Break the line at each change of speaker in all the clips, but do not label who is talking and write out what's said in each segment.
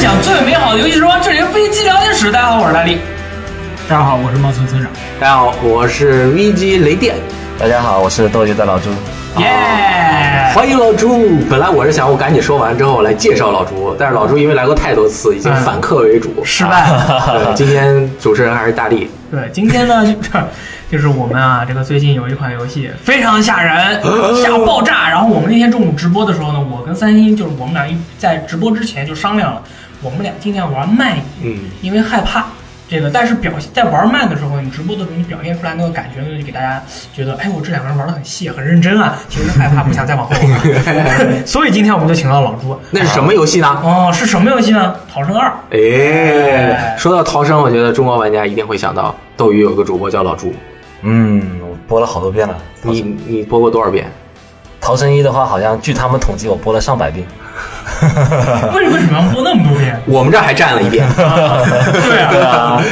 享最美好的游戏时光，这里是飞机聊天室。大家好，我是大力。大家好，我是猫村村长。
大家好，我是 VG 雷电，
大家好，我是斗鸡的老朱。
耶、哎
欢迎老朱。本来我是想我赶紧说完之后来介绍老朱，但是老朱因为来过太多次，已经
嗯
反客为主。
失败了。
对，今天主持人还是大力，
对，今天呢，就是就是我们啊，这个最近有一款游戏非常吓人，吓爆炸。然后我们那天中午直播的时候呢，我跟三星就是我们俩一在直播之前就商量了，我们俩今天玩慢一点，
嗯，
因为害怕。这个，但是表现在玩慢的时候，你直播的时候，你表现出来那个感觉呢，就给大家觉得，哎，我这两个人玩的很细，很认真啊，其实害怕，不想再往后玩。 所以今天我们就请到老朱。
那是什么游戏呢？
哦，是什么游戏呢？《逃生二》。
哎，说到逃生，我觉得中国玩家一定会想到斗鱼有个主播叫老朱，
嗯，我播了好多遍了。
你你播过多少遍？
逃生一的话，好像据他们统计，我播了上百遍。
为什么你们要播那么多遍？
我们这儿还占了一遍。
对啊，
啊，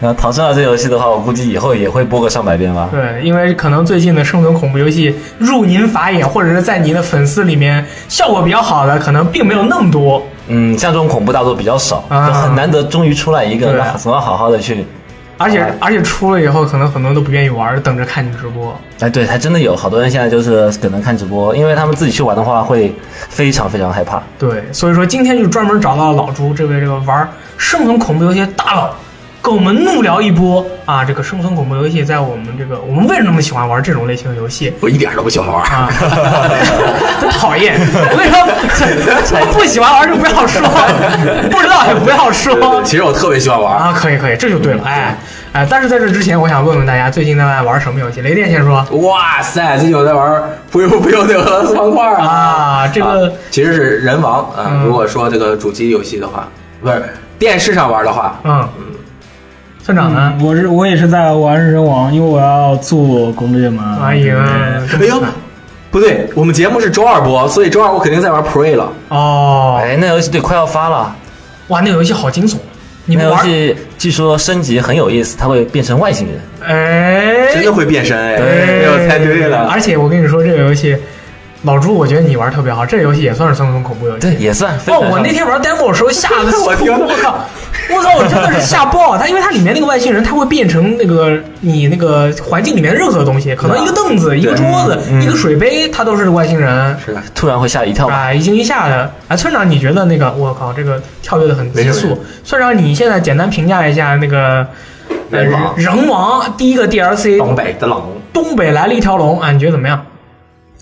那逃生二这游戏的话，我估计以后也会播个上百遍吧。
对，因为可能最近的生存恐怖游戏入您法眼，或者是在您的粉丝里面效果比较好的，可能并没有那么多。
嗯，像这种恐怖大作比较少，
啊
就很难得，终于出来一个，
对
那总要好好的去。
而且
哎
而且出了以后，可能很多人都不愿意玩，等着看你直播。
哎，对，还真的有好多人现在就是可能看直播，因为他们自己去玩的话，会非常非常害怕。
对，所以说今天就专门找到了老朱这位这个玩生存恐怖游戏的大佬，跟我们怒聊一波啊！这个生存恐怖游戏在我们这个我们为什么那么喜欢玩这种类型的游戏？
我一点都不喜欢玩儿。
啊， 真讨厌！我跟你说，不喜欢玩就不要说，不知道也不要说
对其实我特别喜欢玩儿。
啊。可以可以，这就对了。哎哎，但是在这之前，我想问问大家，最近在玩什么游戏？雷电先说
哇塞，最近我在玩儿《不用不用那个俄罗斯方块》啊，
啊，这个
啊其实是人王啊。
嗯
如果说这个主机游戏的话，不是电视上玩的话，
嗯，村长呢？
嗯，我是我也是在玩人王，因为我要做攻略嘛。
哎呀，
嗯
哎呦，不对，我们节目是周二播，所以周二我肯定在玩 Pre 了。
哦，
哎，那游戏对快要发了，
哇，那游戏好惊悚，啊你
那
们
游
玩？
戏据说升级很有意思，它会变成外星人。
哎，
真的会变身哎！
哎
哎呦，猜对了。
而且我跟你说，这个游戏，老朱，我觉得你玩特别好，这游戏也算是生存恐怖游戏。
对，也算。非
哇！
常
哦我
像
那天玩 demo 的时候吓 得
我天哪
我靠！我操！我真的是吓爆了它，因为它里面那个外星人，它会变成那个你那个环境里面任何东西，可能一个凳子、一个桌子、
嗯
一个水杯，它都是外星人。
是的，
突然会吓一跳。
啊，已经一下的。哎，村长，你觉得那个我靠，这个跳跃的很急
没事没
速。村长，你现在简单评价一下那个呃
人王哦
人王第一个 DLC
东北的冷，
东北来了一条龙啊，你觉得怎么样？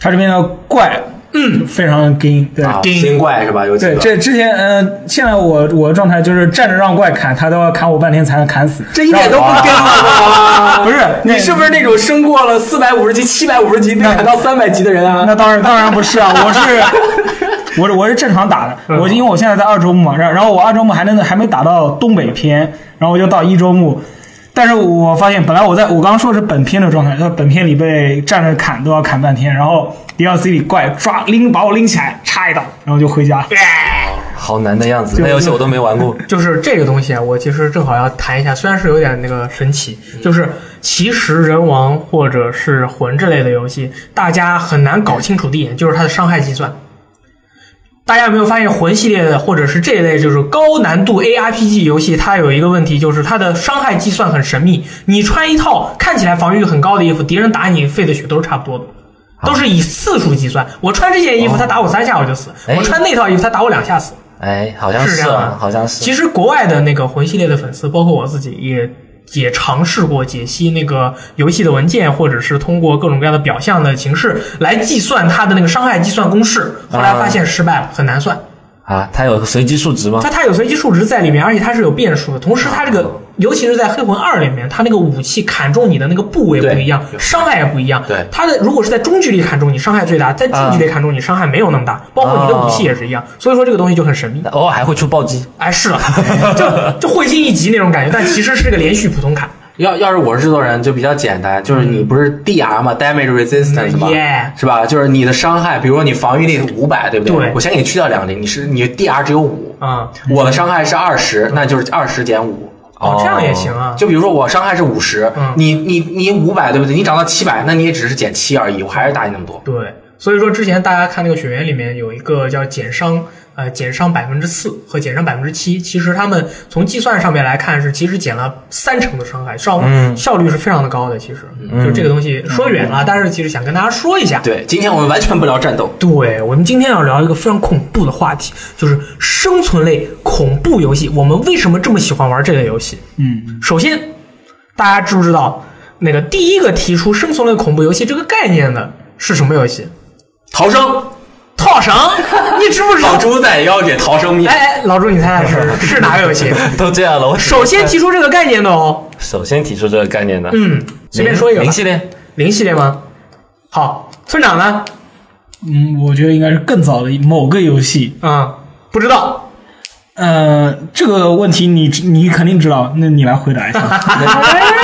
它这边的怪，嗯，非常硬。对、
啊，
丁
新怪是吧？有几
对，
个？
这之前，呃，现在我我的状态就是站着让怪砍，他都要砍我半天才能砍死。
这一点都不跟啊！
不是
你
那
是不是那种升过了四百五十级、七百五十级，被砍到三百级的人啊？
那当然当然不是啊，我是我是我是正常打的，我因为我现在在二周目嘛，然然后我二周目还能还没打到东北篇，然后我就到一周目。但是我发现，本来我在我刚刚说的是本片的状态，他本片里被站着砍都要砍半天，然后 DLC 里怪抓拎把我拎起来插一刀，然后就回家。
好难的样子，
就
那游戏我都没玩过。
就是这个东西啊，我其实正好要谈一下，虽然是有点那个神奇，就是其实人王或者是魂之类的游戏，大家很难搞清楚的一点就是它的伤害计算。大家有没有发现魂系列的或者是这一类就是高难度 ARPG 游戏，它有一个问题就是它的伤害计算很神秘。你穿一套看起来防御很高的衣服，敌人打你费的血都是差不多的。都是以次数计算，我穿这件衣服，他打我三下我就死；
哎
我穿那套衣服，他打我两下死。
哎，好像
是这
是
样吗
啊，好像是。
其实国外的那个魂系列的粉丝，包括我自己也。也尝试过解析那个游戏的文件，或者是通过各种各样的表象的形式来计算它的那个伤害计算公式，后来发现失败了，很难算。
啊，它有随机数值吗？
它它有随机数值在里面，而且它是有变数的。同时，它这
啊
个尤其是在黑魂二里面，它那个武器砍中你的那个部位不一样，
对
伤害也不一样。
对
它的如果是在中距离砍中你，伤害最大；在近
啊
距离砍中你，伤害没有那么大。包括你的武器也是一样。所以说这个东西就很神秘。
那偶尔还会出暴击。
哎，是了，就就会心一击那种感觉，但其实是个连续普通卡。
要要是我是制作人，就比较简单，就是你不是 DR 嘛，damage resistance
嗯
嘛，
耶
是吧？就是你的伤害，比如说你防御力五百，对不
对
我先给你去掉两零，你是你 DR 只有五、
啊、
我的伤害是二十，那就是二十减五。
嗯哦，这样也行啊。
就比如说我伤害是五十、
嗯
你你你五百，对不对？你涨到七百，那你也只是减七而已，我还是打你那么多。
对，所以说之前大家看那个《雪原》里面有一个叫减伤呃减伤百分之四和减伤百分之七，其实他们从计算上面来看是其实减了三成的伤害，效
嗯
效率是非常的高的。其实就这个东西说远了，但是其实想跟大家说一下，
对，今天我们完全不聊战斗，
对我们今天要聊一个非常恐怖的话题，就是生存类恐怖游戏。我们为什么这么喜欢玩这类游戏？
嗯，
首先，大家知不知道那个第一个提出生存类恐怖游戏这个概念的是什么游戏？
逃生，
套绳，你知不知
老
道？
朱在要给逃生命
哎，哎，老朱，你猜猜是是哪个游戏？
都这样了，我
首先提出这个概念的哦，
首先提出这个概念的，
嗯，随便说一个吧
零，系列，
零系列吗？好，村长呢？
嗯，我觉得应该是更早的某个游戏。
嗯，不知道，
呃，这个问题你你肯定知道，那你来回答一下。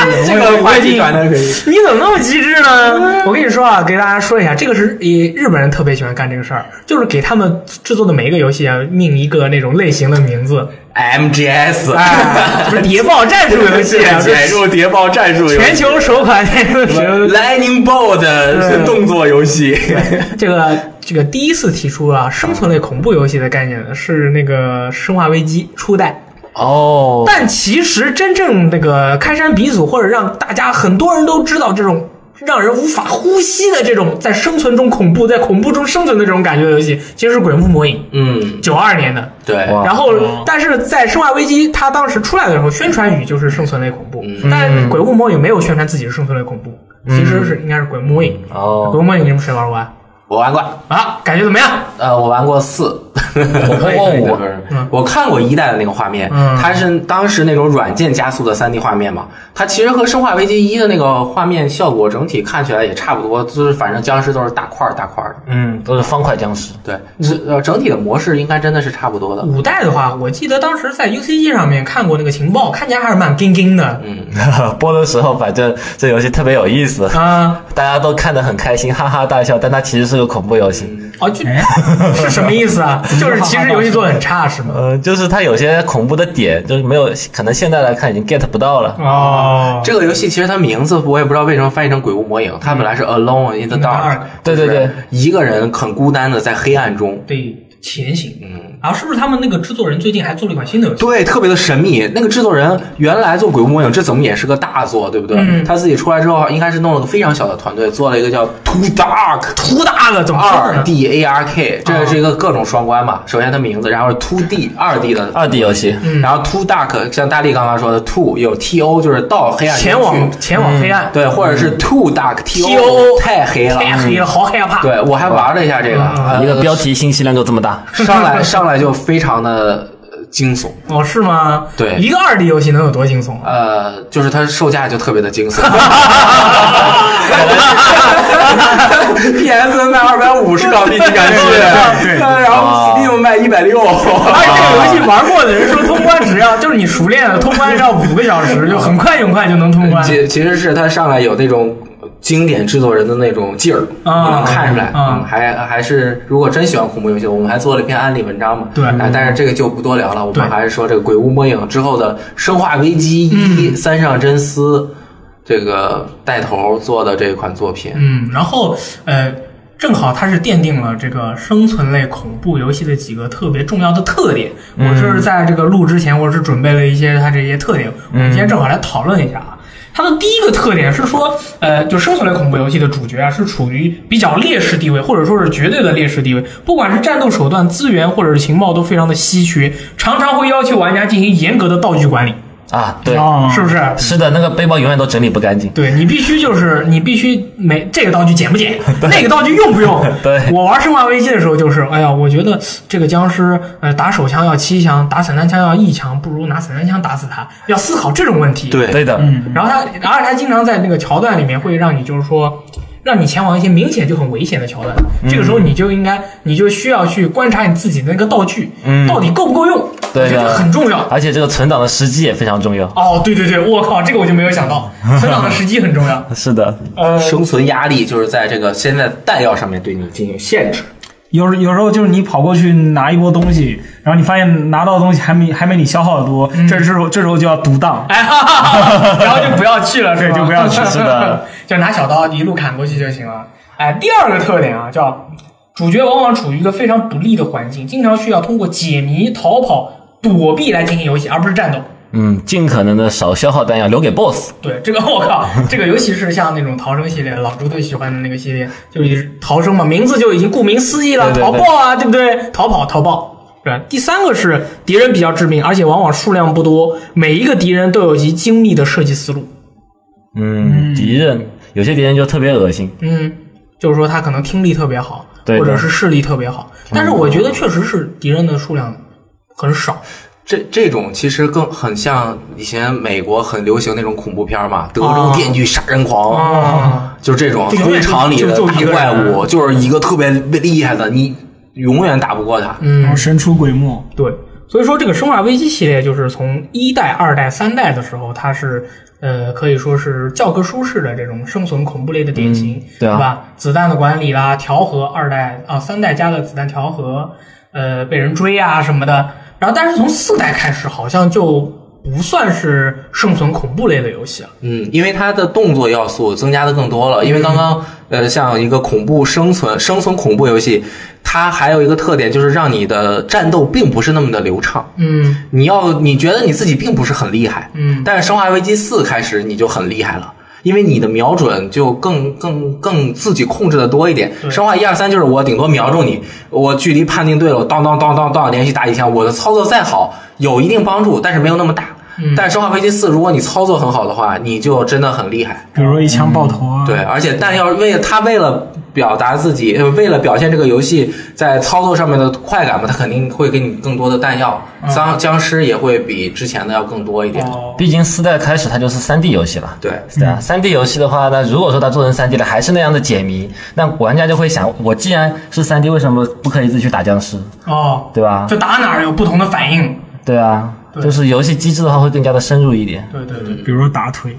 这个话题转的可以。
你怎么那么机智呢？我跟你说啊，给大家说一下，这个是以日本人特别喜欢干这个事儿，就是给他们制作的每一个游戏啊，命一个那种类型的名字，
MGS，
哎，不是谍报战术游戏啊，这
潜入谍报战术游戏，
全球首款那个什么
Lightning Bolt 是动作游戏，
这个这个第一次提出啊生存类恐怖游戏的概念的是那个《生化危机》初代，
哦，
但其实真正那个开山鼻祖或者让大家很多人都知道这种让人无法呼吸的这种在生存中恐怖，在恐怖中生存的这种感觉的游戏，其实是《鬼屋魔影》
嗯，
九二年的。
对，
哇
然后，但是在《生化危机》它当时出来的时候，宣传语就是生存类恐怖，
嗯
但《鬼屋魔影》没有宣传自己是生存类恐怖，其实是应该是《鬼屋魔影》。鬼
哦
屋，魔影》你们谁玩过啊？
我玩过，
啊，感觉怎么样？
呃，我玩过四，
我看过五，
嗯
我看过一代的那个画面，
嗯
它是当时那种软件加速的 3D 画面嘛，它其实和《生化危机一》的那个画面效果整体看起来也差不多，就是反正僵尸都是大块儿大块儿的，
嗯，都是方块僵尸，
对，是呃整体的模式应该真的是差不多
嗯
的，
五代的话，我记得当时在 UCG 上面看过那个情报，看起来还是蛮硬硬的
嗯
播的时候反正这游戏特别有意思，
啊。
大家都看得很开心，哈哈大笑，但它其实是个恐怖游戏。
哦，就是什么意思 啊？就是其实游戏做的很差是吗？
呃，就是它有些恐怖的点，就是没有，可能现在来看已经 get 不到了。
哦，
这个游戏其实它名字我也不知道为什么翻译成《鬼屋魔影》，它本来是 Alone in the Dark，
嗯对对对，
一个人很孤单的在黑暗中，
对，前行。嗯，然后是不是他们那个制作人最近还做了一款新的游戏？
对，特别的神秘。那个制作人原来做《鬼屋魔影》，这怎么也是个大作，对不对？
嗯
他自己出来之后，应该是弄了个非常小的团队，做了一个叫《Too Dark》。
图大了，怎么说
啊二
呢？
D A R K，这
哦
是一个各种双关嘛。首先它名字，然后是 Two D 二 D 的
二 D 游戏，
嗯
然后 Too Dark，像大力刚刚说的 Too 有 T O 就是到黑暗中去
前往前往黑暗，
对，或者是 Too Dark T
TO
太黑了，
太黑了，好害怕。
啊对我还玩了一下这个，呃
嗯
一个标题信息量就这么大，
上来上来就非常的呃惊悚，
哦，是吗？
对
一个二 D 游戏能有多惊悚啊？
呃，就是它售价就特别的惊 悚。PS 卖二百五十港币，你敢信？
对
然后 Steam 卖一百六，啊
而且哎这个游戏玩过的人说，通关只要就是你熟练了，通关只要五个小时，就很快很快就能通关。
其其实是它上来有那种经典制作人的那种劲儿，
啊
你能看出来。
啊
嗯，还还是如果真喜欢恐怖游戏，我们还做了一篇案例文章嘛。
对
哎但是这个就不多聊了，我
对
们还是说这个《鬼屋魔影》之后的《生化危机一》，三上真司这个带头做的这款作品。
嗯，然后呃，正好它是奠定了这个生存类恐怖游戏的几个特别重要的特点。我是在这个录之前，我是准备了一些它这些特点，我们今天正好来讨论一下啊。它的第一个特点是说，呃，就生存类恐怖游戏的主角啊，是处于比较劣势地位，或者说是绝对的劣势地位。不管是战斗手段、资源或者是情报都非常的稀缺，常常会要求玩家进行严格的道具管理，
啊，对，
啊，
是不是？
是的，那个背包永远都整理不干净。？
对你必须就是你必须每这个道具捡不捡，那个道具用不用
对
我玩生化危机的时候就是，哎呀，我觉得这个僵尸呃打手枪要七枪，打散弹枪要一枪，不如拿散弹枪打死他，要思考这种问题。，
对
对的，
然后他，而且他经常在那个桥段里面会让你就是说。让你前往一些明显就很危险的桥段，
嗯
这个时候你就应该，你就需要去观察你自己的那个道具，到底够不够用，
嗯对
我觉得
的
很重要。
而且这个存档的时机也非常重要。
哦，对对对，我靠，这个我就没有想 到，成长的时机很重要。
是的，
呃，
生存压力就是在这个现在弹药上面对你进行限制，
有时有时候就是你跑过去拿一波东西，然后你发现拿到的东西还没还没你消耗的多，这时候这时候就要独 当。
嗯哎，哈哈哈然后就不要去了，是吧
对就不要去
是的，
就拿小刀一路砍过去就行了。哎，第二个特点啊，叫主角往往处于一个非常不利的环境，经常需要通过解谜、逃跑、躲避来进行游戏，而不是战斗。
嗯，尽可能的少消耗弹药，留给 BOSS。
对这个， 我靠，这个尤其是像那种逃生系列，老朱最喜欢的那个系列，就是逃生嘛，名字就已经顾名思义了，
对对
逃
对
爆啊，对不对？逃跑，逃爆。对，第三个是敌人比较致命，而且往往数量不多，每一个敌人都有其精密的设计思路。
嗯，敌人有些敌人就特别恶心，
嗯，就是说他可能听力特别好，
对
或者
对
是视力特别好，但是我觉得确实是敌人的数量很少。
这这种其实更很像以前美国很流行那种恐怖片嘛，德
啊
州电锯杀人狂，
啊
就这种
就永
工
远就
厂里的
就就
大
一个
怪
人
物，就是一个特别厉害的，你永远打不过他。
嗯
然后神出鬼没。
对，所以说这个《生化危机》系列就是从一代、二代、三代的时候，它是呃可以说是教科书式的这种生存恐怖类的典型，
对啊
吧？子弹的管理啦，调和二代啊、三代加了子弹调和，呃，被人追啊什么的。然后，但是从四代开始，好像就不算是生存恐怖类的游戏了。
嗯，因为它的动作要素增加的更多了。因为刚刚呃，像一个恐怖生存生存恐怖游戏，它还有一个特点就是让你的战斗并不是那么的流畅。
嗯
你要你觉得你自己并不是很厉害，
嗯，
但是《生化危机四》开始你就很厉害了。因为你的瞄准就更更更自己控制的多一点，
对
生化一二三就是我顶多瞄中你，我距离判定对了，我当当当当当连续打几枪，我的操作再好有一定帮助，但是没有那么大。
嗯
但是生化危机四，如果你操作很好的话，你就真的很厉害。
比如说一枪爆头
嗯
啊，
对，，
哦
而且但要为了他为了表达自己，呃为了表现这个游戏在操作上面的快感嘛，他肯定会给你更多的弹药，僵僵尸也会比之前的要更多一点。
嗯哦，
毕竟四代开始它就是3 D 游戏了。
对，
对啊，3 D 游戏的话呢，如果说它做成3 D 了，还是那样的解谜，那玩家就会想，我既然是3 D，为什么不可以自己去打僵尸，
哦，
对吧？
就打哪儿有不同的反应。
对啊，
对
就是游戏机制的话会更加的深入一点。
对对对，
比如说打腿，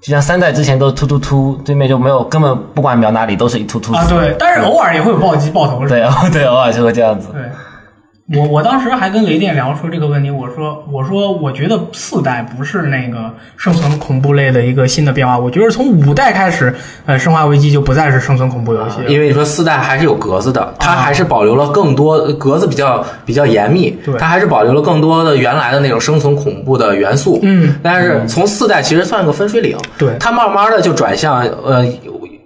就像三代之前都突突突，对面就没有根本不管瞄哪里都是一突突突。
啊对，但是偶尔也会有暴击、爆头是吧
对 哦对，偶尔就会这样子。
对，我我当时还跟雷电聊说这个问题，我说我说我觉得四代不是那个生存恐怖类的一个新的变化，我觉得从五代开始，呃，生化危机就不再是生存恐怖游戏了。
因为你说四代还是有格子
啊
的，它还是保留了更多格子比较比较严密
对，
它还是保留了更多的原来的那种生存恐怖的元素。
嗯，
但是从四代其实算个分水岭，
对
它慢慢的就转向呃，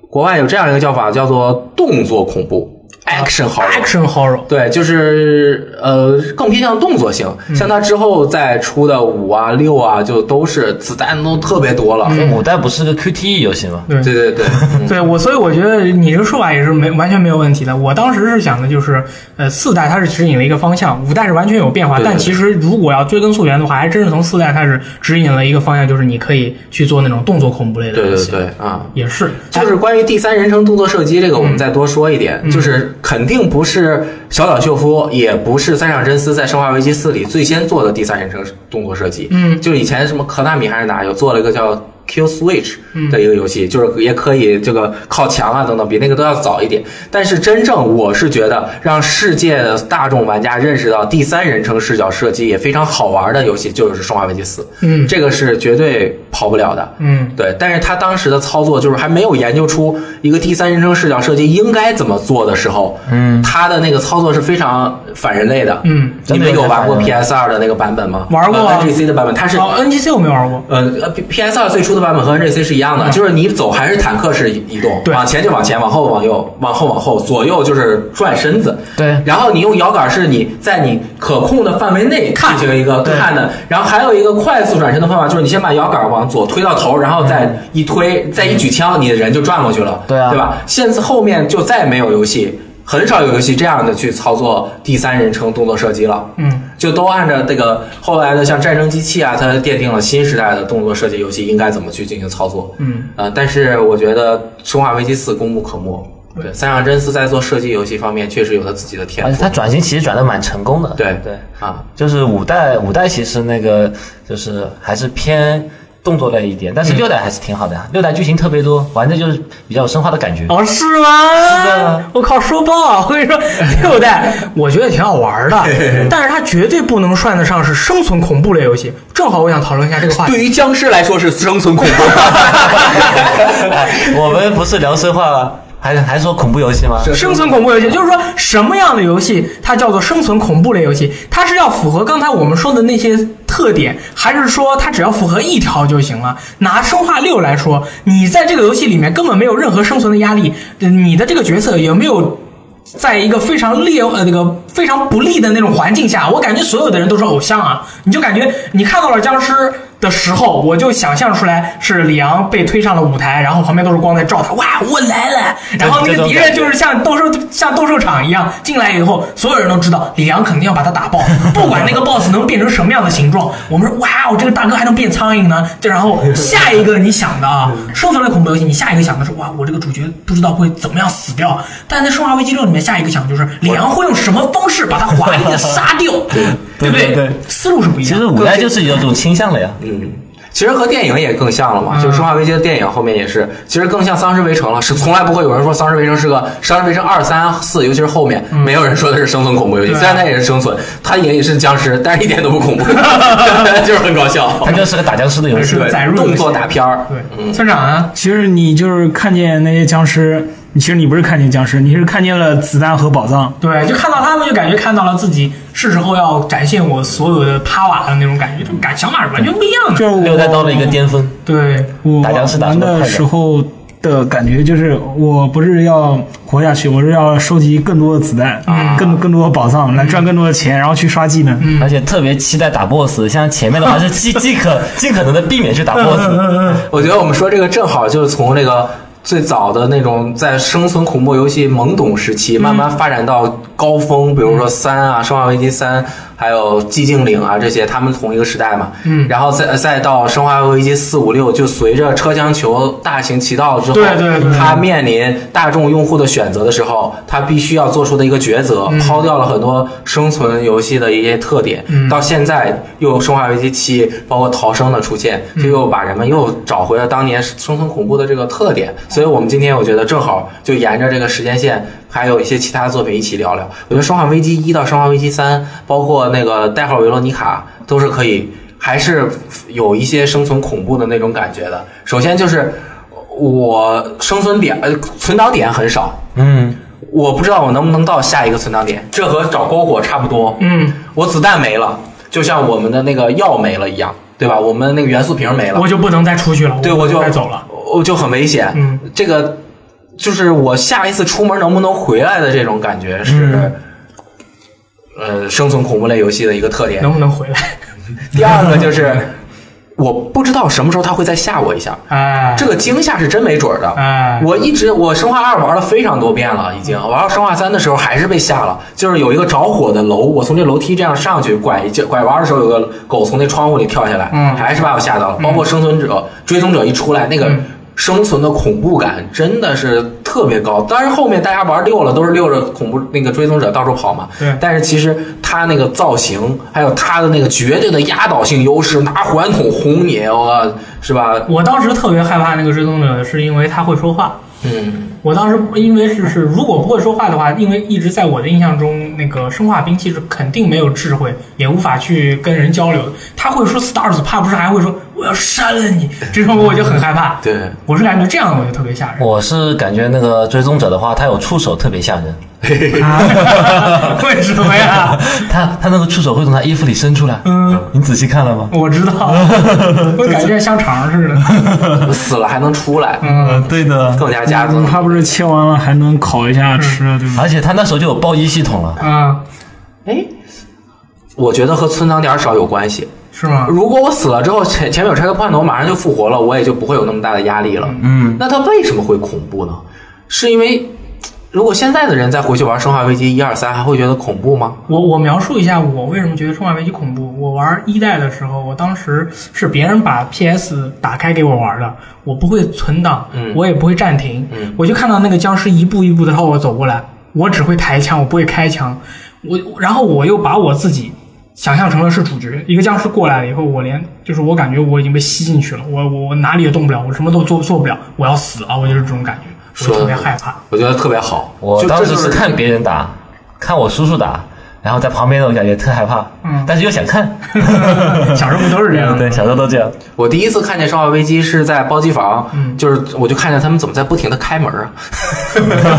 国外有这样一个叫法叫做动作恐怖
啊
（action horror）。
action horror，
对，就是呃，更偏向动作性。
嗯
像它之后再出的五啊、六啊，就都是子弹都特别多了。
五代不是个 QTE 游戏吗？
嗯对
对对对，
对我，所以我觉得你这个说法也是没完全没有问题的。我当时是想的就是，呃，四代它是指引了一个方向，五代是完全有变化。
对对
但
对
其实如果要追根溯源的话，还真是从四代开始指引了一个方向，就是你可以去做那种动作恐怖类的
对
游
对
戏。
对啊。
也是，
就是关于第三人称动作射击这个，我们再多说一点，
嗯
就是肯定不是小岛秀夫，也不是三上真司在《生化危机四》里最先做的第三人称动作射击。
嗯
就以前什么科纳米还是哪有做了一个叫 Q Switch
嗯
的一个游戏，就是也可以这个靠墙啊等等，比那个都要早一点。但是真正我是觉得让世界的大众玩家认识到第三人称视角射击也非常好玩的游戏，就是《生化危机四》。
嗯
这个是绝对跑不了的。
嗯，
对，但是他当时的操作就是还没有研究出一个第三人称视角设计应该怎么做的时候，嗯，他的那个操作是非常反人类的。
嗯
你们有玩过
真
PS 二的那个版本吗？呃
玩过啊
NGC 的版本，它是。
哦，NGC 我没玩过。
呃，PS 二最初的版本和 NGC 是一样的，
嗯
就是你走还是坦克式移动，
对
往前就往前，往后往右，往后往后，左右就是转身子。
对
然后你用摇杆是你在你可控的范围内进行一个
对
看的，然后还有一个快速转身的方法，就是你先把摇杆往左推到头，然后再一推，再一举枪，你的人就转过去了，
嗯对啊
对吧？现在后面就再没有游戏，很少有游戏这样的去操作第三人称动作射击了。
嗯，
就都按照这个后来的像战争机器啊，它奠定了新时代的动作射击游戏应该怎么去进行操作。
嗯，
呃，但是我觉得《生化危机四》功不可没。对，三上真司在做射击游戏方面确实有他自己的天
而且
赋。
它转型其实转的蛮成功的。
对
对，
啊，
就是五代五代其实那个就是还是偏动作类一点，
嗯
但是六代还是挺好的呀、六代剧情特别多，玩的就是比较有生化的感 觉。
哦，是吗？
的
我靠，说爆啊！我跟你说，六代我觉得挺好玩的，但是它绝对不能算得上是生存恐怖类游戏。正好我想讨论一下这个话题。
对于僵尸来说是生存恐怖。
我们不是聊生化还还说恐怖游戏吗？
生存恐怖游戏，就是说什么样的游戏它叫做生存恐怖类游戏？它是要符合刚才我们说的那些特点，还是说它只要符合一条就行了？拿生化六来说，你在这个游戏里面根本没有任何生存的压力，呃你的这个角色也没有。在一个非常劣呃那个非常不利的那种环境下，我感觉所有的人都是偶像啊！你就感觉你看到了僵尸的时候，我就想象出来是里昂被推上了舞台，然后旁边都是光在照他，哇，我来了！然后那个敌人就是像斗兽像斗兽场一样进来以后，所有人都知道里昂肯定要把他打 爆，不管那个 BOSS 能变成什么样的形状，我们说哇，我这个大哥还能变苍蝇呢！就然后下一个你想的 啊，生存类恐怖游戏，你下一个想的是哇，我这个主角不知道会怎么样死掉，但在《生化危机六》里面，下一个想就是里昂会用什么方式把他华丽的杀掉， 对不
对对对
思路是不一
其
样
实
的。
五代就是有这种倾向了呀。
嗯，其实和电影也更像了
嗯
嘛，就是《生化危机》的电影后面也是，其实更像《丧尸围城》了，是从来不会有人说《丧尸围城》是个《丧尸围城》二三四，尤其是后面，没有人说的是生存恐怖游戏，
嗯对啊
虽然它也是生存，它也是僵尸，但是一点都 不恐怖， 就是很搞笑，
它就是个打僵尸的游戏
是。个载入
对，
游戏
动作大片儿，
对，村长啊，
其实你就是看见那些僵尸，你其实你不是看见僵尸，你是看见了子弹和宝藏。
对，就看到他们就感觉看到了自己是时候要展现我所有的趴瓦的那种感觉，这种感想法是完全不一样的。
就是我
六代到了一个巅峰，
对，
我
打僵尸打
玩
出了快
的
感
时候的感觉就是，我不是要活下去，我是要收集更多的子弹，
嗯
更更多的宝藏，来赚更多的钱，然后去刷技能。
嗯
而且特别期待打 BOSS。像 前面的话是尽尽可尽可能的避免去打
嗯
BOSS。
我觉得我们说这个正好就是从那个最早的那种在生存恐怖游戏懵懂时期，慢慢发展到高峰，比如
嗯
说三啊，《生化危机三》，还有《寂静岭》啊这些，他们同一个时代嘛。嗯，然后再再到《生化危机四五六》，就随着车厢球大行其道之后，
对对对
它面临大众用户的选择的时候，它必须要做出的一个抉择，
嗯
抛掉了很多生存游戏的一些特点。到现在又有《生化危机七》，包括逃生的出现，就又把人们又找回了当年生存恐怖的这个特点。所以我们今天我觉得正好就沿着这个时间线，还有一些其他作品一起聊聊。我觉得《生化危机一》到《生化危机三》，包括那个代号维罗妮卡，都是可以。还是有一些生存恐怖的那种感觉的。首先就是我生存点呃存档点很少，
嗯，
我不知道我能不能到下一个存档点，这和找篝火差不多。
嗯，
我子弹没了，就像我们的那个药没了一样，对吧？我们那个元素瓶没了
我，就不能再出去了，
对我就
不能再走了。，
我就很危险。
嗯，
这个就是我下一次出门能不能回来的这种感
嗯
觉是。呃，生存恐怖类游戏的一个特点，
能不能回来？
第二个就是，我不知道什么时候他会再吓我一下，
哎，
这个惊吓是真没准儿的。
哎，
我一直我生化二玩了非常多遍了，已经玩到生化三的时候还是被吓了，就是有一个着火的楼，我从这楼梯这样上去拐一拐弯的时候，有个狗从那窗户里跳下来，
嗯
还是把我吓到了。包括生存者、追踪者一出来，那个生存的恐怖感真的是特别高。当然后面大家玩六了，都是溜着恐怖那个追踪者到处跑嘛，
对
但是其实他那个造型，还有他的那个绝对的压倒性优势，拿环筒轰你，我是吧？
我当时特别害怕那个追踪者，是因为他会说话。
嗯，
我当时因为是是，如果不会说话的话，因为一直在我的印象中，那个生化兵器是肯定没有智慧，也无法去跟人交流的。他会说 stars，怕不是还会说我要杀了你，这种我就很害怕。
对，
我是感觉这样的我就特别吓 人。
我是感觉那个追踪者的话，他有触手特别吓人，
为什么呀？
他他那个触手会从他衣服里伸出来。嗯，你仔细看了吗？
我知 道，我感觉像肠似的。
死了还能出来，
嗯，
呃对的。
更加加
嗯
增。
它不是切完了还能烤一下吃，啊对吧？
而且他那时候就有爆衣系统了。
啊，
哎，我觉得和存档点少有关系。
是吗？
如果我死了之后，前前面有拆个破案头，马上就复活了，我也就不会有那么大的压力了。嗯，那它为什么会恐怖呢？是因为如果现在的人再回去玩《生化危机》一二三，还会觉得恐怖吗？
我我描述一下我为什么觉得《生化危机》恐怖。我玩一代的时候，我当时是别人把 PS 打开给我玩的，我不会存档，
嗯
我也不会暂停，
嗯
我就看到那个僵尸一步一步的朝我走过来，我只会抬枪，我不会开枪，我然后我又把我自己。想象成了是主角，一个僵尸过来了以后，我连就是我感觉我已经被吸进去了，我我我哪里也动不了，我什么都做做不了，我要死了，我就是这种感觉，我
说
特
得
别害怕。
我觉得特别好。
我
就
当
这
时
就是
看别人打，看我叔叔打，然后在旁边那种感觉特害怕，
嗯
但是又想看。
小时候不都是这样的？
对，啊小时候都这样。
我
嗯
第一次看见《生化危机》是在包机房，就是我就看见他们怎么在不停的开门啊，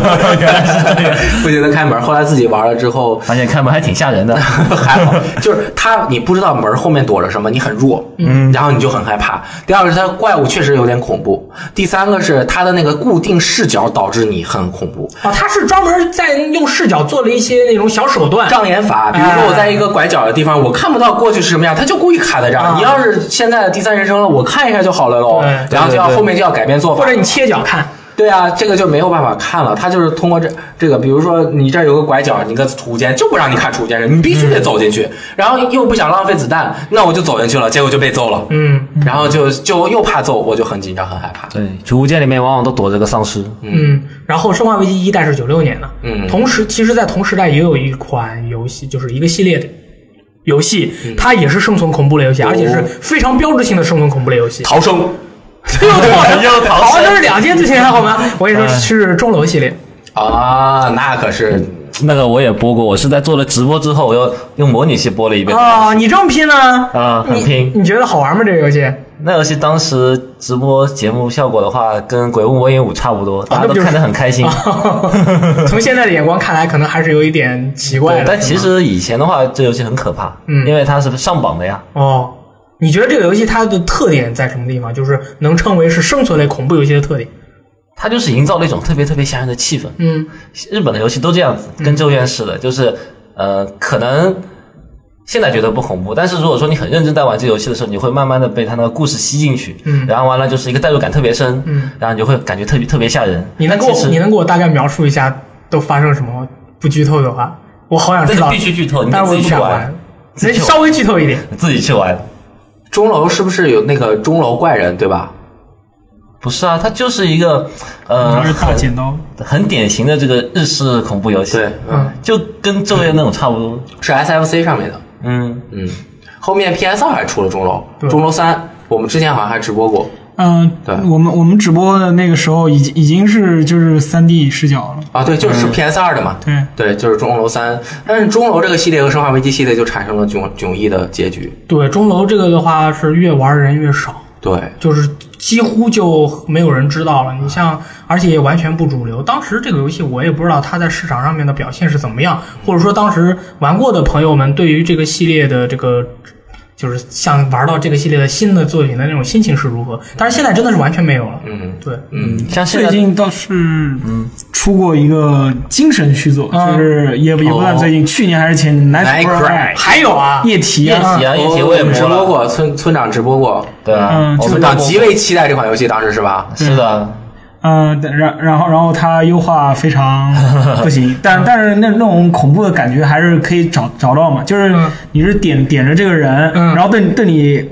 原来是这样，
不停的开门。后来自己玩了之后，
发现开门还挺吓 人的。
还好，就是它你不知道门后面躲着什么，你很弱，嗯，然后你就很害怕。第二个是它怪物确实有点恐怖，第三个是它的那个固定视角导致你很恐怖。
哦，他是专门在用视角做了一些那种小手段，
障眼法，比如说我在一个拐角的地方，我看不到过去是什么样，他就故意卡在这儿。
啊
你要是现在的第三人称了，我看一下就好了喽
对。
然后就要
对对
后面就要改变做法，
或者你切角看，
对啊，这个就没有办法看了。他就是通过这这个，比如说你这儿有个拐角，你个储物间就不让你看储物间，你必须得走进去，然后又不想浪费子弹，那我就走进去了，结果就被揍了。
嗯
然后就就又怕揍，我就很紧张，很害怕。
对，储物间里面往往都躲着个丧尸。
嗯。然后《生化危机一代》是九六年的，
嗯
同时其实，在同时代也有一款游戏，就是一个系列的游戏，
嗯
它也是生存恐怖类游戏，而且
哦
是非常标志性的生存恐怖类游 戏。
逃生
又逃生，
又逃生
逃生是两件事情，好吗？我跟你说，
嗯
是钟楼系列，
啊，那可是
那个我也播过，我是在做了直播之后，我又用模拟器播了一遍。
哦，你这么拼呢？
啊嗯很拼
你。你觉得好玩吗？这个游戏？
那游戏当时直播节目效果的话，跟《鬼屋魔影五》差啊不啊多，大家
那
都
比如
看得很开心。
从现在的眼光看来，可能还是有一点奇怪
对
的。，
但其实以前的话，这游戏很可怕，
嗯
因为它是上榜的呀。
哦，你觉得这个游戏它的特点在什么地方？就是能称为是生存类恐怖游戏的特点。
它就是营造了一种特别特别吓人的气氛。
嗯，
日本的游戏都这样子，跟《咒怨》似的，就是呃，可能现在觉得不恐怖，但是如果说你很认真在玩这游戏的时候，你会慢慢的被它那个故事吸进去，
嗯
然后完了就是一个代入感特别深，
嗯，
然后你就会感觉特别特别吓人。
你能给我
但其实
你能给我大概描述一下都发生什么吗？不剧透的话，我好想
这
知
个
道
必，须剧透，你
但
得
是我
自己
不
去
想
玩
玩，，
自己去玩
稍微剧透一点。
你自己去玩。
钟楼是不是有那个钟楼怪人对吧？
不是啊，它就是一个呃
然后是大剪刀，
很典型的这个日式恐怖游戏，
对，，嗯，
嗯，
就跟《咒怨》那种差不多。
是 SFC 上面的。
嗯，
嗯，后面 PS 二还出了钟楼，
对
钟楼三，我们之前好像还直播过
嗯
对，
我们我们直播的那个时候已经已经是就是三 D 视角了，
啊，对，就是 PS 二的嘛。
对
对，就是钟楼三，但是钟楼这个系列和生化危机系列就产生了迥迥异的结局。
对，钟楼这个的话是越玩人越少。
对，
就是几乎就没有人知道了。你像，而且也完全不主流。当时这个游戏我也不知道它在市场上面的表现是怎么样，或者说当时玩过的朋友们对于这个系列的这个。就是像玩到这个系列的新的作品的那种心情是如何，但是现在真的是完全没有了。
嗯，
对，
嗯，
像现
最
在
近倒是出过一个精神续作，
嗯
就是也不也不算最近，去年还是前年，Night
Night
Cry
还有啊，
夜啼
夜
啊
袭，啊，夜袭
哦我
也
们直
播
播
了，
过，村村长直播过，
对啊
嗯，
我
村
们
长
直播
极为期待这款游戏，当时是吧？
是的，
嗯，然然后然后它优化非常不 行，但但是那那种恐怖的感觉还是可以找找到嘛，就是
嗯
你是点点着这个人，
嗯
然后对你对你。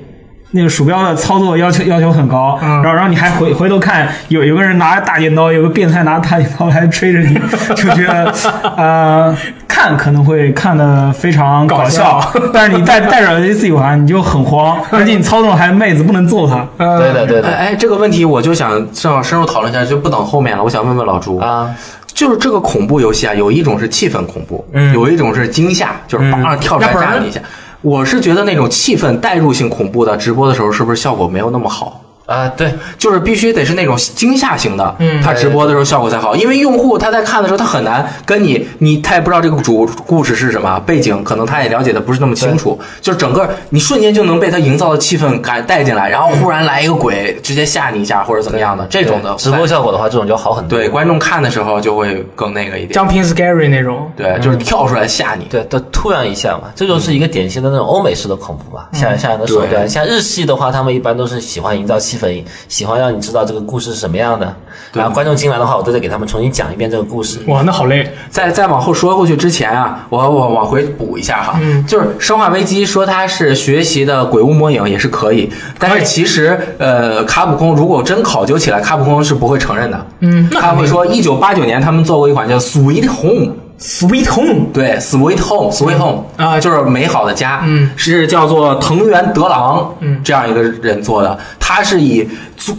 那个鼠标的操作要求要求很高，
嗯
然后然后你还回回头看，有有个人拿着大剪刀，有个变态拿着大剪刀来追着你，就觉得呃看可能会看的非常搞
搞笑
但是你戴戴着耳机自己玩，你就 很慌，而且你操纵还是妹子不能揍她，
呃
对的，对
哎
的
哎，这个问题我就想正好深入讨论一下，就不等后面了。我想问问老朱，
啊，
就是这个恐怖游戏啊，有一种是气氛恐怖，
嗯
有一种是惊吓，就是叭跳出来
要不然
吓你一下。我是觉得那种气氛代入性恐怖的直播的时候，是不是效果没有那么好？
啊，对，
就是必须得是那种惊吓型的，
嗯
他直播的时候效果才好，因为用户他在看的时候，他很难跟你，你他也不知道这个主故事是什么背景，可能他也了解的不是那么清楚，就整个你瞬间就能被他营造的气氛感带进来，然后忽然来一个鬼，直接吓你一下或者怎么样的，这种的
嗯直播效果的话，这种就好很多。
对观众看的时候就会更那个一点，
，Jumping Scary 那种，
对，就是跳出来吓你，
对，都突然一下嘛，这就是一个典型的那种欧美式的恐怖嘛，吓人吓人的手
对
段。像日系的话，他们一般都是喜欢营造气氛，喜欢让你知道这个故事是什么样的。然后观众进来的话，我都得给他们重新讲一遍这个故 事。
哇，那好累。
在再往后说过去之前啊，我我往回补一下哈，
嗯
就是《生化危机》说它是学习的《鬼屋魔影》也是可以，但
可以
是其实呃，卡普空如果真考究起来，卡普空是不会承认的，
嗯那
他会说一九八九年他们做过一款叫《Sweet Home》。
Sweet Home，
对，Sweet Home，Sweet Home
啊
就是美好的家，
嗯
是叫做藤原德郎，
嗯
这样一个人做的，他是以租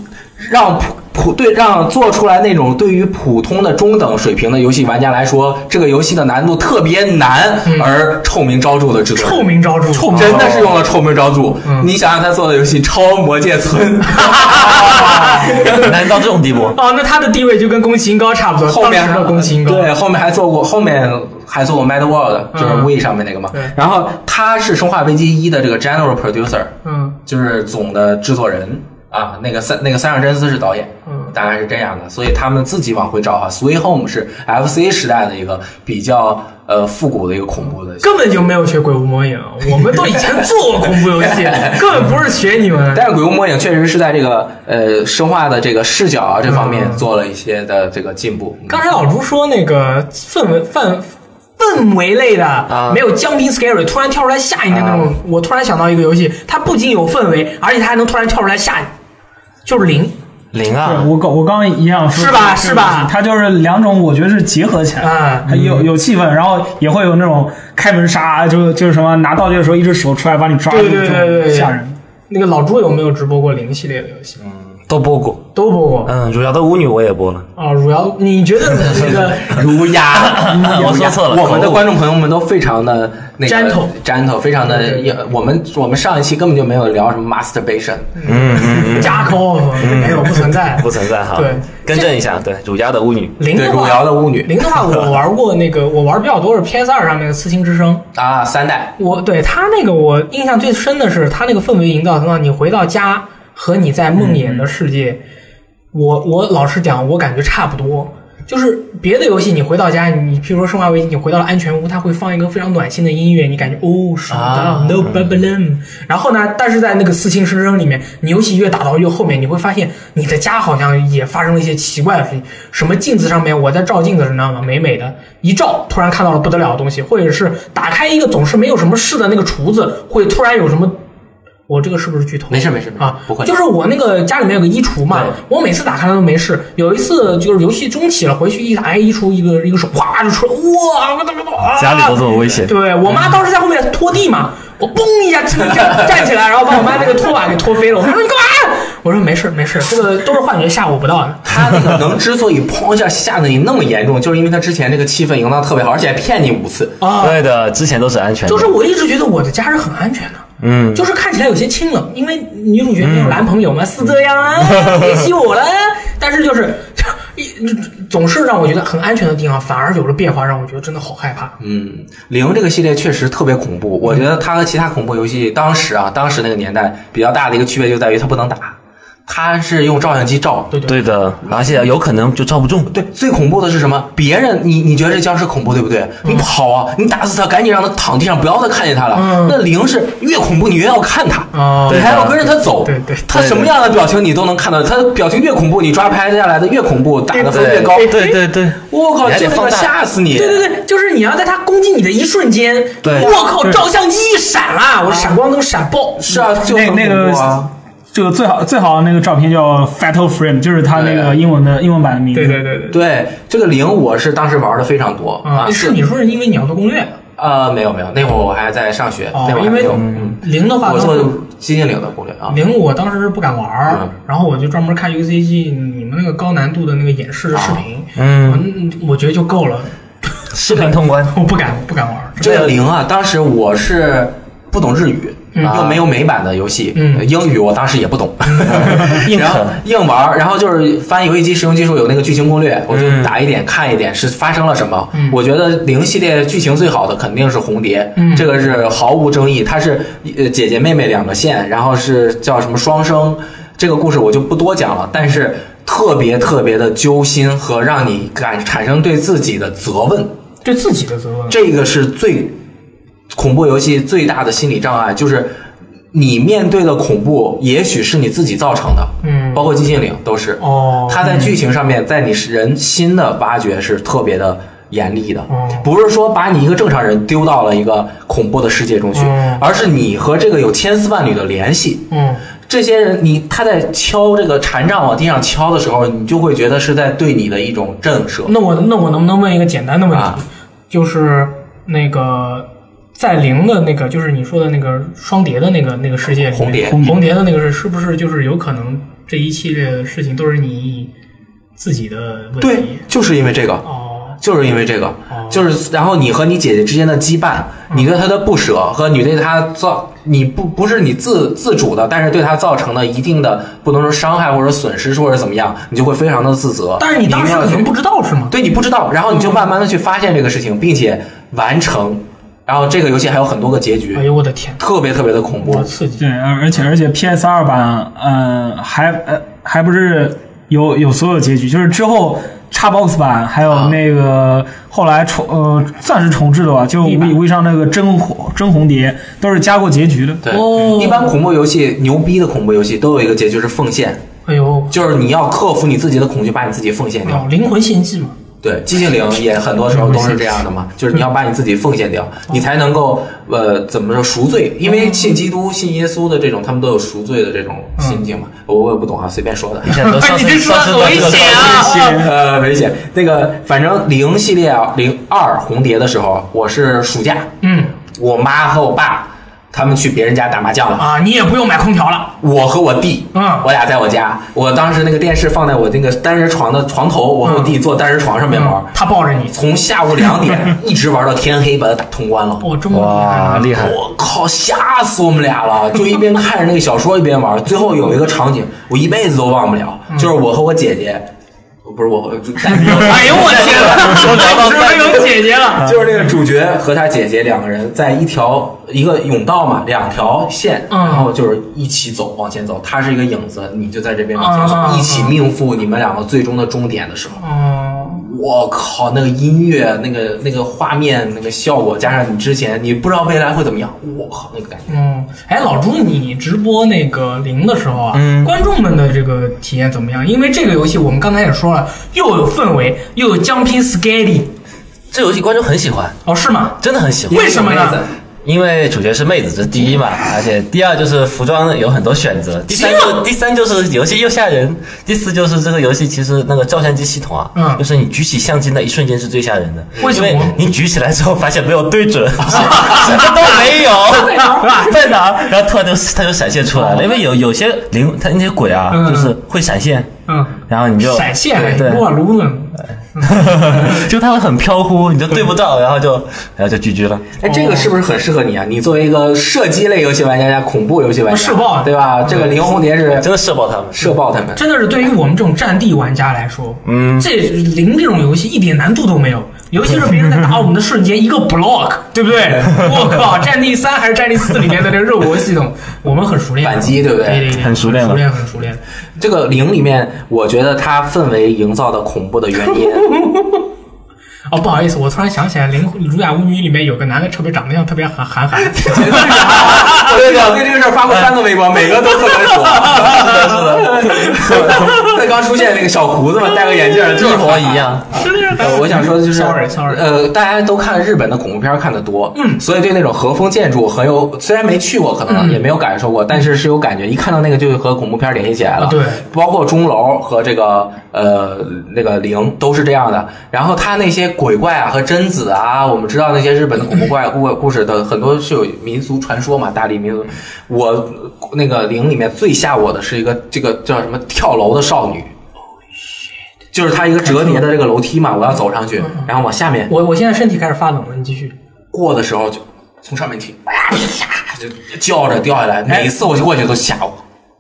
让普普对让做出来那种对于普通的中等水平的游戏玩家来说，这个游戏的难度特别难，而臭名昭著的制作
嗯
人
臭名昭著，嗯
臭名
真的是用了臭名昭著。你想想他做的游戏《超魔界村》
难到这种地步，
哦，那他的地位就跟宫崎英高差不多，
后面
当时的宫崎英高，
对，啊后面还做过，后面还做过 Mad World，就是
嗯
We 上面那个嘛
对。
然后他是《生化危机一》的这个 General Producer，
嗯，
就是总的制作人啊，那个三那个三上真司是导演，
嗯
大概是这样的，所以他们自己往回找啊。Sweet Home 是 FC 时代的一个比较呃复古的一个恐怖的，
根本就没有学鬼屋魔影，我们都以前做过恐怖游戏，根本不是学你们。
但是《鬼屋魔影》确实是在这个呃生化的这个视角啊这方面
嗯
做了一些的这个进步。嗯
刚才老朱说那个氛围氛氛围类的，没有 jumping scary，突然跳出来吓你的那种，
啊
我突然想到一个游戏，它不仅有氛围，而且它还能突然跳出来吓你，就是零。
零
对
啊，
我刚我刚刚一样说
是吧
这个
是吧
它就是两种，我觉得是结合起来
啊
的，它有有气氛，然后也会有那种开门杀，就就是什么拿道具的时候一只手出来把你抓住，
对对对对
这
对，
种吓人。
那个老朱有没有直播过零系列的游戏？
都播过。
都播过
嗯，汝窑的巫女我也播了，
啊。汝窑，你觉得那个
儒雅，
我说错了
我们的观众朋友们都非常的那个
Gentle
粘头，非常的也我们我们上一期根本就没有聊什么 masturbation，
嗯 嗯嗯，
加 call 没有不存在？
不存在哈。
对
更正一下，对，汝窑的巫女，
零
对
的
汝窑
话，
的巫女
零的话，我玩过那个，我玩比较多是 PS 二上面的《刺青之声》。
啊，三代
我对他那个我印象最深的是，他那个氛围营造，让你回到家和你在梦魇的世界，我我老实讲，我感觉差不多。就是别的游戏，你回到家，你譬如说《生化危机》，你回到了安全屋，它会放一个非常暖心的音乐，你感觉哦，爽到
啊
no problem。然后呢，但是在那个《四清之声》里面，你游戏越打到越后面，你会发现你的家好像也发生了一些奇怪的事情。什么镜子上面，我在照镜子，你知道吗？美美的，一照突然看到了不得了的东西，或者是打开一个总是没有什么事的那个厨子，会突然有什么。我这个是不是剧透？
没事没事没事
啊，
不会
就是我那个家里面有个衣橱嘛
对，
我每次打开它都没事。有一次就是游戏中期了，回去一打开衣橱，一个一个手哗就出来，哇，我怎么怎么啊！
家里都这么危险，
对我妈当时在后面拖地嘛，我嘣一下站站起来，然后把我妈那个拖把给拖飞了。我妈说你干嘛？我说没事儿没事儿，这个都是幻觉，吓我不到的。
他那个能之所以砰一下吓得你那么严重，就是因为他之前这个气氛营造特别好，而且还骗你五次。
啊
对的，之前都是安全的
就。是我一直觉得我的家是很安全的，
嗯，
就是看起来有些清冷，因为女主角没有男朋友嘛，是这样 啊，别吸我了。但是就是一总是让我觉得很安全的地方，反而有了变化，让我觉得真的好害怕。
嗯，零这个系列确实特别恐怖，我觉得它和其他恐怖游戏当时啊，当时那个年代比较大的一个区别就在于它不能打，它是用照相机照，
对对
对的，而且有可能就照不中。
对，最恐怖的是什么？别人，你你觉得这僵尸恐怖，对不对？你跑啊，你打死他，赶紧让他躺地上，不要再看见他了。
嗯
那零是越恐怖，你越要看他，
啊，
你
对
还要跟着他走。
对对对
他什么样的表情你都能看到，他的表情越恐怖，你抓拍下来的越恐怖，打的分越高。
对对对对，
我靠，
你还
这
得
个
放大
吓死你！
对对对，就是你要在他攻击你的一瞬间，
对
我靠，照相机一闪啊，我闪光灯闪爆，
是啊，就很
那
恐
那个
怖啊。
这个最好最好的那个照片叫 Fatal Frame，就是它那个
对
英文的英文版的名字。
对对对对，
对这个零，我是当时玩的非常多
啊，是你说是因为你要做攻略
呃，没有没有，那会儿我还在上学，
哦
那会儿还
因为
没有。嗯，
零的话，
我
当
做
时
寂静岭的攻略啊。
零我当时是不敢玩儿，
嗯
然后我就专门看 UCG 你们那个高难度的那个演示的视频，
嗯
我嗯，我觉得就够了，
视频通关。
我不敢不敢玩儿。
这个零啊，当时我是不懂日语，
嗯
又没有美版的游戏，
嗯
英语我当时也不懂，
嗯 硬
然后
啃
硬玩儿，然后就是翻游戏机使用技术有那个剧情攻略，我就
嗯
打一点看一点是发生了什么。我觉得零系列剧情最好的肯定是红蝶，
嗯
这个是毫无争议，它是呃姐姐妹妹两个线，然后是叫什么双生，这个故事我就不多讲了，但是特别特别的揪心和让你感产生对自己的责问。
对自己的责任，
这个是最恐怖游戏最大的心理障碍，就是你面对的恐怖，也许是你自己造成的，
嗯
包括寂静岭都是。
哦
它在剧情上面，在你人心的挖掘是特别的严厉的
哦，
不是说把你一个正常人丢到了一个恐怖的世界中去
嗯，
而是你和这个有千丝万缕的联系。
嗯，
这些人，你他在敲这个禅杖往地上敲的时候，你就会觉得是在对你的一种震慑。
那我那我能不能问一个简单的问题，
啊
就是那个在零的那个，就是你说的那个双碟的那个那个世界里面
红蝶
红蝶的那个是是不是就是有可能这一系列的事情都是你自己的问题。
对，就是因为这个，
哦，
就是因为这个，就是然后你和你姐姐之间的羁绊，
嗯
你对她的不舍和你对她造，你不不是你自自主的，但是对她造成的一定的不能说伤害或者损失或者怎么样，你就会非常的自责。
但是你
你
当时
一
可
定要
能
去
不知道是吗？
对你不知道，然后你就慢慢的去发现这个事情，并且完成。然后这个游戏还有很多个结局
哎，呦我的天，
特别特别的恐怖
我。刺激！
对，而而
嗯
且而且 PS 二版，嗯、还呃还不是有有所有结局，就是之后 Xbox 版还有
啊
那个后来重呃算是重置的吧，就
B 版
Wii Wii 上那个真红真红蝶都是加过结局的。
对，
哦
一般恐怖游戏牛逼的恐怖游戏都有一个结局是奉献，
哎呦，
就是你要克服你自己的恐惧，把你自己奉献掉。
哦，灵魂献祭嘛，
对，寂静岭也很多时候都是这样的嘛，就是你要把你自己奉献掉，你才能够呃怎么说赎罪？因为信基督、信耶稣的这种，他们都有赎罪的这种
嗯
心境嘛。我我也不懂啊，随便 说的。
你现在都上升
你说
上升到这个
危险啊
高 度
呃，危险。那个，反正零系列啊，零二红蝶的时候，我是暑假，
嗯
我妈和我爸他们去别人家打麻将了，
啊，你也不用买空调了，
我和我弟，
嗯
我俩在我家，我当时那个电视放在我那个单人床的床头，我和我弟坐单人床上面玩，
嗯他抱着你，
从下午两点一直玩到天黑，把它打通关了。
我中国厉害
哇
了
厉害
我靠，吓死我们俩了！就一边看着那个小说一边玩。最后有一个场景，我一辈子都忘不了，就是我和我姐姐，不是我，就
哎呦我天哪，
说聊到
是不是有姐姐了？
就是那个主角和他姐姐两个人在一条一个甬道嘛，两条线，
嗯
然后就是一起走往前走。他是一个影子，你就在这边往前走，
嗯嗯嗯
一起命赴你们两个最终的终点的时候。
哦，
我靠，那个音乐、那个那个画面、那个效果，加上你之前，你不知道未来会怎么样。我靠，那个感觉，
嗯，哎，老朱，你直播那个零的时候啊，
嗯
观众们的这个体验怎么样？因为这个游戏我们刚才也说了，又有氛围，又有 jumping scary，
这游戏观众很喜欢，
哦，是吗？
真的很喜欢。
为什么
妹
呢
子？
因为主角是妹子，这是第一嘛，而且第二就是服装有很多选择，第三
行
就第三就是游戏又吓人，第四就是这个游戏其实那个照相机系统啊，
嗯
就是你举起相机那一瞬间是最吓人的，
为什么
因为你举起来之后发现没有对 准，什么都没有，在哪？然后突然就它就闪现出来了，因为有有些灵它那些鬼啊，
哦嗯
就是会闪现，
嗯，
然后你就
闪现还
对
是
对
撸啊撸呢？
就它会很飘忽，你就对不到，
嗯
然后就然后就 GG 了。
哎，这个是不是很适合你啊？你作为一个射击类游戏玩家加恐怖游戏玩家，
射爆啊
对吧？这个林红蝶是
真的射爆他们。
射爆他们。
真的是对于我们这种战地玩家来说，嗯，这零这种游戏一点难度都没有，尤其是别人在打我们的瞬间，一个 block，对不对？我靠，战地三还是战地四里面的这个肉搏系统， 我们很熟练，
反击对不对
对对，
很熟练了
熟练很熟练。
这个零里面，我觉得它氛围营造的恐怖的原因，
哦，不好意思，我突然想起来，《灵如雅物语》里面有个男的特别长得像特别韩韩 寒，
我跟你讲，对这个事儿发过三个微博，每个都特别火。是的，是的。那刚出现那个小胡子嘛，戴个眼镜儿，就是
一模一样。
是那
呃，我想说的就是
sorry sorry，
呃，大家都看日本的恐怖片儿看的多，嗯，所以对那种和风建筑很有，虽然没去过，可能也没有感受过，但是是有感觉，一看到那个就和恐怖片儿联系起来了。
啊对
包括钟楼和这个呃那个灵都是这样的。然后他那些鬼怪啊和贞子啊，我们知道那些日本的恐怖怪故故事的很多是有民俗传说嘛，大力民俗。我那个灵里面最吓我的是一个这个叫什么跳楼的少女。就是它一个折叠的这个楼梯嘛，我要走上去，
嗯
然后往下面
我我现在身体开始发冷了，你继续。
过的时候就从上面听，哎呀，啪就叫着掉下来。
哎
每一次我过去都吓我，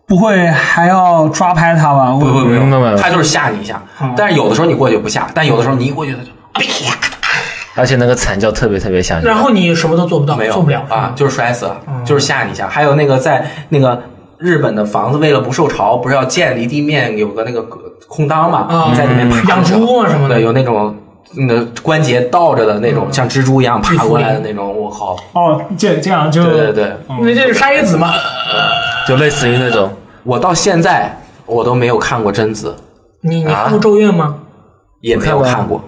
不会还要抓拍他吧？
不不
我
不
明白
用，
了
它就是吓你一下。
嗯
但是有的时候你过去不吓，但有的时候你一过去它就啊
而且那个惨叫特别特别吓人
然。后你什么都做不到，
没有
做不了嗯
啊，，就是摔死了，就是吓你一下。还有那个在那个。日本的房子为了不受潮，不是要建离地面有个那个空当嘛？
啊
你在里面爬
养
着
猪啊什么的嗯
对，有那种那个关节倒着的那种，像蜘蛛一样爬过来的那种。我靠！
哦，这这样
嗯
就
对对对，
因为这是沙耶子嘛，
就类似于那种
我到现在我都没有看过贞子，
你你
啊
看过《咒怨》吗？
也没有看过。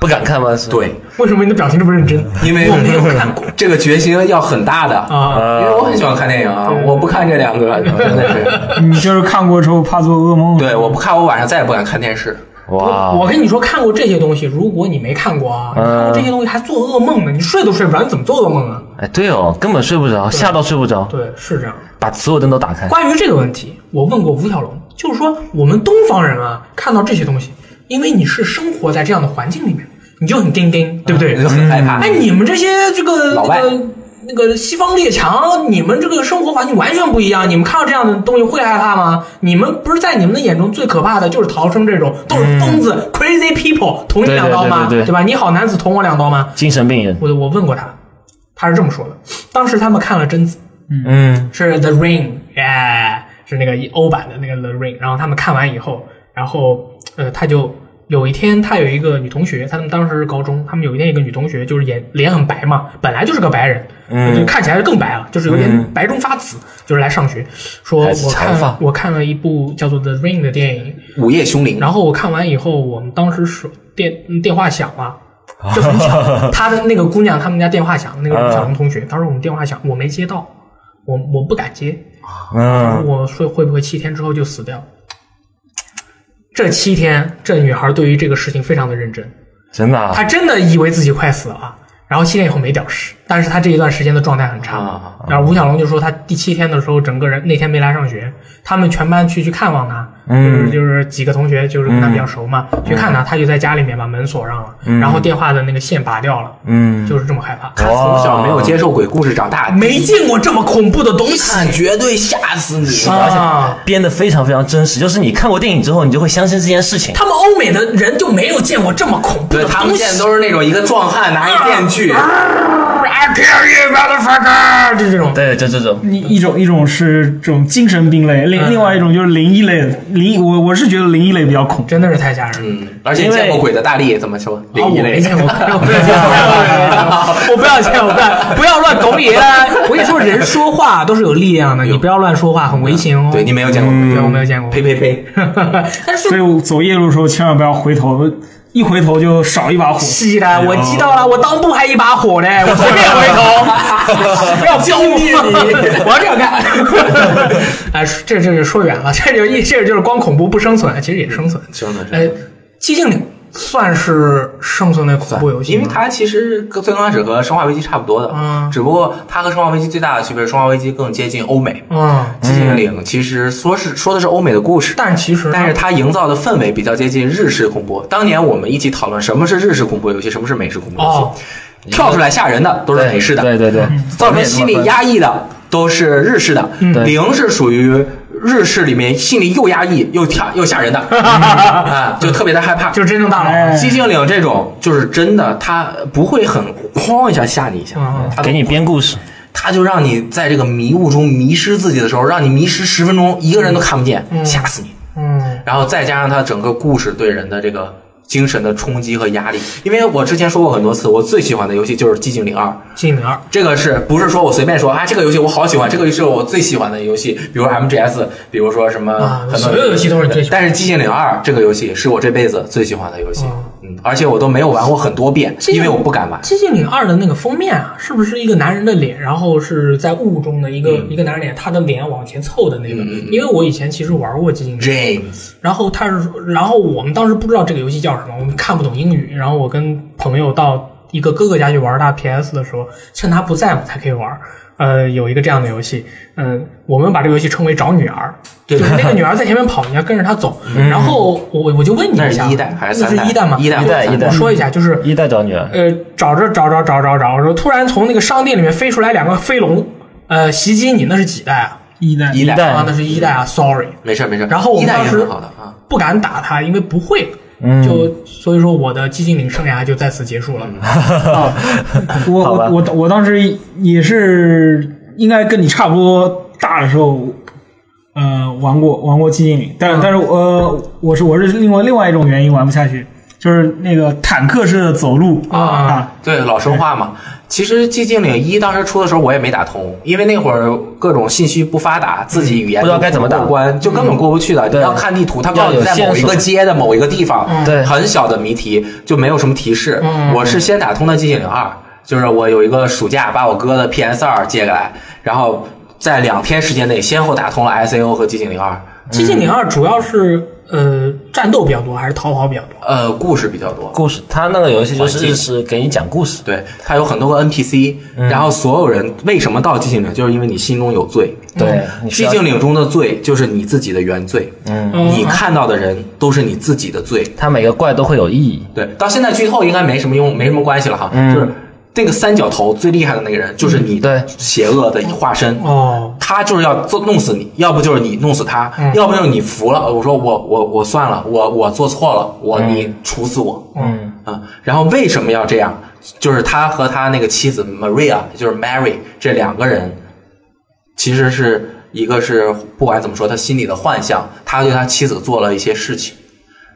不敢看吗？是，
对，
为什么你的表情这么认真？
因为
我没有看过
这个决心要很大的
啊。
因为我很喜欢看电影啊，我不看这两个真的是，
你就是看过之后怕做噩梦。
对，我不看，我晚上再也不敢看电视。
哇，
我跟你说，看过这些东西，如果你没看过啊，你
嗯
看过这些东西还做噩梦呢，你睡都睡不着，你怎么做噩梦啊？
哎，对哦，根本睡不着，吓到睡不着，
对，是这样。
把所有灯都打开。
关于这个问题，我问过吴小龙，就是说我们东方人啊，看到这些东西，因为你是生活在这样的环境里面，你就很钉钉，对不对？
就很害
啊
怕。
哎，你们这些这个
老外
那个那个西方列强，你们这个生活环境完全不一样，你们看到这样的东西会害怕吗？你们不是在你们的眼中最可怕的就是逃生这种，都是疯子、crazy people，捅你两刀吗？
嗯对对对对对
吧？你好男子捅我两刀吗？
精神病人，
我我问过他，他是这么说的：当时他们看了贞子，
嗯，
是 The Ring，哎，是那个欧版的那个 The Ring。然后他们看完以后，然后呃，他就有一天，他有一个女同学，他们当时是高中，他们有一天有一个女同学就是眼脸很白嘛，本来就是个白人，
嗯
就看起来就更白了，就是有点白中发紫，就是来上学，说
还是
我
长发
看我看了一部叫做 The Ring 的电影，
午夜凶铃，
然后我看完以后，我们当时手电嗯电话响了。就很巧，他的那个姑娘，他们家电话响，那个小龙同学，当时我们电话响，我没接到，我我不敢接，
嗯，
我说会不会七天之后就死掉？这七天，这女孩对于这个事情非常的认真，
真的啊，
她真的以为自己快死了啊。然后七天以后没屌事，但是她这一段时间的状态很差。
啊，
然后吴小龙就说，他第七天的时候，整个人那天没来上学，他们全班去去看望他，就
嗯
是就是几个同学就是跟他
嗯
比较熟嘛，去看他，他就在家里面把门锁上了，然后电话的那个线拔掉了，
嗯，
就是这么害怕，
他从小没有接受鬼故事长大，
哦没见过这么恐怖的东
一
西
看绝对吓死你。
啊！
编的非常非常真实，就是你看过电影之后，你就会相信这件事情。
他们欧美的人就没有见过这么恐怖
对
的
他们
东西
现。在都是那种一个壮汉拿一电锯，
啊 I kill you, motherfucker！就这种。
对，就这种，
一一种一种是这种精神病类，另
嗯
另外一种就是灵异类的，灵我我是觉得灵异类比较恐怖。
真的是太吓人了。
嗯，而且你见过鬼的大力怎么说？
啊，
灵
我
异
没
类。
见过，我没有见过，我不要见，我不要，不要乱狗里啊！我跟你说，人说话都是有力量的，你不要乱说话，很危险哦。
对你没有见过
对，我
鬼，
没有嗯见过。
呸呸呸！
但
所
是
以我走夜路的时候千万不要回头，一回头就少一把火。
是的，我知道了，我裆部还一把火呢，我随便回头， 不要教 我，我要这样干。 哎，这这就说远了，这就一这就是光恐怖不生存，其实也生存。
真的，
哎，寂静岭算是生存类恐怖游戏
因
吗，
为它其实跟最刚开始和《生化危机》差不多的，
嗯
只不过它和《生化危机》最大的区别是，《生化危机》更接近欧美，
嗯，
寂静岭其实说是说的是欧美的故事，
但其实
但是它营造的氛围比较接近日式恐怖。当年我们一起讨论什么是日式恐怖游戏，什么是美式恐怖游戏，
哦
跳出来吓人的都是美式的，嗯
对对对，
造成心理压抑的都是日式的，
嗯
对
零是属于日式里面心里又压抑又挑又 吓人的，啊，就特别的害怕。
就是真正大佬，
哎
寂静岭这种就是真的，它不会很哐一下吓你一下
嗯，
它
给你编故事，
它就让你在这个迷雾中迷失自己的时候，让你迷失十分钟，一个人都看不见，吓死你。
嗯
然后再加上它整个故事对人的这个精神的冲击和压力，因为我之前说过很多次，我最喜欢的游戏就是《寂静岭二》，
寂静岭二，
这个是不是说我随便说啊？这个游戏我好喜欢，这个是我最喜欢的游戏，比如 MGS，比如说什么
啊
很多
所有游戏都是你最喜欢
但是《寂静岭二》这个游戏是我这辈子最喜欢的游戏，
哦
嗯，而且我都没有玩过很多遍，
这个
因为我不敢玩。
寂静岭二的那个封面啊，是不是一个男人的脸，然后是在雾中的一个、
嗯
一个男人脸，他的脸往前凑的那个？因为我以前其实玩过寂静岭，
James，
然后他是，然后我们当时不知道这个游戏叫什么，我们看不懂英语，然后我跟朋友到一个哥哥家去玩他 PS 的时候，趁他不在我们才可以玩。呃，有一个这样的游戏，嗯、我们把这个游戏称为找女儿，
对嗯
就是那个女儿在前面跑，你要跟着她走。然后我我就问你
那
一
是
下，
一代还是
那
三代
是一代吗？
一代
我
一代一代
我说一下，就是
一代找女 儿，
呃，找着找着找着找着，突然从那个商店里面飞出来两个飞龙，呃，袭击你，那是几代啊？
一代
一
一
代，
代
啊，那是一代啊，sorry，
没事没事。
然后我
一
们
代
当
也
时
很好的啊，
不敢打他，因为不会，
嗯
就所以说我的寂静岭生涯就在此结束了。
啊，我
好吧
我我我当时也是应该跟你差不多大的时候，呃，玩过玩过寂静岭，
嗯
但是、但是呃，我是我是另外另外一种原因玩不下去，就是那个坦克式的走路
啊
对老生化嘛。其实《寂静岭一》当时出的时候，我也没打通，因为那会儿各种信息不发达，自己语言
嗯不知道该怎么打嗯
过关，就根本过不去的。你
对
要看地图，它告诉你
要有
在某一
线
个
索
街的某一个地方，
对
很小的谜题就没有什么提示。
嗯
我是先打通的《寂静岭二》，就是我有一个暑假把我哥的 PS 二借过来，然后在两天时间内先后打通了 SAO 和《寂静岭二》。
寂静岭二主要是呃战斗比较多，还是逃跑比较多？
呃，故事比较多。
故事，他那个游戏就
环境
是是给你讲故事，
对，它有很多个 NPC，、然
嗯
后所有人为什么到寂静岭，就是因为你心中有罪。
对，你需
寂
要
静岭中的罪就是你自己的原罪，嗯，你看到的人都是你自己的罪。
他每个怪都会有意义。
对，到现在剧透应该没什么用，没什么关系了哈。就是那个三角头最厉害的那个人，就是你
嗯对
邪恶的化身。
哦，
他就是要做弄死你，要不就是你弄死他，
嗯
要不就是你服了。我说我我我算了，我我做错了，我、你处死我。嗯啊，然后为什么要这样？就是他和他那个妻子 Maria，就是 Mary 这两个人，其实是一个是不管怎么说，他心里的幻象，他对他妻子做了一些事情，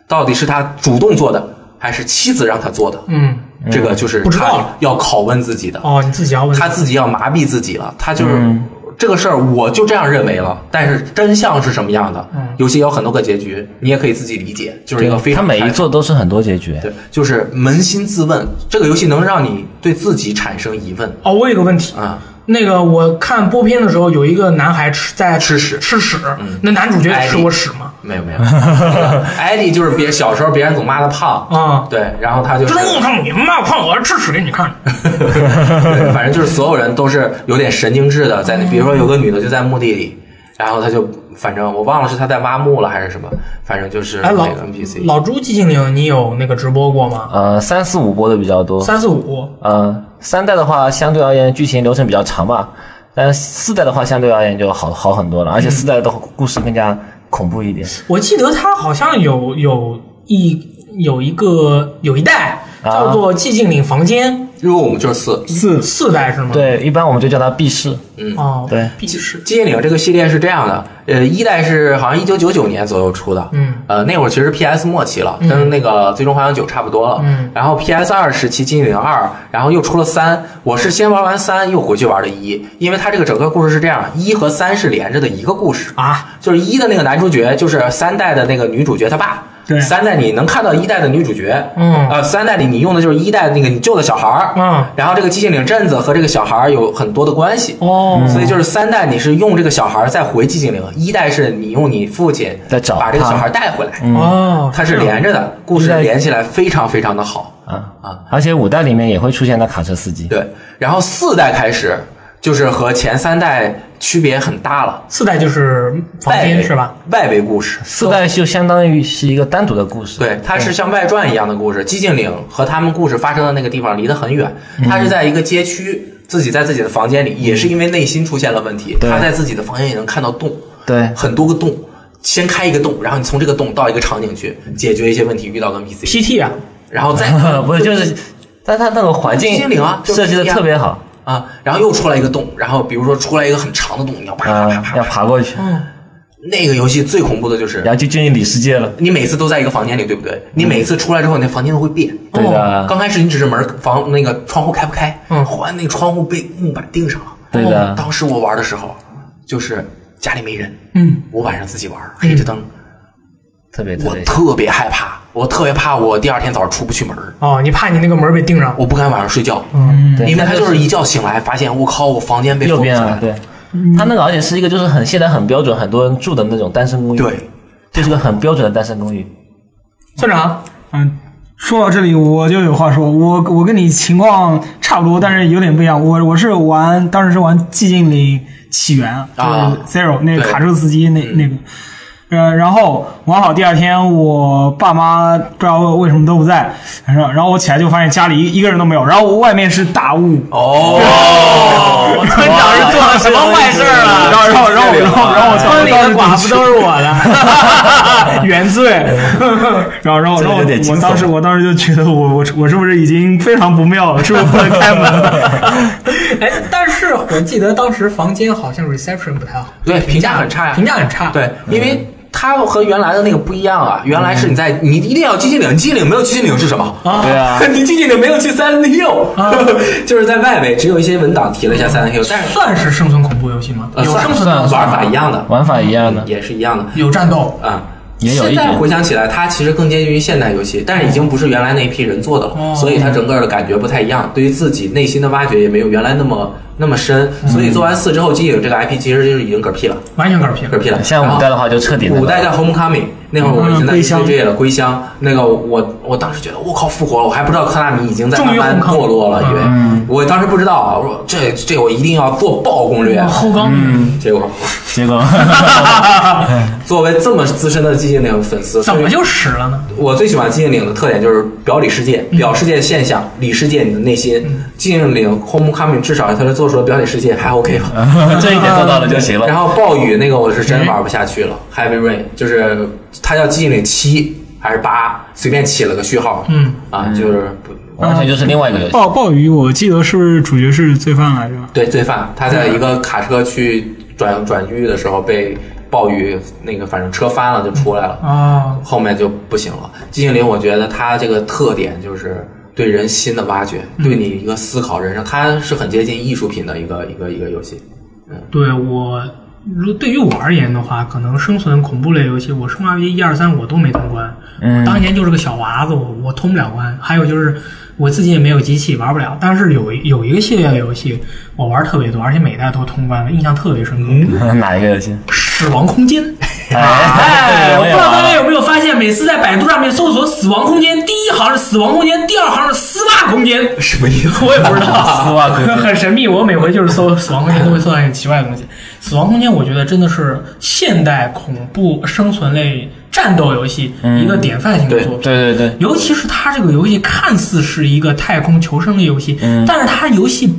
到底是他主动做的，还是妻子让他做的？
嗯，
这个就是
不知道
他
了
要拷问自己的。
哦，你自己要问
他自己要麻痹自己了，他就是、
嗯
这个事儿，我就这样认为了。但是真相是什么样的？
嗯
游戏有很多个结局，你也可以自己理解，就是一个非
他
常
每一
开
座都是很多结局，
对，就是扪心自问，这个游戏能让你对自己产生疑问
哦，我有个问题，
啊、
那个我看播片的时候，有一个男孩吃在
吃屎嗯
吃屎，那男主角吃过屎吗？
没有 没有，艾迪就是别小时候别人总骂他胖
啊
对，然后他就是
真我操你妈！胖，我吃屎给你看。
对，反正就是所有人都是有点神经质的，在那，比如说有个女的就在墓地里，然后她就反正我忘了是她在挖墓了还是什么，反正就是
哎，
那
老
个 NPC。
老朱寂静岭，你有那个直播过吗？
呃，三四五播的比较多，
三四五
呃，三代的话相对而言剧情流程比较长吧，但四代的话相对而言就好好很多了，
嗯
而且四代的故事更加恐怖一点。
我记得他好像有有一有一个有一代
啊
叫做寂静岭房间
Room 就是四，
四
四代是吗？，
对，一般我们就叫它避世。
哦，
对
必是
《寂静岭》这个系列是这样的，呃，一代是好像一九九九年左右出的，
嗯，
呃，那会儿其实 PS 末期了，跟那个《最终幻想九》差不多了，
嗯，
然后 PS 二时期《寂静岭二》，然后又出了三，我是先玩完三，又回去玩的一，因为它这个整个故事是这样，一和三是连着的一个故事，
啊，
就是一的那个男主角就是三代的那个女主角她爸。
对
三代你能看到一代的女主角，
嗯
呃，三代里你用的就是一代那个你救的小孩儿，
嗯
然后这个寂静岭镇子和这个小孩儿有很多的关系，
哦，
所以就是三代你是用这个小孩儿再回寂静岭，一代是你用你父亲
再找
把这个
他
小孩儿带回来，
哦，
它是连着的，故事
一代
连起来非常非常的好。
啊
啊！
而且五代里面也会出现那卡车司
嗯
机，
对，然后四代开始就是和前三代区别很大了，
四代就是房
外
间
围
是吧？？
外围故事，
四代就相当于是一个单独的故事。
对，它是像外传一样的故
嗯
事。寂静岭和他们故事发生的那个地方离得很远，他是在一个街区，自己在自己的房间里，也是因为内心出现了问题，
嗯对
他在自己的房间里能看到洞，
对
很多个洞，先开一个洞，然后你从这个洞到一个场景去解决一些问题，遇到个 NPC，
PT 啊，
然后再
不是就是，但它那个环境
寂静岭啊就是
设计的特别好
啊，然后又出来一个洞，然后比如说出来一个很长的洞，你要啪啪啪
啊，
啪
要爬过去，
嗯那个游戏最恐怖的就是
然后就进入里世界了。
你每次都在一个房间里，对不对？你每次出来之后，你的房间都会变。哦
对的，
刚开始你只是门房那个窗户开不开，
嗯
后来那个窗户被木板钉上了。哦
对的
当时我玩的时候，就是家里没人，
嗯，
我晚上自己玩，黑着灯，
特别特
我
别
特别害怕，我特别怕我第二天早上出不去门儿，
哦，你怕你那个门被钉上？
我不敢晚上睡觉，
对
因为
它
他就是一觉醒来发现，我靠，我房间被
右
封起
边
来
啊
了，，
对，它那个而且是一个就是很现在很标准，很多人住的那种单身公寓，
对，
就是个很标准的单身公寓。
村长，
嗯，说到这里我就有话说，我我跟你情况差不多，但是有点不一样。我我是玩当时是玩寂静岭起源
啊
就是 Zero 那个
对嗯
卡车司机那那个。呃，然后玩好第二天，我爸妈不知道为什么都不在，然后然后我起来就发现家里一一个人都没有，然后我外面是大雾，
哦，
村长是做了什么坏事儿
然
了？
后然后然后
哎
然后然后我操
村里
我当
的寡
时
妇都是我的，
原罪， 然后然后
这
然
个
后
有点惊
我
悚
当时我当时就觉得我我我是不是已经非常不妙了，是不是不能开门了？
哎，但是我记得当时房间好像 reception 不太好，
对，评价很差呀，
评价很
啊
差。
对，因为它和原来的那个不一样啊，原来是你在你一定要寂静岭，寂静岭没有寂静岭是什么？
对啊
你寂静岭没有去 Silent Hill，、就是 在外围，只有一些文档提了一下 Silent Hill，但是
算是生存恐怖游戏吗？
呃
有
算
生存
算
要素
玩法一样的，嗯
玩法一样的
也是一样的
有战斗，
啊。
也有一
现在
点
回想起来，它其实更接近于现代游戏，但是已经不是
哦
原来那一批人做的了，所以它整个的感觉不太一样，对于自己内心的挖掘也没有原来那么那么深，
嗯
所以做完四之后，金影这个 IP 其实就是已经嗝屁了，
完全嗝屁
嗝
了。
屁了。
嗯像五代的话就彻底
五代叫 Homecoming，那会儿我已经在
嗯归乡
CJ 了，归乡。那个我我当时觉得我靠复活了，我还不知道科纳米已经在
终
慢
于嗯
慢
homecoming
堕落了，以为我当时不知道啊，我说这这我一定要做爆攻略啊嗯
哇，。哦后宫嗯
结果
结果
作为这么资深的寂静岭粉丝，
怎么就死了呢？
我最喜欢寂静岭的特点就是表里世界，
嗯
表世界现象，里世界你的内心。寂静岭 Homecoming 至少它是做出了表里世界还 OK
嗯
吧。
这一点做到了就行了。
然后暴雨那个我是真玩不下去了、h e a v y Rain 就是它叫寂静岭七还是八，随便起了个序号，
嗯
啊，就是不
完全就是另外一个游 戏。
暴暴雨，我记得是不是主角是罪犯来着？
对罪犯，他在一个卡车去转转狱的时候被暴雨那个反正车翻了就出来了，
啊，
后面就不行了。寂静岭，我觉得它这个特点就是对人心的挖掘，对你一个思考人生，它是很接近艺术品的一个一个一个游戏。
对我。如对于我而言的话，可能生存恐怖类游戏，我《生化危机》一二三我都没通关，我当年就是个小娃子，我我通不了关。还有就是我自己也没有机器，玩不了。但是有一有一个系列的游戏，我玩特别多，而且每代都通关了，印象特别深刻。
哪一个游戏？
死亡空间。
哎
哎，我不知道大家
玩
有没有发现，每次在百度上面搜索“死亡空间”，第一行是“死亡空间”，第二行是“丝袜空间”，什么意思？我也不知 道。
丝袜空间
很神秘。我每回就是搜“死亡空间”，都会搜到很奇怪的东西。“死亡空间”我觉得真的是现代恐怖生存类战斗游戏一个典范性的
对
作品。
对对对，
尤其是它这个游戏看似是一个太空求生的游戏，但是它游戏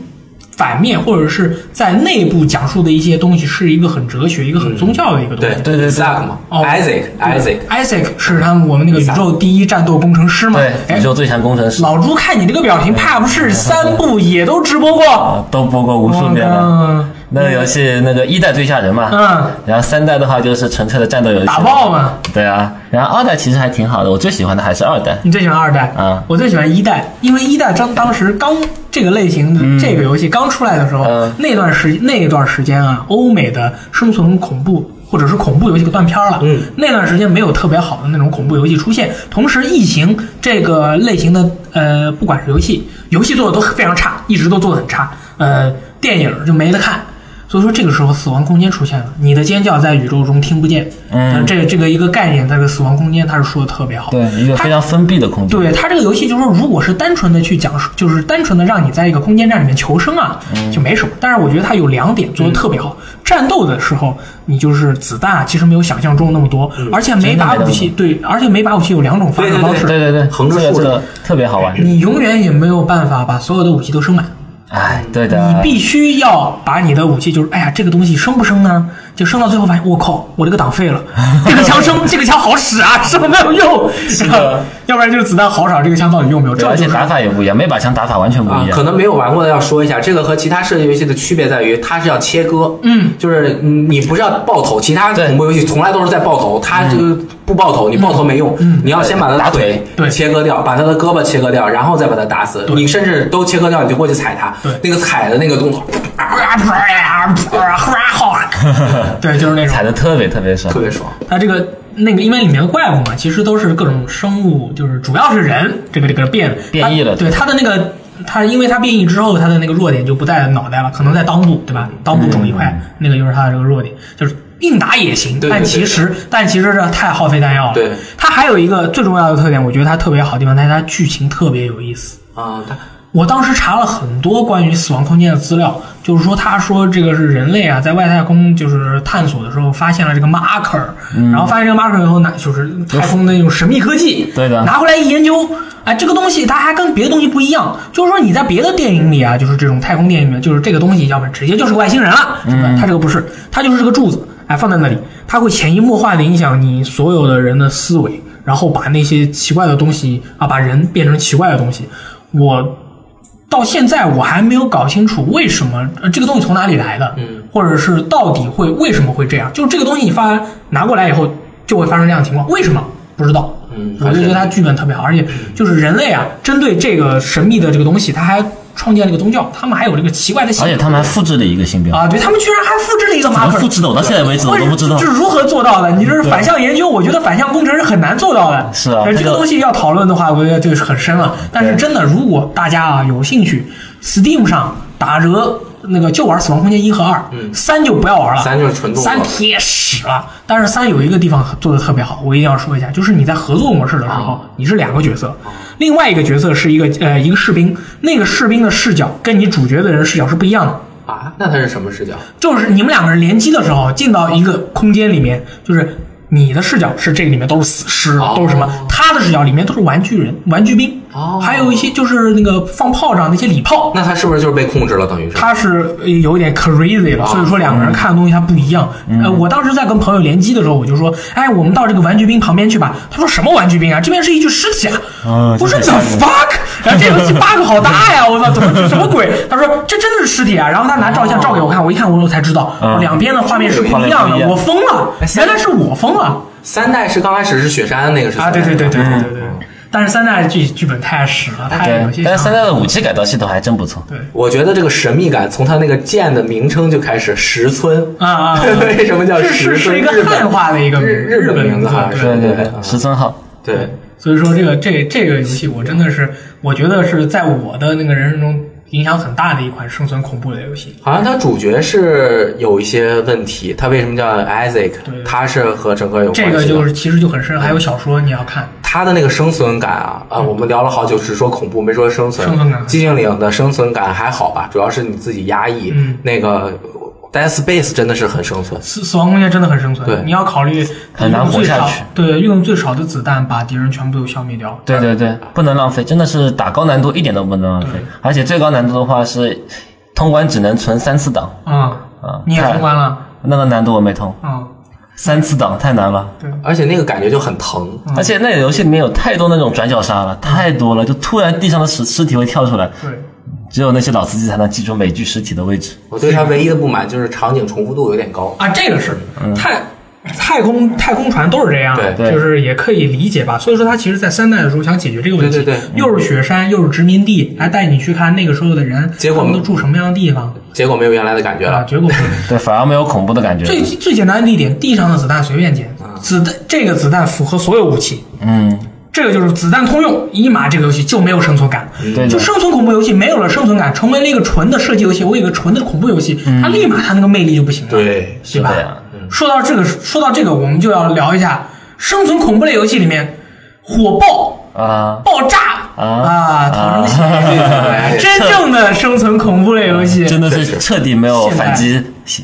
反面或者是在内部讲述的一些东西是一个很哲学、一个很宗教的一个东
对
西。
对对对
z a c 嘛
哦
，Isaac，Isaac，
Isaac 是他们我们那个宇宙第一战斗工程师嘛？
对，
哎
宇，宙最强工程师
老朱看你这个表情，怕不是三部也都直播过？
啊，都播过无数遍了。
嗯，
那个游戏，那个一代最吓人嘛，
嗯，
然后三代的话就是纯粹的战斗游戏，
打爆嘛。
对啊，然后二代其实还挺好的，我最喜欢的还是二代。
你最喜欢二代
啊
我最喜欢一代，因为一代当当时刚这个类型、这个游戏刚出来的时候，
嗯
那段时那一段时间啊，欧美的生存恐怖。或者是恐怖游戏给断片儿了，
嗯，
那段时间没有特别好的那种恐怖游戏出现。同时，异形这个类型的呃，不管是游戏，游戏做的都非常差，一直都做的很差。呃，电影就没得看，所以说这个时候死亡空间出现了，你的尖叫在宇宙中听不见。
嗯
这这个一个概念，它的死亡空间，它是说的特别好。
对，一个
它
非常封闭的空间。
对它这个游戏，就是说，如果是单纯的去讲述，就是单纯的让你在一个空间站里面求生啊，
嗯
就没什么。但是我觉得它有两点做的特别好，战斗的时候，你就是子弹啊，其实没有想象中那么多，而且每把
嗯真的没那么
武器对，而且每把武器有两种发
对
射
对
方式，
对对对，
横着
这个
竖
这
着
个特别好玩。
你永远也没有办法把所有的武器都升满。
哎，对的，
你必须要把你的武器，就是哎呀，这个东西升不升呢？就升到最后发现，我靠，我这个档废 了，这个枪升，这个枪好使啊，升没有用，然后 要不然就是子弹好少，这个枪到底用没有？
对
这
而
就
且
是
打法也不一样，每把枪打法完全不
啊
一，样。
可能没有玩过的要说一下，这个和其他射击游戏的区别在于，它是要切割，嗯，就是你不是要爆头，其他
对
恐怖游戏从来都是在爆头，它这个不爆头，你爆头没用，你要先把它
打
的
腿
对
切割掉，把它的胳膊切割掉，然后再把它打死，你甚至都切割掉，你就过去踩它
对，
那个踩的那个动作
对，就是那种
踩的特别特别爽
特，别爽，
它这个那个，因为里面的怪物嘛，其实都是各种生物，就是主要是人这个这个变
变异了
它对它的那个，它因为它变异之后，它的那个弱点就不在脑袋了，可能在裆部，对吧？裆部肿一块，那个就是它的这个弱点，就是硬打也行，
对对
但其实但其实这太耗费弹药了。
对，
它还有一个最重要的特点，我觉得它特别好的地方，它它剧情特别有意思。
啊，它
我当时查了很多关于死亡空间的资料，就是说，他说这个是人类啊，在外太空就是探索的时候发现了这个 marker，、然后
嗯
发现这个 marker 以后拿就是太空的那种神秘科技，
对的
拿回来一研究，哎，这个东西它还跟别的东西不一样，就是说你在别的电影里啊，就是这种太空电影里面，就是这个东西，要不然直接就是个外星人了，
嗯
对吧？它这个不是，它就是个柱子，哎，放在那里，它会潜移默化的影响你所有的人的思维，然后把那些奇怪的东西啊，把人变成奇怪的东西。我到现在我还没有搞清楚为什么呃这个东西从哪里来的，嗯，或者是到底会为什么会这样？就是这个东西你发拿过来以后就会发生这样的情况，为什么不知道？
嗯
我就觉得它剧本特别好，而且就是人类啊，针对这个神秘的这个东西，他还创建了一个宗教，他们还有这个奇怪的信
而且他们还复制了一个新标，
啊，对他们居然还复制了一个
怎
马
么
可。
复制的？我到现在为止我都不知道
这。是如何做到的？你这是反向研究，我觉得反向工程是很难做到的。
是啊
呃
这
这个
个
东西要讨论的话，我觉得就是很深了。但是真的，如果大家啊有兴趣，Steam 上打折那个就玩《死亡空间》一和二，
嗯
三就不要玩了，
三就是纯动作
三铁屎了。但是三有一个地方做的特别好，我一定要说一下，就是你在合作模式的时
啊
候，你是两个角色，另外一个角色是一个呃一个士兵，那个士兵的视角跟你主角的人视角是不一样的。
啊，那他是什么视角？
就是你们两个人联机的时候，进到一个空间里面，就是你的视角是这个里面都是死尸，
哦
都是什么？他的视角里面都是玩具人、玩具兵，
哦
还有一些就是那个放炮仗那些礼炮。
那他是不是就是被控制了？等于是
他是呃有一点 crazy 了，所以说两个人看的东西他不一样。呃，我当时在跟朋友联机的时候，我就说，哎，我们到这个玩具兵旁边去吧。他说什么玩具兵啊？这边是一具尸体啊！
哦
我说
这
the
太吓人
fuck，然后这游戏 bug 好大呀！我操，怎么这什么鬼？他说这真的是尸体啊！然后他拿照相照给我看，我一看我才知道，
嗯
两边的啊画面是不一
画面
样
不一
的。哎
样
我疯了，原来是我疯了
三代是刚开始是雪山那个是
啊！对对对对对对对。但是三代剧剧本太屎了，太有些
对，但是三代的武器改造系统还真不错。
我觉得这个神秘感从他那个剑的名称就开始，石村
啊啊啊
为什么叫
是
石
是
村？
是一个
日本
汉化的一个名
日日本名字哈，
对
是
对
对
对对，十三号，
对，
所以说这个这这个游戏，我真的是我觉得是在我的那个人生中影响很大的一款生存恐怖的游戏。
好像他主角是有一些问题，他为什么叫 Isaac？
对
他是和整个有关
这
系的。
个就是其实就很深，还有小说你要看。
他的那个生存感啊啊，我们聊了好久，只说恐怖没说生
嗯
存。
生存感
寂静岭的生存感还好吧，主要是你自己压抑。
嗯
那个 Dead Space 真的是很生存。
死死亡空间真的很生存，
对
你要考虑
很难
用最
活下
少
去
对，用最少的子弹把敌人全部都消灭掉。
对对对，不能浪费，真的是打高难度一点都不能浪费
对，
而且最高难度的话是通关只能存三次档
啊、
啊，
你也
太
通关了
那个难度我没通，
啊、
三次档太难了。
而且那个感觉就很疼，
嗯
而且那个游戏里面有太多那种转角杀了，太多了，就突然地上的尸尸体会跳出来，
对，
只有那些老司机才能记住每具尸体的位置。
我对他唯一的不满就是场景重复度有点高。
啊，这个是太。太空太空船都是这样，
嗯对
对
就是也可以理解吧。所以说，他其实，在三代的时候想解决这个问题，
对对对
又是雪山，又是殖民地，还带你去看那个时候的人，
结果
他们都住什么样的地方
结果没有原来的感觉
啊？
了。
结 果不是
对，反而没有恐怖的感觉。
最最简单的一点，地上的子弹随便捡，
啊
子弹这个子弹符合所有武器，
嗯，
这个就是子弹通用。一码这个游戏就没有生存感，
嗯
对
就
的，
生存恐怖游戏没有了生存感，成为了一个纯的射击游戏，我有一个纯的恐怖游戏，
嗯
它立马它那个魅力就不行了，
对，
对
是
吧
的呀。
说到这个，说到这个，我们就要聊一下生存恐怖类游戏里面火爆、
啊，
爆炸
啊
啊，逃生系列
啊
真正的生存恐怖类游戏，
真的是彻底没有
现在
反击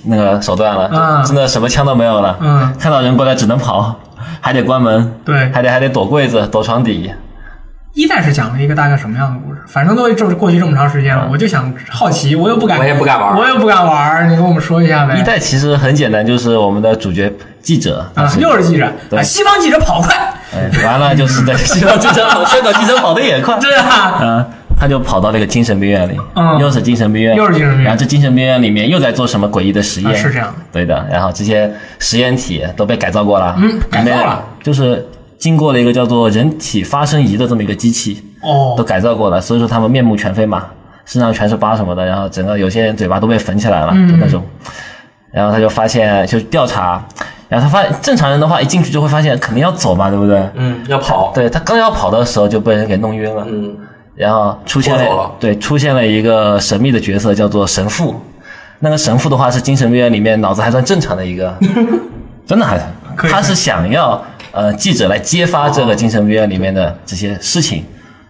那个手段了，
嗯
真的什么枪都没有了。
嗯
看到人过来只能跑，还得关门，
对
还得还得躲柜子、躲床底。
一代是讲了一个大概什么样的故事？反正都这么过去这么长时间了，我就想好奇，我又不敢，
我也不敢玩
我又不敢玩儿，你跟我们说一下呗。
一代其实很简单，就是我们的主角记者，
啊，又是记者
对
啊，西方记者跑快，
哎完了就是在香港机场跑，香港机场跑得也快，
对啊，
啊，他就跑到那个精神病院里，
嗯
又是精神病院，
又是精神病院
然后这精神病院里面又在做什么诡异的实验？
啊是这样的，
对的。然后这些实验体都被改造过了，
嗯改造了
里面就是经过了一个叫做人体发生仪的这么一个机器，都
哦，
改造过了，所以说他们面目全非嘛，身上全是疤什么的，然后整个有些人嘴巴都被缝起来了，
嗯
就那种。然后他就发现，就调查，然后他发正常人的话，一进去就会发现肯定要走嘛，对不对？
嗯，要跑，
对他刚要跑的时候就被人给弄晕了，
嗯，
然后出现
拖走了
了对出现了一个神秘的角色，叫做神父。那个神父的话是精神病院里面脑子还算正常 的一个，真的还
可以
他是想要呃记者来揭发这
哦
个精神病院里面的这些事情，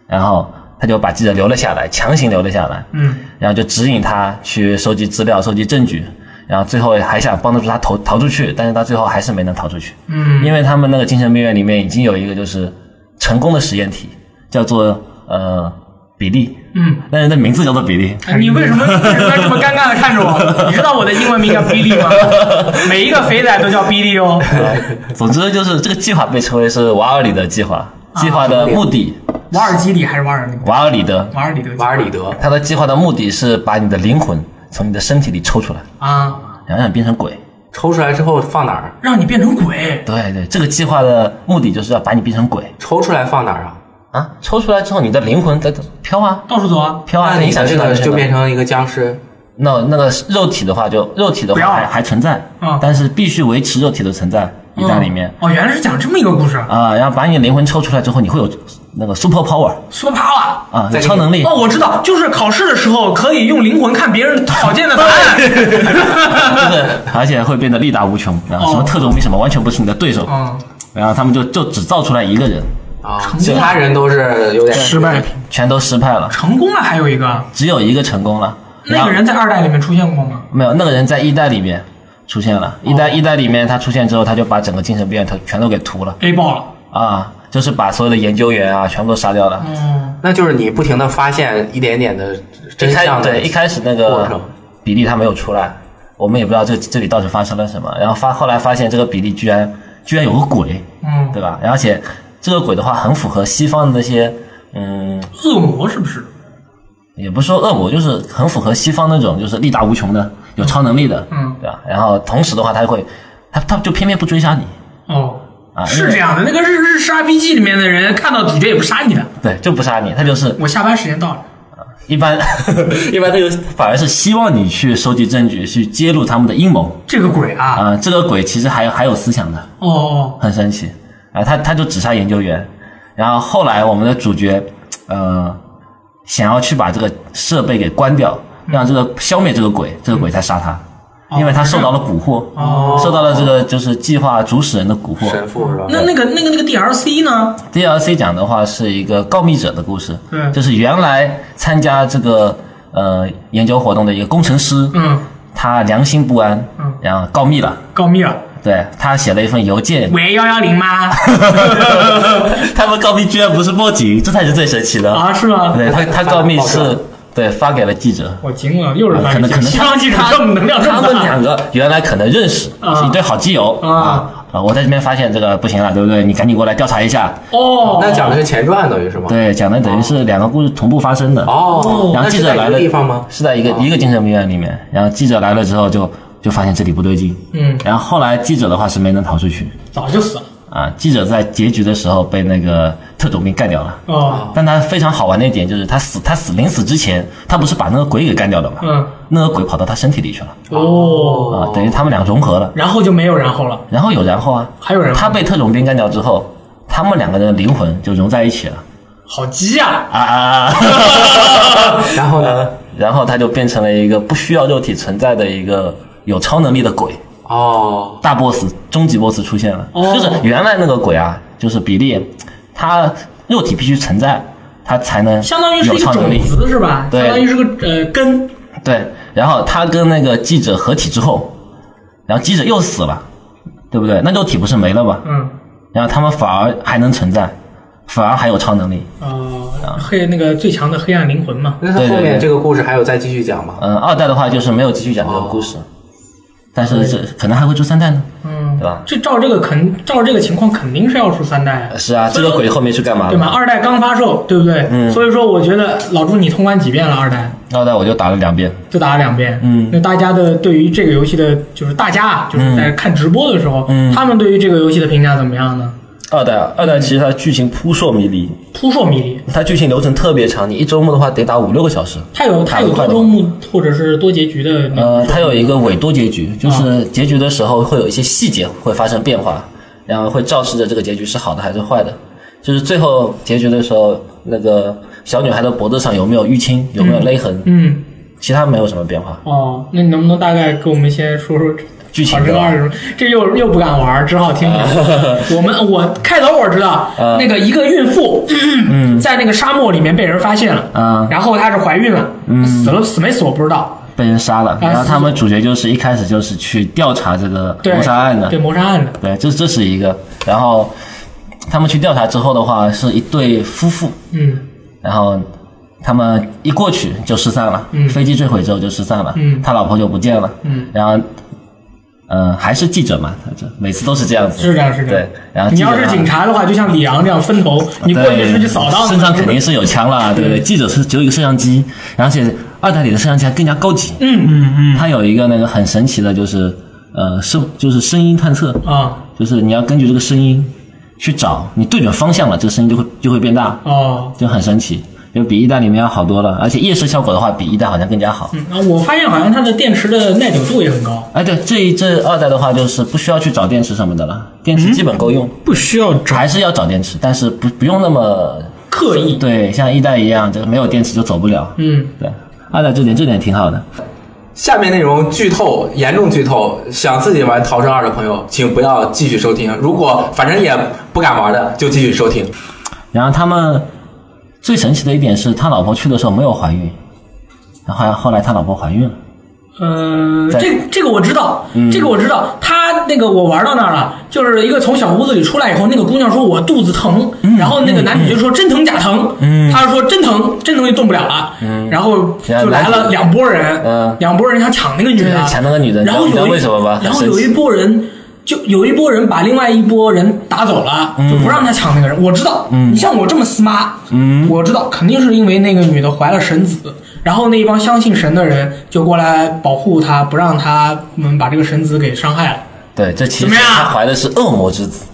然后他就把记者留了下来，强行留了下来，
嗯，
然后就指引他去收集资料、收集证据，然后最后还想帮助他逃逃出去，但是他最后还是没能逃出去，
嗯，
因为他们那个精神病院里面已经有一个就是成功的实验体，叫做呃比利，
嗯，
那人的名字叫做比利，
哎你为什么为什么要这么尴尬的看着我？你知道我的英文名叫 Billy 吗？每一个肥仔都叫 Billy 哦。
总之就是这个计划被称为是瓦尔里德计划，
啊
计划的目的，
瓦尔基里还是瓦尔里？
瓦尔里德，
瓦尔里德
瓦尔里德
他的计划的目的是把你的灵魂从你的身体里抽出来，
啊，
然后让你变成鬼。
抽出来之后放哪儿？
让你变成鬼。
对对，这个计划的目的就是要把你变成鬼
抽出来放哪儿啊？
啊！抽出来之后，你的灵魂在飘啊
到处走啊！
飘啊，
那你
想
的
去
这
哪
个
儿去
就
哪儿
变成一个僵尸，
那那个肉体的话就，肉体的
不要
话
啊
还
了
还存在
嗯，
但是必须维持肉体的存在。一代里面
哦，原来是讲这么一个故事。
嗯
啊，然后把你的灵魂抽出来之后，你会有那个 super power
，super power
啊，
在
有超能力
哦，，我知道，就是考试的时候可以用灵魂看别人考卷的答
哎
案。
就是而且会变得力大无穷，
哦
然后什么特种兵什么完全不是你的对手，
嗯，
然后他们就就只造出来一个人，
啊，其他人都是有点
失败品。
全都失败了，
成功了，还有一个，
只有一个成功了。
那
然后
个人在二代里面出现过吗？
没有，那个人在一代里面出现
哦
了，一代一代里面他出现之后，他就把整个精神病院他全都给屠了
A 爆了，
啊，就是把所有的研究员啊全部都杀掉了。
嗯，
那就是你不停的发现一点点的真
一开
相的
对一开始那
过程
个比利他没有出来，我们也不知道这这里到底发生了什么，然后发后来发现这个比利居然居然有个鬼，
嗯
对吧？然后而且这个鬼的话很符合西方的那些嗯
恶魔是不是？
也不是说恶魔，就是很符合西方那种，就是力大无穷的，有超能力的，
嗯
对吧？然后同时的话，他会，他他就偏偏不追杀你，
哦
啊，因
是
为
这样的。那个日日式 RPG 里面的人看到主角也不杀你的。
对，就不杀你，他就是
我下班时间到了，
一般， 一般他就反而是希望你去收集证据，去揭露他们的阴谋
这个鬼啊，
啊、这个鬼其实还有还有思想的，
哦，
很神奇啊、他他就只杀研究员，然后后来我们的主角，呃，想要去把这个设备给关掉，让这个消灭这个鬼，这个鬼才杀他，因为他受到了蛊惑，
哦
受到了这个就是计划主使人的蛊惑。
神父是吧？
那那个那个那个 DLC 呢？
DLC 讲的话是一个告密者的故事，
对
就是原来参加这个呃研究活动的一个工程师，
嗯，
他良心不安，
嗯
然后告密了，
告密啊，
对他写了一份邮件
喂幺幺零吗？
他们告密居然不是报警，这才是最神奇的。
啊，是吗？
对他，
他
他告密
报
是
了
对发给了记者，
我惊了，又是
可
翻
啊能可
译，
能
西
他
方记者
他
这么能量这
他
么
们
大
两个原来可能认识，
啊
是一对好基友
啊
啊！我在这边发现这个不行了，对不对？你赶紧过来调查一下。
哦，
那讲的是前传，等于是吗？
对，讲的等于是两个故事同步发生的。
哦，
然后
那
记
是
者
在一
来
个
了
地方吗？哦
是在一个一个精神病院里面，然后记者来了之后就就发现这里不对劲，
嗯，
然后后来记者的话是没能逃出去
早就死了
啊，记者在结局的时候被那个特种兵干掉了。
哦，
但他非常好玩的一点就是，他死他死临死之前，他不是把那个鬼给干掉了吗？
嗯，
那个鬼跑到他身体里去了
哦，
啊，等于他们俩融合了。
然后就没有然后了，
然后有然后啊，
还有然后
他被特种兵干掉之后，他们两个人的灵魂就融在一起了
好鸡啊！
啊啊啊！ 啊
然后呢？
然后他就变成了一个不需要肉体存在的一个有超能力的鬼，
哦，
大 boss 终极 boss 出现了，
哦
就是原来那个鬼啊，就是比利，他肉体必须存在，他才能
相当于是
有
一个
超能
种
力。
子是吧？
对
相当于是个呃根，
对，然后他跟那个记者合体之后，然后记者又死了，对不对？那肉体不是没了吗？
嗯，
然后他们反而还能存在，反而还有超能力。啊
呃，黑那个最强的黑暗灵魂嘛，
那他
对对
后面
对
这个故事还有再继续讲吗？
嗯，二代的话就是没有继续讲这个故事，但是这可能还会出三代呢，
嗯，
对吧？
这照这个肯照这个情况肯定是要出三代啊，
是啊，这个鬼后面去干嘛
对吗？
了？
二代刚发售，对不对？
嗯
所以说我觉得老朱你通关几遍了二代？
二代我就打了两遍，
就打了两遍。
嗯
那大家的对于这个游戏的，就是大家啊，就是
嗯
在看直播的时候，嗯他们对于这个游戏的评价怎么样呢？
二代啊二代其实它剧情扑朔迷离，
扑朔迷离，
它剧情流程特别长，你一周目的话得打五六个小时。
它有它
打得
有
快
多
吗
周目或者是多结局的那
呃，
个。
它有一个伪多结局，就是结局的时候会有一些细节会发生变化，然后会昭示着这个结局是好的还是坏的。就是最后结局的时候，那个小女孩的脖子上有没有淤青，有没有勒痕，
嗯，
其他没有什么变化。
哦，那你能不能大概给我们先说说
剧情
反正
对吧
二十，这又又不敢玩，只好听 你。我们我开头我知道，
啊
那个一个孕妇， 在那个沙漠里面被人发现了，
嗯
然后她是怀孕了，死了死没死我不知道，
被人杀了，
啊
然后他们主角就是一开始就是去调查这个
对，
谋杀案的
对，谋杀案的，
对，这这是一个。然后他们去调查之后的话，是一对夫妇，
嗯
然后他们一过去就失散了，
嗯
飞机坠毁之后就失散了，
嗯
他老婆就不见了，
嗯
然后，呃，还是记者嘛，他这每次都是这样子，
是这样是这样
对，然后
你
记者
要是
啊
警察的话，就像李阳这样分头，你过去
对
是去扫荡的，嗯
身上肯定是有枪啦，对不对？记者是只有一个摄像机，而且二代里的摄像机还更加高级，
嗯
嗯嗯，它有一个那个很神奇的，就是呃声就是声音探测，
啊
就是你要根据这个声音去找，你对准方向了，这个声音就会就会变大，
哦。
就很神奇，就比一代里面要好多了，而且夜视效果的话，比一代好像更加好。
嗯啊，我发现好像它的电池的耐久度也很高，
哎，对，这一这二代的话，就是不需要去找
嗯
电池什么的了，电池基本够用，
不需要找
还是要找电池，但是不不用那么
刻意，
对，像一代一样，就是没有电池就走不了。
嗯，
对，二代这点这点挺好的。
下面内容剧透，严重剧透。想自己玩《逃生二》的朋友，请不要继续收听。如果反正也不敢玩的，就继续收听。
然后他们最神奇的一点是，他老婆去的时候没有怀孕，然后后来他老婆怀孕了。
嗯，
在
这这个我知道，
嗯
这个我知道。他那个我玩到那儿了，就是一个从小屋子里出来以后，那个姑娘说我肚子疼，
嗯
然后那个男主就说真疼假疼，他说真疼，真疼就动不了了，然后就来了两拨人，
嗯
两拨人想抢那个女
对
的，
抢那个女的
啊然后
你知道
有一
为什么吗
然后
很神
有
奇
一波人。就有一波人把另外一波人打走了，
嗯
就不让他抢那个人。我知道，你像我这么 smart，我
嗯
知道肯定是因为那个女的怀了神子，然后那一帮相信神的人就过来保护她，不让她们把这个神子给伤害了。
对，这其
怎
实
么样
她怀的是恶魔之子，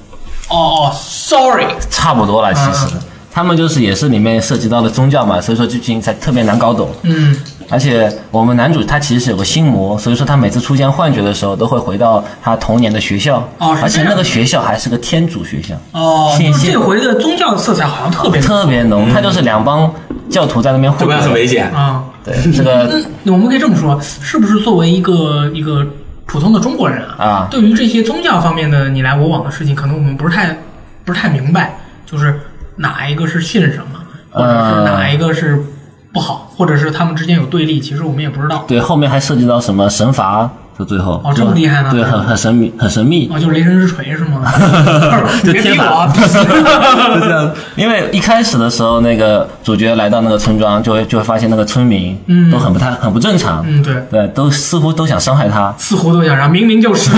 哦哦，sorry，
差不多了。其
嗯
实、嗯他们就是也是里面涉及到了宗教嘛，所以说剧情才特别难搞懂。
嗯，
而且我们男主他其实是有个心魔，所以说他每次出现幻觉的时候，都会回到他童年的学校，
哦是
而且
这样
那个学校还是个天主学校，
哦，
信
就是
息
这回的嗯宗教色彩好像特别
特别浓。他就是两帮教徒在那边
这
互
边很危险。
啊。
对这个
嗯， 我们可以这么说，是不是作为一个一个普通的中国人啊
啊，
对于这些宗教方面的你来我往的事情，可能我们不是太不是太明白，就是哪一个是信什么，或者是
嗯
哪一个是不好，或者是他们之间有对立，其实我们也不知道。
对后面还涉及到什么神罚，就最后
哦这么厉害呢
对，很很神秘，很神秘。？
哦，就是雷神之锤是吗 你
就
别
天
逼我
罚，
啊！
就这样。因为一开始的时候，那个主角来到那个村庄，就会就会发现那个村民
嗯
都很不太很不正常，
嗯，对，
对，都似乎都想伤害他。
似乎都想让，明明就是。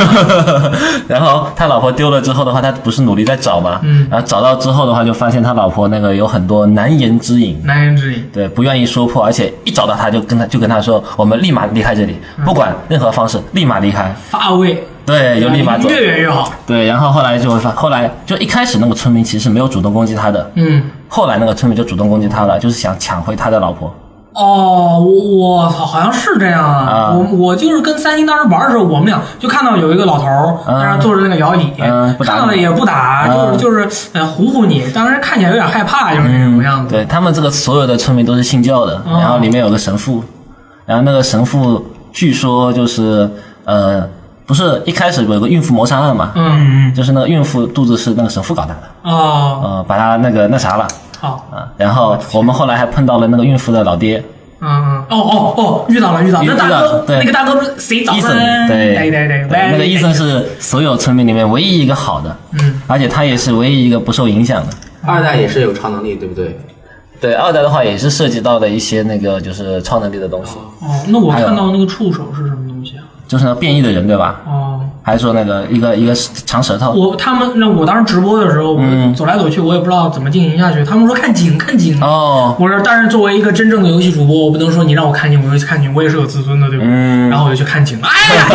然后他老婆丢了之后的话，他不是努力在找嘛，
嗯
然后找到之后的话，就发现他老婆那个有很多难言之隐。
男人之影，
对，不愿意说破，而且一找到他就跟他就跟他说，我们立马离开这里，
嗯
不管任何方式，立马离开。
发位，
对，哎就立马走。
越远越好。
对，然后后来就会发，后来就一开始那个村民其实没有主动攻击他的，
嗯，
后来那个村民就主动攻击他了，就是想抢回他的老婆。
哦，我我操，好像是这样啊！
啊
我我就是跟三星当时玩的时候，我们俩就看到有一个老头儿在
嗯
那坐着那个摇椅，
嗯不打
看到了
你
也不打，
嗯
就是就是呃唬唬你，当时看起来有点害怕，就是那种样子。
对他们这个所有的村民都是信教的，
哦
然后里面有个神父，然后那个神父据说就是呃，不是一开始有个孕妇谋杀案嘛，
嗯，
就是那个孕妇肚子是那个神父搞大的，
哦，
呃，把他那个那啥了
好，
啊，然后我们后来还碰到了那个孕妇的老爹，
嗯嗯，哦哦哦，遇到了遇到了，
遇
那大哥
遇到了对
那个大哥不是谁找
医生
的？，
对
对对对，
那个医生是所有村民里面唯一一个好的，
嗯，
而且他也是唯一一个不受影响的。
二代也是有超能力，对不对？
对，二代的话也是涉及到了一些那个就是超能力的东西，
哦，那我
还有
看到那个触手是什么东西啊？
就是那变异的人对吧？
哦，
还说那个一个一个长舌头，
我他们那我当时直播的时候，我
嗯
走来走去，我也不知道怎么进行下去。他们说看景看景，
哦，
我说但是作为一个真正的游戏主播，我不能说你让我看景我就去看景，我也是有自尊的，对不对？
嗯
然后我就去看景，哎呀，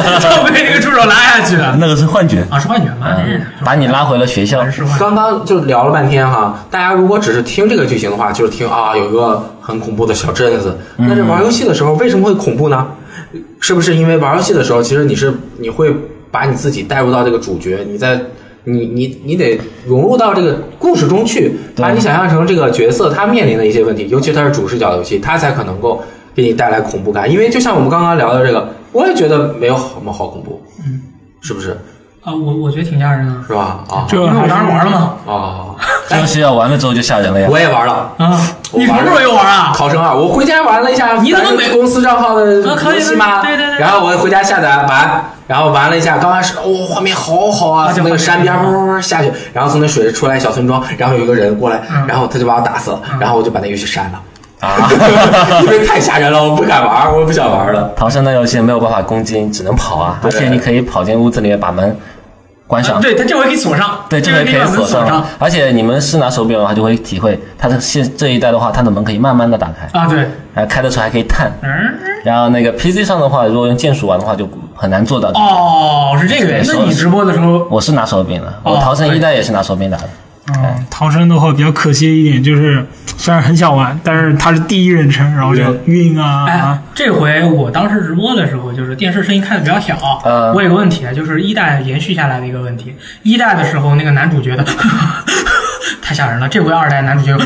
就被那个助手拉下去了。
那个是幻觉，
啊，是幻觉吗？真
嗯
是，
把你拉回了学校
还，是幻觉。
刚刚就聊了半天哈，大家如果只是听这个剧情的话，就是听啊有一个很恐怖的小镇子。那这玩游戏的时候为什么会恐怖呢？是不是因为玩游戏的时候，其实你是你会把你自己带入到这个主角，你在你你你得融入到这个故事中去，
对
把你想象成这个角色他面临的一些问题，尤其他是主视角游戏，他才可能够给你带来恐怖感。因为就像我们刚刚聊的这个，我也觉得没有什么好恐怖，嗯，是不是？
啊，我我觉得挺吓人的，
是吧？啊
这
因为我当时玩了嘛。
啊！
这个学校完了之后就吓人了呀。
我也玩了。
啊，你什么时候又玩啊？
考生二，我回家玩了一下，
你怎么
咱们
没
公司账号的
啊可以
游戏吗？
可以对对对
然后我回家下载玩，然后玩了一下，刚开始哦，画面好好啊，
啊这
从那
画
个
面
山边儿啵啵啵下去，然后从那水出来小村庄，然后有一个人过来
嗯，
然后他就把我打死了，然后我就把那游戏删了，
啊，
因为太吓人了，我不敢玩，我不想玩了。
逃生那游戏没有办法攻击你，只能跑啊，而
对
且你可以跑进屋子里面把门关
啊
上。
对他这回可以锁上，
对，这
回
个
可
可
以把
以
门
锁
锁
上，而且你们是拿手柄的话，就会体会它的现这一代的话，它的门可以慢慢的打开，
啊，对，
然后开的时候还可以探，
嗯，
然后那个 PC 上的话，如果用键鼠玩的话，就很难做到。
哦，是这个原因。
对
那你直播的时候，
我是拿手柄的，
哦
我逃生一代也是拿手柄打的。
嗯，逃生的话比较可惜一点就是，虽然很想玩，但是它是第一人称，然后就晕啊，
哎
啊，
这回我当时直播的时候，就是电视声音开的比较小。
嗯
我有个问题啊，就是一代延续下来的一个问题。一代的时候，那个男主角的 太吓人了。这回二代男主角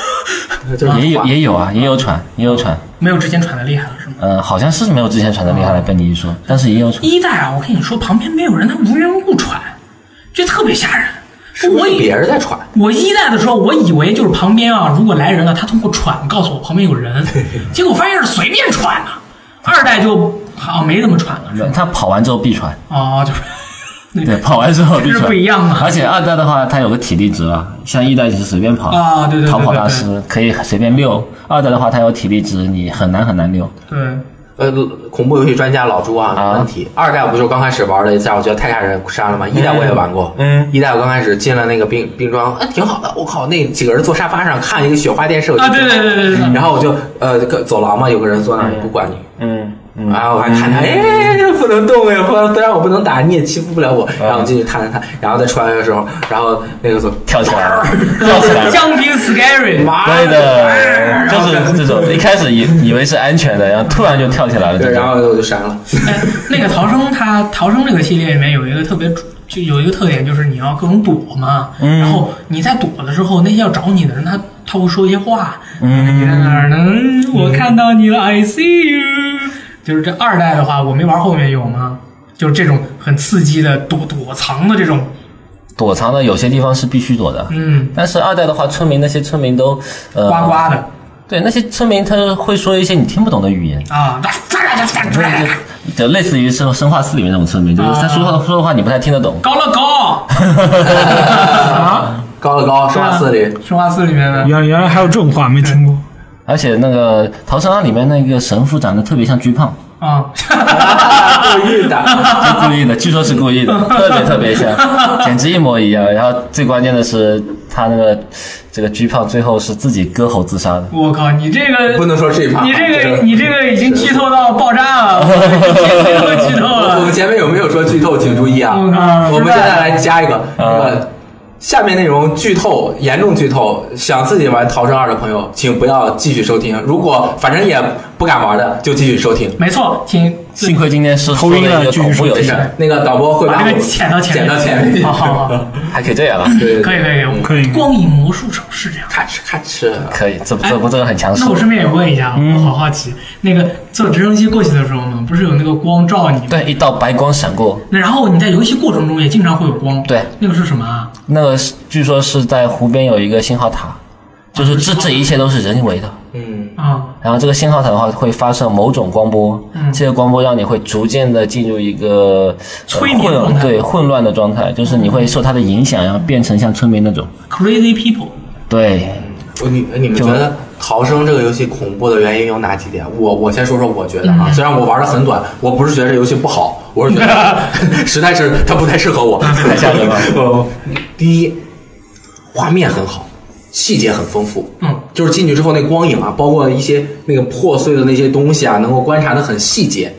就是
也有
滑
也有啊，也有传，也有传，
没有之前传的厉害了，是吗？
呃，好像是没有之前传的厉害了，被你一说，但是也有传。
一代啊，我跟你说，旁边没有人，他无缘无故传，这特别吓人。
是不
我
是
以
别人在传？
我一代的时候，我以为就是旁边啊，如果来人了，他通过喘告诉我旁边有人，结果发现是随便喘的、二代就好像没怎么喘了，是吧？
他跑完之后必传，
哦，就是
对，跑完之后必
这是
传
不一样啊
而且二代的话，它有个体力值啊，像一代就是随便跑
啊对对对
逃跑大
对对
师可以随便溜，二代的话它有体力值，你很难很难溜。
对，
呃，恐怖游戏专家老朱啊，
啊
没问题。二代我不就刚开始玩了一下，我觉得太吓人删了吗？一代我也玩过，
嗯
一代我刚开始进了那个冰冰庄，哎，挺好的。我靠，那几个人坐沙发上看一个雪花电视，我就
啊，对对对对对，
然后我就呃个走廊嘛，有个人坐那儿也不管你，
嗯嗯，
然后我还看他，哎，不能动呀，不能，虽然我不能打，你也欺负不了我。然后我进去探探探，然后再出来的时候，然后那个走，
跳起 来了，跳起来了。
江平 scary，
妈
对的，
哎然
就
后
是这种，一开始以以为是安全的，然后突然就跳起来了，
对，
这
然
种
后我就删了。
哎，那个逃生它，逃生这个系列里面有一个特别主，就有一个特点，就是你要各种躲嘛。然后你在躲的时候，那些要找你的人，他他会说一些话。嗯，你在哪儿呢？嗯我看到你了、i see you。就是这二代的话，我没玩后面有吗？就是这种很刺激的躲躲藏的这种，
躲藏的有些地方是必须躲的。
嗯，
但是二代的话，村民那些村民都呃
呱呱的
对，那些村民他会说一些你听不懂的语言，
啊，
就就类似于生生化四里面那种村民，就是他说话说的话你不太听得懂。
高乐高啊，
高了高，生化四里，
生化四里面的
原来原来还有这种话没听过，
而且那个《逃生二》里面那个神父长得特别像巨胖，
啊，
故 意的。
是故意的，据说是故意的，特别特别像，简直一模一样。然后最关键的是，他那个这个巨胖最后是自己割喉自杀的。
我靠，你这个
不能说这一 趴，
你这
真
个
的
你这个已经剧透到爆炸 了，我已经剧透
我我
了
们。前面有没有说剧透？请注意啊！
嗯
啊
我们
是
现
的啊
在来加一个，那个下面内容剧透，严重剧透。想自己玩《逃生二》的朋友，请不要继续收听。如果反正也不敢玩的，就继续收听。
没错，请
幸亏今天是说了一个恐怖 游戏，
那个导播会把
把这个
我
剪到前
剪
面
到前面去。
好好好，
还可以这样啊，
对，啊
可以可以
可以
光影魔术手是这样。
咔哧咔哧。
可以，这不这不这个很强势
那。我顺便也问一下，
嗯
我好好奇，那个坐直升机过去的时候呢，不是有那个光照你吗？
对，一道白光闪过，
那然后你在游戏过程中也经常会有光。
对
那个是什么啊？
那个是据说是在湖边有一个信号塔，就是这这一切都是人为的。
嗯，
啊，
然后这个信号塔的话会发射某种光波，
嗯
这个光波让你会逐渐的进入一个、呃、
催眠状
混
态
对混乱的状态，就是你会受它的影响，然后变成像村民那种。
Crazy People，
对，
我呃你你们觉得《逃生》这个游戏恐怖的原因有哪几点？我我先说说我觉得
嗯
啊，虽然我玩的很短，我不是觉得这游戏不好，我是觉 得实在是它不太适合我，
太吓 人了
呃，第一，画面很好，细节很丰富。
嗯，
就是进去之后那光影啊，包括一些那个破碎的那些东西啊，能够观察的很细节。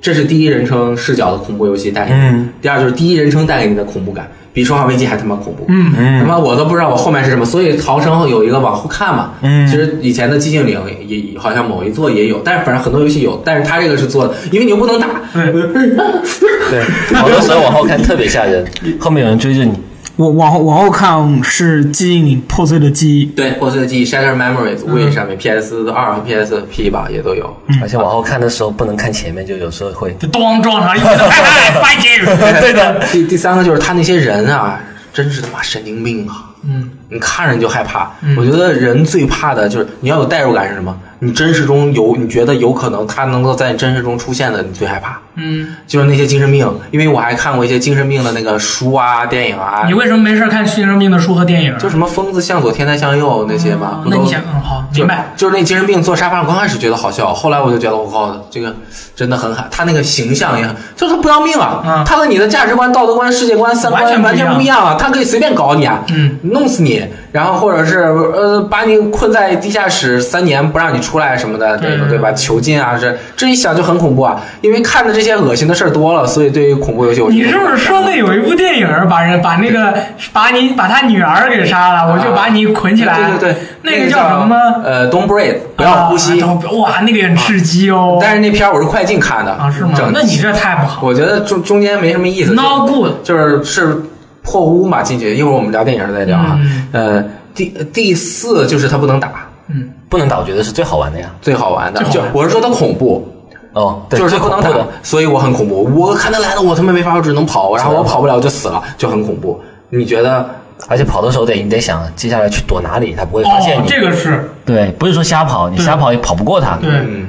这是第一人称视角的恐怖游戏带给你的。
嗯
第二就是第一人称带给你的恐怖感，比《生化危机》还他妈恐怖。嗯嗯。他妈我都不知道我后面是什么，所以逃生有一个往后看嘛。嗯。其实以前的寂静岭也也好像某一座也有，但是反正很多游戏有，但是他这个是做的，因为你又不能打。
对，好多时候往后看特别吓人， 后面有人追着你。
我往后往后看是记忆里破碎的记忆，
对，破碎的记忆 （Shattered Memories）
嗯
啊 Wii 上面 PS 二和 PSP 吧也都 有。
而且往后看的时候不能看前面，就有时候会。
就咚撞上一 个，哎哎，fight it！
对的，
第第三个就是他那些人啊，真是他妈神经病啊！
嗯，
你看着你就害怕。我觉得人最怕的就是你要有代入感是什么？你真实中有，你觉得有可能他能够在你真实中出现的，你最害怕。
嗯，
就是那些精神病，因为我还看过一些精神病的那个书啊、电影啊
你，为什么没事看精神病的书和电影？啊
就什么疯子向左，天才向右那些嘛。不
那
都
你想，嗯，好，
就
明白。
就是那精神病坐沙发上，刚开始觉得好笑，后来我就觉得我靠，这个真的很狠。他那个形象也很，就是他不要命啊，
嗯
他和你的价值观、道德观、世界观、三观
完全不
完全不
一
一样啊，他可以随便搞你啊，
嗯，
弄死你，然后或者是呃把你困在地下室三年不让你出来什么的，这种
对
对吧？囚禁啊，这这一想就很恐怖啊，因为看的这些恶心的事儿多了，所以对于恐怖游戏我
你是不是说那有一部电影把人把那个把你把他女儿给杀了，我就把你捆起来？
啊对对对，
那
个
个叫什么？
呃，Don't Breathe，不要呼吸。
啊哇，那个也很刺激哦。
但是那片儿我是快进看的
啊，是吗
整？
那你这太不好。
我觉得中中间没什么意思。
No good，
就是是破屋嘛进去，一会儿我们聊电影再聊啊。
嗯
呃，第第四就是它不能打，
嗯
不能打，我觉得是最好玩的呀。
最好玩的，
最好
就
玩
我是说它恐怖，
哦，对
就是
最
它不能
恐
打
怖的，
所以我很恐怖。我看他来了，我他妈没法，我只能跑，然后我跑不了我就死了，就很恐怖。你觉得？
而且跑的时候得你得想接下来去躲哪里，他不会发现
哦，
你。
这个是
对，不是说瞎跑，你瞎跑也跑不过他。
对，
嗯，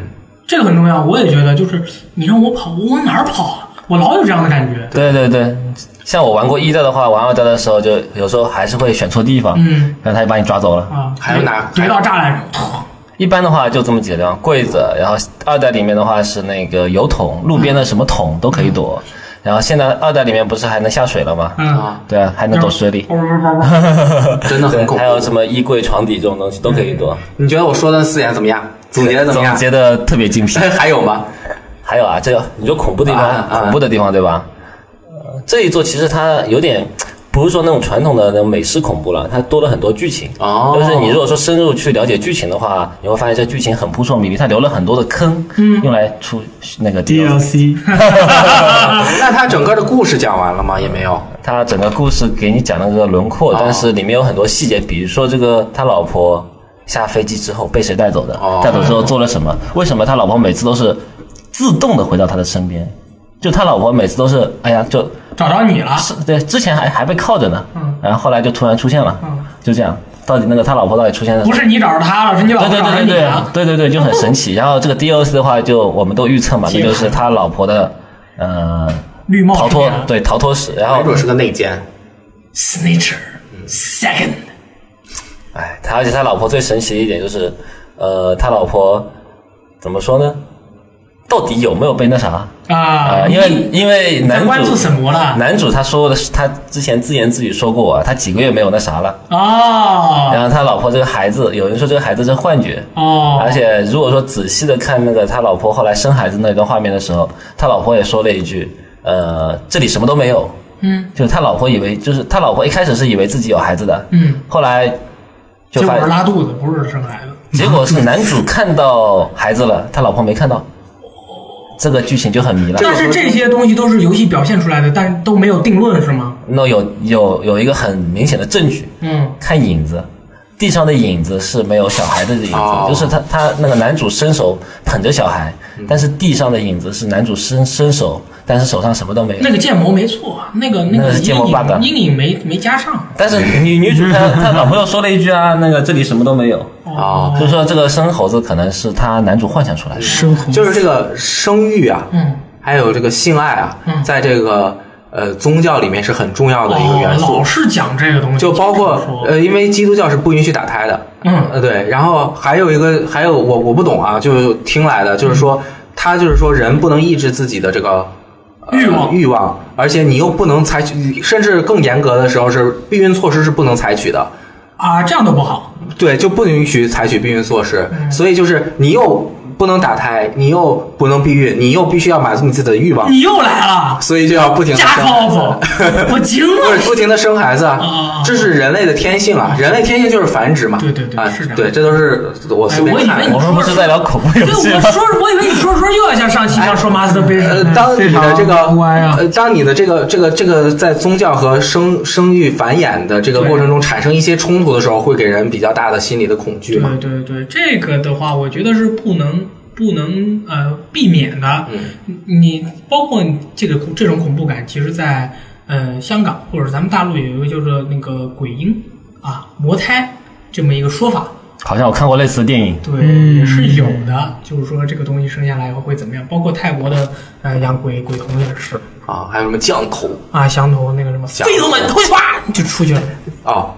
这个很重要。我也觉得，就是你让我跑，我往哪儿跑啊？我老有这样的感觉。
对对对，像我玩过一代的话，玩二代的时候就有时候还是会选错地方，
嗯，
然后他就把你抓走了。
啊，
还有哪
怼到栅栏上，突
一般的话就这么几个地方，柜子，然后二代里面的话是那个油桶，路边的什么桶都可以躲。
嗯
然后现在二代里面不是还能下水了吗？
嗯，
啊，
对啊，还能躲水里。
嗷嗷嗷嗷
真的很
对，
恐怖
还。有什么衣柜、床底这种东西都可以躲。
你觉得我说的四点怎么样？总结的怎么
总
样？哎
结的特别 精辟。
还有吗？
还有啊，这个你说恐怖地方，
啊啊
恐怖的地方对吧？呃，这一座其实它有点不是说那种传统的那种美式恐怖了，它多了很多剧情。
哦
就是你如果说深入去了解剧情的话，你会发现这剧情很扑朔迷离，它留了很多的坑，
嗯
用来出那个
啊
DLC。
DLC
哦那他整个的故事讲完了吗？也没有。
它整个故事给你讲了个轮廓，
哦
但是里面有很多细节，比如说这个他老婆下飞机之后被谁带走的，
哦
带走之后做了什么，为什么他老婆每次都是自动的回到他的身边？就他老婆每次都是，哎呀，就
找着你了。
是对，之前还还被靠着呢，
嗯
然后后来就突然出现了，
嗯
就这样，到底那个他老婆到底出现了？
不是你找着他了，是你老
对
婆找
对
着
对对
你啊
对
了。
对对对，就很神奇。然后这个 DLC 的话，就我们都预测嘛，
揭
那
开
就是他老婆的呃
绿帽
逃脱
青年，
对逃脱史。然
没
后
准是个内奸。
，Snitcher
嗯
Second，
哎，他而且他老婆最神奇的一点就是，呃，他老婆怎么说呢？到底有没有被那啥？
啊
啊，，因为因为
在
男
关注
主
什么了？
男主他说的是他之前自言自语说过啊，他几个月没有那啥了。
哦
然后他老婆这个孩子，有人说这个孩子是幻觉，
哦，
而且如果说仔细的看那个他老婆后来生孩子那段画面的时候，他老婆也说了一句，呃，这里什么都没有，
嗯
就是他老婆以为就是他老婆一开始是以为自己有孩子的，
嗯，
后来就
结
发
果是拉肚子，不是生孩子。
结果是男主看到孩子了，他老婆没看到，这个剧情就很迷了。
但是这些东西都是游戏表现出来的，但都没有定论是吗？
那有有有一个很明显的证据，
嗯，
看影子，地上的影子是没有小孩的影子，
哦
就是他他那个男主伸手捧着小孩，但是地上的影子是男主伸伸手，但是手上什么都没有。
那个建模没错，啊那个
那
个
个是
阴
建模 bug
影阴影没没加上。
但是女女主她她老朋友说了一句啊，那个这里什么都没有，
哦
就是说这个生猴子可能是他男主幻想出来的。
生 活
就是这个生育啊，
嗯，
还有这个性爱啊，
嗯
在这个呃宗教里面是很重要的一个元
哦
素
老，是讲这个东西，
就包括
这么说
呃，因为基督教是不允许打胎的，
嗯
呃对，然后还有一个还有我我不懂啊，就听来的就是
嗯
说他就是说人不能抑制自己的这个。呃
欲望
欲望，而且你又不能采取，甚至更严格的时候是避孕措施是不能采取的。
啊，这样都不好。
对，就不允许采取避孕措施，
嗯
所以就是你又不能打胎，你又不能避孕，你又必须要满足你自己的欲望，
你又来了，
所以就要不停的
加
生，
cos，我惊
不是
了。
不停的生孩子
啊
啊，这是人类的天性啊，人类天性就是繁殖嘛，
对对对
啊
是这样
对，这都是我随便
哎我以为
看
你
的。
我们不是在聊恐怖
对，
游戏
我
吗？
说，我以为你说说又要像上期一样说 masturbation，
呃，当你的这个
非常歪啊
呃，当你的这个这个这个在宗教和生生育繁衍的这个过程中产生一些冲突的时候，会给人比较大的心理的恐惧嘛
对？对对，这个的话，我觉得是不能不能呃避免的。嗯，你包括这个这种恐怖感，其实在呃香港或者咱们大陆有一个叫做那个鬼婴啊魔胎这么一个说法，
好像我看过类似的电影，
对，也是有的。就是说这个东西生下来以后会怎么样？包括泰国的呃养鬼鬼童也是
啊，还有什么降头
啊，降头那个什么
降
飞头满头唰就出去了。
哦，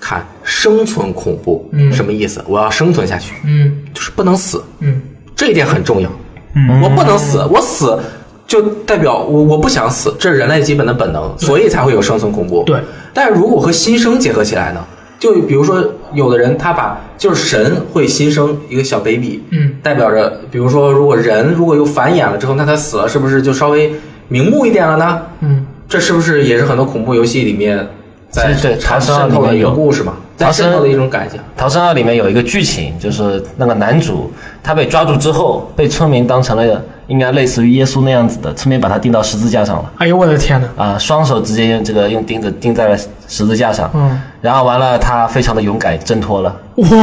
看生存恐怖，
嗯
什么意思？我要生存下去，
嗯
就是不能死，
嗯，
这一点很重要。
嗯
我不能死，我死就代表我我不想死，这是人类基本的本能，所以才会有生存恐怖。
对，
但是如果和新生结合起来呢？就比如说，有的人他把就是神会新生一个小 baby，
嗯
代表着，比如说，如果人如果又繁衍了之后，那他死了是不是就稍微瞑目一点了呢？
嗯，
这是不是也是很多恐怖游戏里面在
其实对
产
唐僧
渗透的一
里面
个
有
故事嘛，在
唐僧啊
渗透的一种感想。
《逃生二》里面有一个剧情，就是那个男主他被抓住之后，被村民当成了应该类似于耶稣那样子的，村民把他钉到十字架上了。
哎呦我的天哪！
啊、双手直接用这个用钉子钉在了十字架上，
嗯，
然后完了，他非常的勇敢，挣脱了。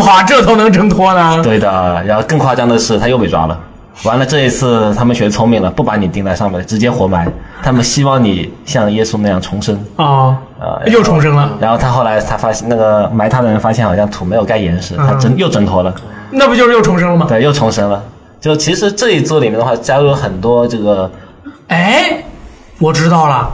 哇，这都能挣脱呢？
对的，然后更夸张的是，他又被抓了。完了，这一次他们学聪明了，不把你钉在上面，直接活埋。他们希望你像耶稣那样重生。
啊
啊，
又重生了，
然后他后来他发现，那个埋他的人发现好像土没有盖严实，他挣又挣脱了，
那不就是又重生了吗？
对，又重生了。就其实这一作里面的话，加入了很多这个，
哎，我知道了，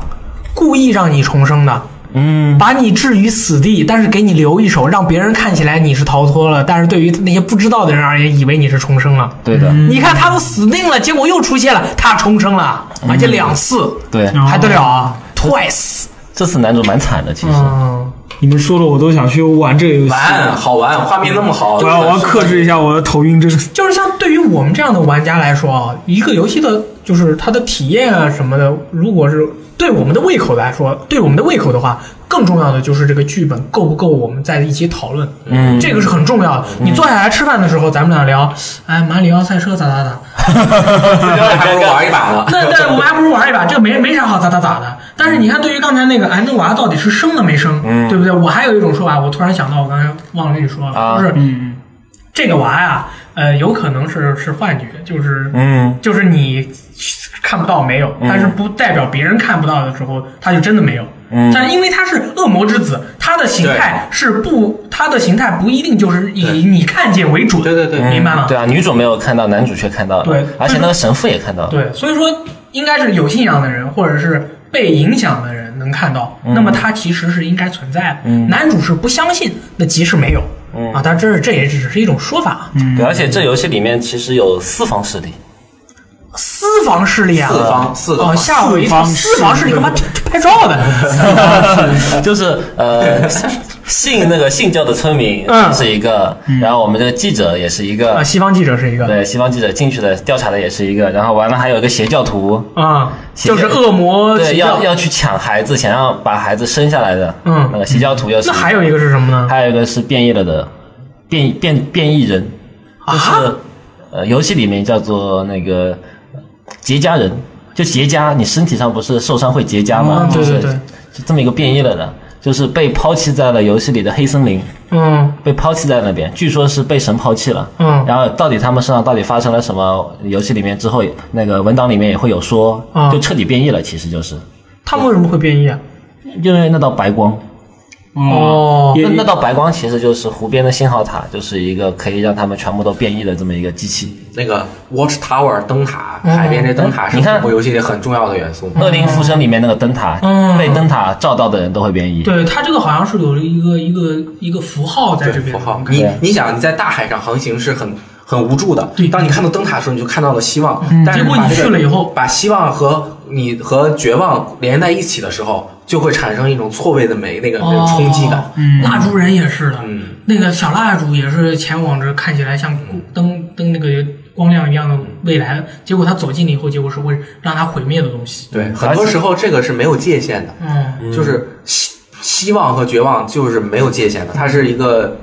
故意让你重生的。
嗯，
把你置于死地，但是给你留一手，让别人看起来你是逃脱了，但是对于那些不知道的人而言，以为你是重生了。
对的，
你看他都死定了，结果又出现了，他重生了，
嗯
而且两次，
对，
还得了啊？Twice，
嗯这次男主蛮惨的，其实。
嗯，
你们说了，我都想去玩这个游戏。
玩
啊
好玩，画面那么好，
我
啊
要我要克制一下我的头晕症。
就是像对于我们这样的玩家来说啊，一个游戏的就是它的体验啊什么的，如果是对我们的胃口来说，对我们的胃口的话，更重要的就是这个剧本够不够我们在一起讨论，
嗯
这个是很重要的。你坐下来吃饭的时候，咱们俩聊，哎，马里奥赛车咋咋咋，
还不如玩一把 呢。
那那我们还不如玩一把，这没没啥好咋咋咋的。但是你看，对于刚才那个安诺娃到底是生了没生，对不对？我还有一种说法，我突然想到，我刚才忘了跟你说了，
啊
就是
嗯，
这个娃呀，呃，有可能是是幻觉，就是
嗯，
就是你看不到没有，但是不代表别人看不到的时候，他就真的没有。嗯，但是因为他是恶魔之子，他的形态是不，他的形态不一定就是以你看见为准。
对对对
明白吗？
对啊，女主没有看到，男主却看到了，
嗯对
而且那个神父也看到了，
对，所以说应该是有信仰的人，或者是被影响的人能看到，那么他其实是应该存在的。男主是不相信，那即使没有、啊，但这是这也只是一种说法，
对，而且这游戏里面其实有四方 势力，
私房势力啊，
四方四个
哦，
方
吓我一跳，私
四
房
方
势
势
力
力
干嘛拍照的？
就是呃，信那个信教的村民
嗯
是一个，然后我们这个记者也是一
啊，
个，
西方记者是一个
对，西方记者进去的调查的也是一个，然后完了还有一个邪教徒，
啊，
邪
就
教
是恶魔
对，
哦邪
要
教。
要去抢孩子，想要把孩子生下来的，
嗯
那个邪教徒又是
那还有一个是什么呢？
还有一个是变异了的变变变异人，就是、
啊
呃游戏里面叫做那个呃结痂人，就结痂，你身体上不是受伤会结痂吗？
嗯
就是
对对对
就这么一个变异了的，就是被抛弃在了游戏里的黑森林，
嗯
被抛弃在那边，据说是被神抛弃了。
嗯
然后到底他们身上到底发生了什么？游戏里面之后那个文档里面也会有说
啊，
就彻底变异了，其实就是
他们为什么会变异啊？
因为那道白光。
哦
也
那那道白光其实就是湖边的信号塔，就是一个可以让他们全部都变异的这么一个机器。
那个 Watch Tower 灯塔，海边这灯塔
嗯
是
你看
恐怖游戏里很重要的元素。
恶灵附身里面那个灯塔，
嗯
被灯塔照到的人都会变异。
对他这个好像是有了一个一个一个符号在
对
这边
符
的，
号
我，看
你你想你在大海上航行是很很无助的
对。嗯
当你看到灯塔的时候，你就看到了希望。但是
结果
把
你
这个
去了以后
把希望和你和绝望连在一起的时候，就会产生一种错位的美，那个那种冲击感
哦。蜡烛人也是的，
嗯
那个小蜡烛也是前往着看起来像灯灯那个光亮一样的未来，结果他走近了以后，结果是会让他毁灭的东西。
对，很多时候这个是没有界限的，
嗯，
就是希希望和绝望就是没有界限的，它是一个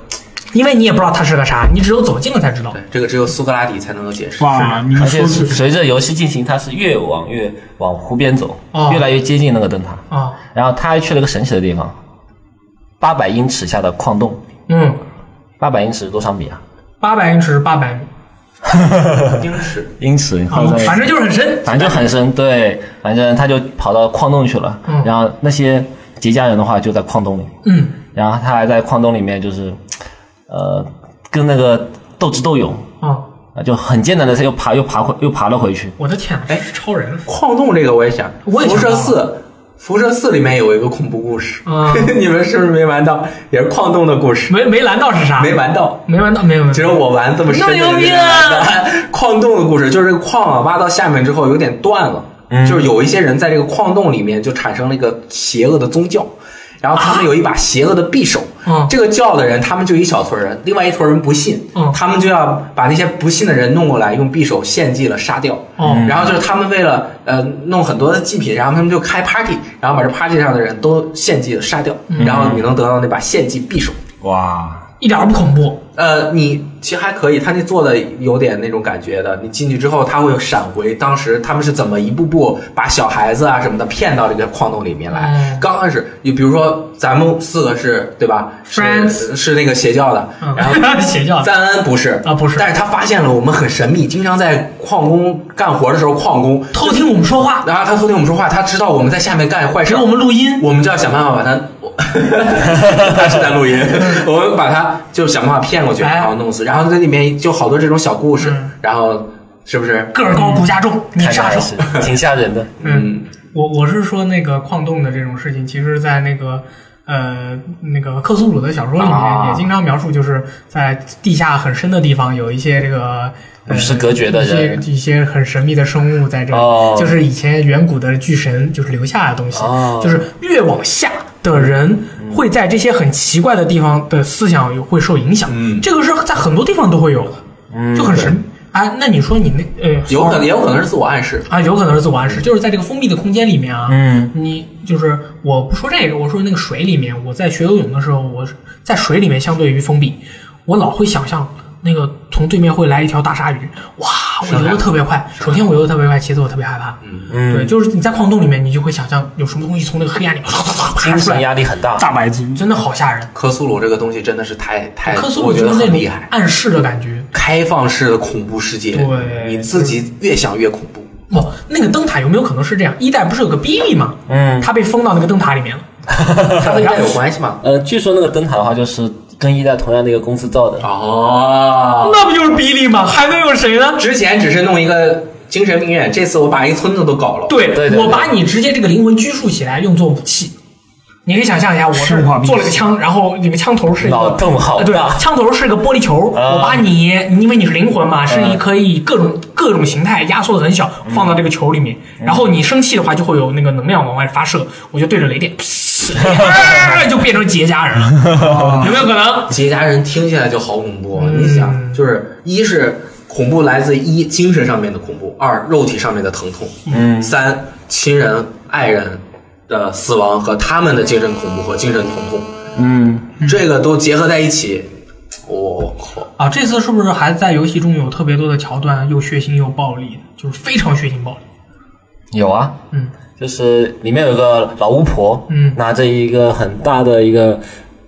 因为你也不知道他是个啥，你只有走近了才知道
对。这个只有苏格拉底才能够解释。
哇，你们
而且
说
随
的
随着游戏进行，它是越往越往湖边走
哦，
越来越接近那个灯塔。
啊，
然后他还去了个神奇的地方，八百英尺下的矿洞。
嗯，
八百英尺是多少米啊？
八百英尺，八百米，
英尺
英尺，你
啊
换算一下
反正就是很深。
反正就很深，对，反正他就跑到矿洞去了。
嗯
然后那些节家人的话就在矿洞里，
嗯，
然后他还在矿洞里面就是，呃，跟那个斗智斗勇
啊，
啊，就很艰难的他又爬又爬回又爬了回去。
我的天，
哎
是超人
矿洞这个我也想，
我也
辐
想到
射四，辐射四里面有一个恐怖故事，
啊
你们是不是没玩到？也是矿洞的故事，
没没拦到是啥？
没玩到。
没玩到，没有没有
只有我玩这么深的
那么牛逼啊！
矿洞的故事就是这个矿啊，挖到下面之后有点断了，就是有一些人在这个矿洞里面就产生了一个邪恶的宗教，然后他们有一把邪恶的匕首，
嗯
这个教的人他们就一小撮人，另外一撮人不信，
嗯
他们就要把那些不信的人弄过来，用匕首献祭了杀掉，
哦
然后就是他们为了呃弄很多的祭品，然后他们就开 party，然后把这 party 上的人
嗯
都献祭了杀掉，然后你能得到那把献祭匕首。
哇，
一点儿不恐怖，
呃，你其实还可以，他那做的有点那种感觉的。你进去之后，他会闪回当时他们是怎么一步步把小孩子啊什么的骗到这个矿洞里面来。
嗯
刚开始，你比如说咱们四个是对吧？是
Friends
是那个邪教的，然后
嗯，邪教的
赞恩不是
啊不是
但是他发现了我们很神秘，经常在矿工干活的时候矿工，
偷听我们说话，
然后他偷听我们说话，他知道我们在下面干坏事
给
儿，
我们录音，
我们就要想办法把他， 他是在录音，我们把他就是想办法骗过去，
嗯哎
然后弄死，然后在里面就好多这种小故事，
嗯
然后是不是？
个儿高不加重，你
太吓
杀
人
手。
了，挺吓人的。
嗯，
我我是说那个矿洞的这种事情，其实，在那个呃那个克苏鲁的小说里面
啊
也经常描述，就是在地下很深的地方有一些这个。呃
与世隔绝的人
一些一些很神秘的生物在这里，
哦
就是以前远古的巨神就是留下的东西，
哦嗯
就是越往下的人会在这些很奇怪的地方的思想会受影响，
嗯
这个是在很多地方都会有
嗯
的，就很神秘。啊，那你说你那呃，
有可能也有可能是自我暗示，
啊，有可能是自我暗示，就是在这个封闭的空间里面啊。
嗯，
你就是我不说这个，我说那个水里面，我在学游泳的时候，我是在水里面相对于封闭，我老会想象那个从对面会来一条大鲨鱼，哇，我游的特别快。首先我游的特别快，其次我特别害怕。
嗯
对，就是你在矿洞里面，你就会想象有什么东西从那个黑暗里面唰唰唰爬
精
出
神
来，
压力很大。
大白族，
真的好吓人。
科苏鲁这个东西真的是太太，
哎科苏
哎我
鲁
觉
就
得
是那
很
种
厉害，
暗示的感觉。
开放式的恐怖世界，
对
你自己越想越恐 怖。
哦，那个灯塔有没有可能是这样？一代不是有个 BB 吗？
嗯，
他被封到那个灯塔里面了。
它跟这有关系吗？
呃，据说那个灯塔的话，就是跟一代同样的一个公司造的。
哦，
那不就是比利吗？还能有谁呢？
之前只是弄一个精神病院，这次我把一村子都搞了。
对，
对对
我把你直接这个灵魂拘束起来，用作武器。你可以想象一下，我
生
是
化
做
兵
了个枪，然后里面枪头是一
脑
个。
洞好
呃对
大，，
枪头是个玻璃球，
啊嗯
我把你，因为你是灵魂嘛，是你可以各种各种形态压缩的很小，放到这个球里面，
嗯
然后你生气的话就会有那个能量往外发射，我就对着雷电，就变成结痂人了，有没有可 能？
节家人听起来就好恐怖、啊，你想，就是一是恐怖来自一精神上面的恐怖，二肉体上面的疼痛，嗯，三亲人爱人的死亡和他们的精神恐怖和精神疼痛，
嗯，
这个都结合在一起，我靠，
啊，这次是不是还在游戏中有特别多的桥段，又血腥又暴力，就是非常血腥暴力？
有啊，
嗯，
就是里面有个老巫婆，
嗯
拿着一个很大的一个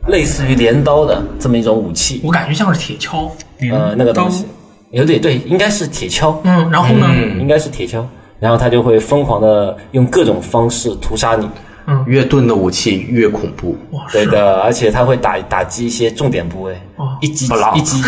类似于镰刀的这么一种武器，
我感觉像是铁锹。
呃，那个东西，有点对，应该是铁锹，
嗯，然后呢？
嗯，
应该是铁锹，然后他就会疯狂的用各种方式屠杀你，
越钝的武器越恐怖，
哇，
对
是
的，而且他会打打击一些重点部位，
哦
一击
不浪
一 击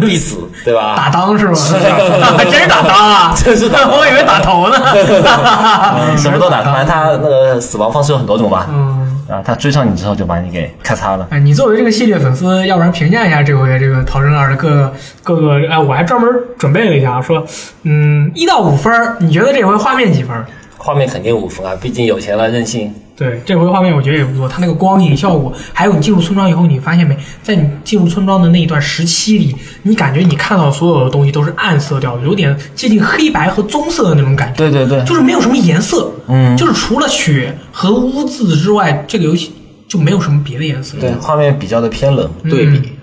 必死，对吧？
打裆是吗？ 真是打裆啊！
真是打裆
我以为打头呢。
嗯什么都打，当然他那个死亡方式有很多种吧，
嗯，
啊，他追上你之后就把你给咔嚓了。
哎，你作为这个系列粉丝，要不然评价一下这回这个《逃生二》的各个各个？哎，我还专门准备了一下，说，嗯，一到五分儿，你觉得这回画面几分儿？
画面肯定五分啊，毕竟有钱了任性。
对，这回画面我觉得也不错，它那个光影效果，还有你进入村庄以后，你发现没，在你进入村庄的那一段时期里，你感觉你看到所有的东西都是暗色调的，有点接近黑白和棕色的那种感觉。
对对对，
就是没有什么颜色，
嗯
就是除了血和污渍之外，这个游戏就没有什么别的颜色。
对，嗯画面比较的偏冷，
对比，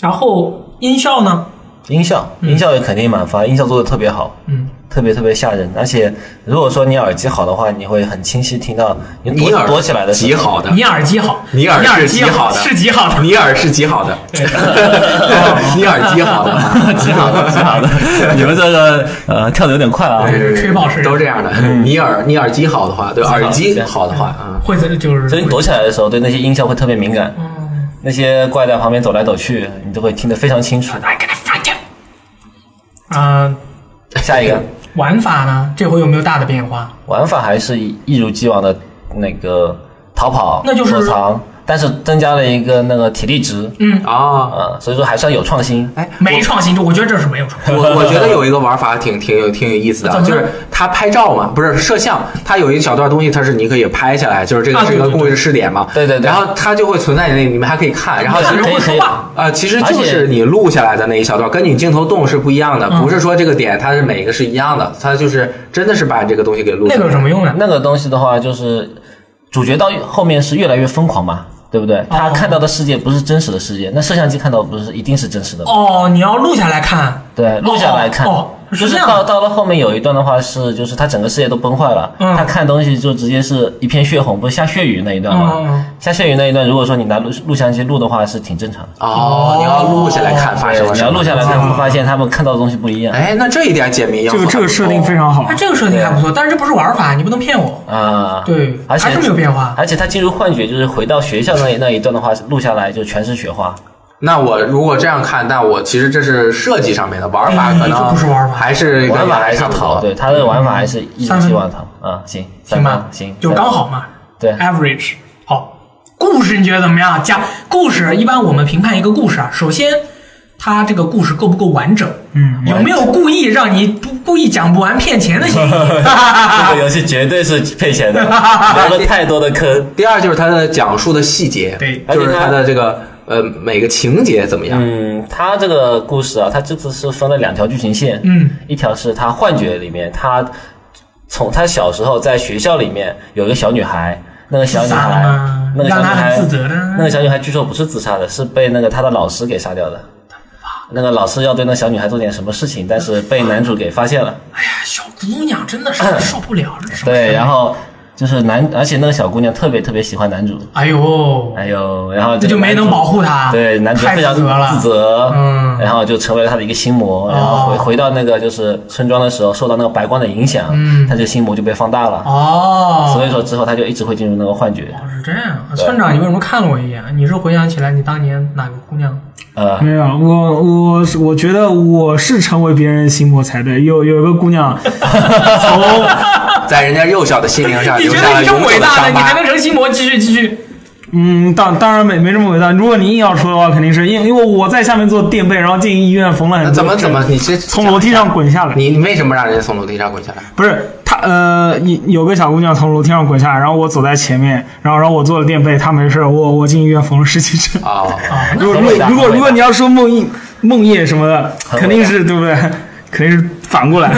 然后音效呢，
音效音效也肯定满分，音效做的特别好，
嗯，
特别特别吓人。而且如果说你耳机好的话，你会很清晰听到你
尼
躲
尔
躲起来的时
极
候，
好的，
尼尔基好，
尼尔是极
基
好的，
是极好的。
尼尔是极 好的，尼尔极好的，
极好的极好的。 你们这个呃跳的有点快啊，
对
吹爆是
都这样的。 你耳你耳机好的话，对耳机好的话啊，
会在就是
所以你躲起来的时候对那些音效会特别敏感，
嗯
那些怪在旁边走来走去，你都会听得非常 清楚。
，I gotta find him。啊，
下一个
玩法呢，这回有没有大的变化？
玩法还是一一如既往的那个逃跑、
那就是
躲藏，但是增加了一个那个体力值。
嗯，
啊，
啊，所以说还算有创新。
哎，
没创新，我觉得这是没有创新。
我我觉得有一个玩法挺挺有挺有意思的
怎
啊，
么
就
了
是他拍照嘛，不是摄像，他有一小段东西，它是你可以拍下来，就是这
啊
个是一
对
个
对对
故事试点嘛。
对对对
然后它就会存在你那里，你们还可以看，然后其
看
实
人
可以
会
可
说
以
话，
啊，其实
而
就
且
是你录下来的那一小段，跟你镜头动是不一样的，不是说这个点它是每个是一样的，它就是真的是把这个东西给录下
那个
来。
有什么用呢？
那个东西的话，就是主角到后面是越来越疯狂嘛，对不
哦
对？他看到的世界不是真实的世界，那摄像机看到不是一定是真实的吗？
哦，你要录下来看，
对，录下来看，
哦哦
就是
这样
到到了后面有一段的话是，就是他整个世界都崩坏了，
嗯
他看东西就直接是一片血红，不是下血雨那一段吗？
嗯嗯嗯
下血雨那一段，如果说你拿录录像机录的话，是挺正常的。
哦，你要录下来看
哎
发生了
哦你
什么？
要录下来，才会发现他们看到的东西不 一样。
哎，那这一点解谜要
这个
做得
这个
不
设
错
定非常好
它。哎这个设定还不错，但是这不是玩法，你不能骗我。
啊、
对
而且
还是没有变化
而且他进入幻觉，就是回到学校那一那一段的话，录下来就全是雪花。
那我如果这样看，那我其实这是设计上面的玩法，
这
可能
不是玩法
还是跟
玩法
原
还
来
是
差不
逃，
多。
对他的玩法还是一如
三分
既往逃啊，行，
行
三分
吧，
行，
就刚好嘛。
对
average 好。故事你觉得怎么样？讲故事，一般我们评判一个故事啊，首先它这个故事够不够完整，嗯，有没有故意让你不故意讲不完骗钱的 嫌疑？
这个游戏绝对是配钱的，挖了太多的坑。
第二就是它的讲述的细节，
对
就是它的这个呃每个情节怎么样。
嗯，他这个故事啊，他这次是分了两条剧情线，
嗯，
一条是他幻觉里面，他从他小时候在学校里面有一个小女孩，那个小女
自杀
孩
了吗，
那个小女
让她
孩
很自责呢
那个小女孩据说不是自杀的，是被那个她的老师给杀掉的。那个老师要对那小女孩做点什么事情，但是被男主给发现了。
哎呀，小姑娘真的是受不了，这是
嗯对，然后就是男，而且那个小姑娘特别特别喜欢男主，
哎呦，
哎呦，然后
这
这
就
个
没
男主
能保护她，
对，男主
太
非常
自责了，
自责，
嗯哦
然后就成为了他的一个心魔，然后回回到那个就是村庄的时候，受到那个白光的影响，嗯，他这个心魔就被放大了，
哦，
所以说之后他就一直会进入那个幻觉，
哦是这样啊。村长，你为什么看了我一眼？你是回想起来你当年哪个姑娘？
呃，
嗯
没有，我我是我觉得我是成为别人的心魔才对。有有一个 姑娘，从
在人家幼小的心灵
啊
上留下了永久伤疤。
成心魔？继续继续。
嗯，当当然没没这么伟大。如果你硬要说的话，肯定是因为因为我在下面做垫背，然后进医院缝了很
那
多，
怎么怎么，你这
从楼梯上滚下来？
你你为什么让人家从楼梯上滚下来？
不是她呃，有有个小姑娘从楼梯上滚下来，然后我走在前面，然后然后我做了垫背，她没事，我我进医院缝了十几针。
哦，
如
啊
果
很
如
伟大
果如果
很伟大
如果你要说梦呓梦魇什么的，
很伟大
肯定是对不对？ 肯定是反 过来。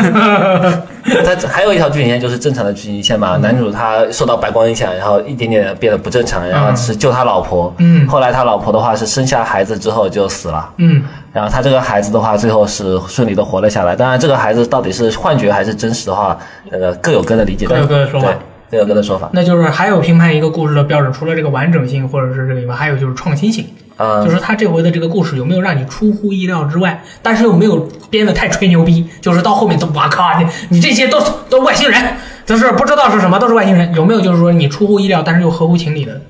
他还有一条剧情线就是正常的剧情线
嗯
嘛，男主他受到白光影响，然后一点点地变得不正常，然后是救他老婆，
嗯
后来他老婆的话是生下孩子之后就死了。
嗯，
然后他这个孩子的话，最后是顺利的活了下来。当然，这个孩子到底是幻觉还是真实的话，那个各有各的理解，
各有各的说法
对，各有各的说法。
那就是还有评判一个故事的标准，除了这个完整性或者是这个以外，还有就是创新性。
嗯
就是他这回的这个故事有没有让你出乎意料之外，但是又没有编的太吹牛逼，就是到后面都哇靠，你你这些都是都外星人，都是不知道是什么，都是外星人。有没有就是说你出乎意料，但是又合乎情理的？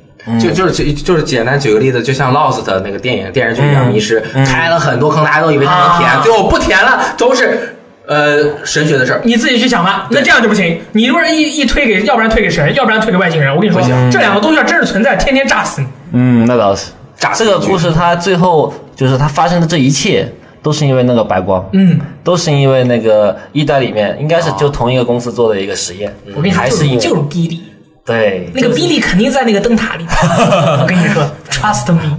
就就是就是简单举个例子，就像 Lost 的那个电影电视剧一样，迷失开了很多坑，大家都以为它能
啊
填，最后不填了，都是呃神学的事儿。
你自己去想吧。那这样就不行，你如果一一推给，要不然推给神，要不然推给外星人。我跟你说，这两个东西要真是存在，天天炸死你。
嗯，那倒是
炸。
这个故事它最后就是它发生的这一切都是因为那个白光，
嗯，
都是因为那个一代里面应该是就同一个公司做的一个实验，嗯
我跟你说，
还
就是
因为
就是逼力。
对
那个比利肯定在那个灯 塔里。我跟你说，trust me，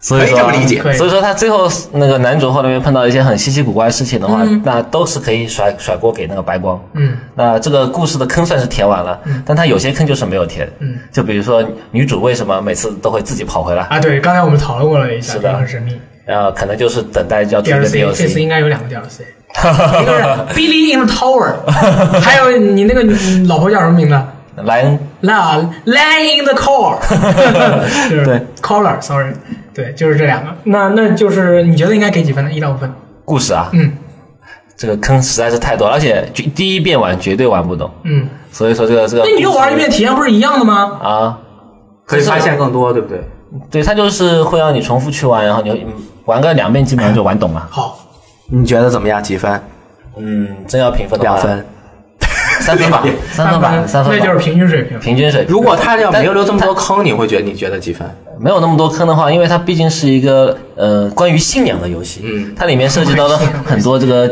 所以
可以
说
这么理解
可以
所以说他最后那个男主后面碰到一些很稀奇古怪的事情的话，那都是可以甩甩锅给那个白光。
嗯，
那这个故事的坑算是填完了，但他有些坑就是没有填。
嗯，
就比如说女主为什么每次都会自己跑回来，
啊，对，刚才我们讨论过了一下，
是的
这个很神秘。
然后可能就是等待要出一个
DLC 这次
DLC。
应该有两个 DLC，一 哦个是 Billy in the Tower，还有你那个你老婆叫什么名字？
莱恩
那 Line in the Core，就是
对
Collar，sorry，对，就是这两个。那那就是你觉得应该给几分呢？一到五分？
故事啊，
嗯
这个坑实在是太多，而且绝第一遍玩绝对玩不懂，
嗯，
所以说这个这个
那你又玩一遍，体验不是一样的吗？
啊，
可以发现更多，对不对？
对，它就是会让你重复去玩，然后你嗯玩个两遍基本上就玩懂了。
好，
你觉得怎么样？几分？
嗯，真要评分的话
两分。
三分吧，三分吧，三分
那就
吧，
是平均水平。
平均水平。
如果他要没有留这么多坑，你会觉得你觉得几分？
没有那么多坑的话，因为它毕竟是一个呃关于信仰的游戏，
嗯
它里面涉及到了很多这个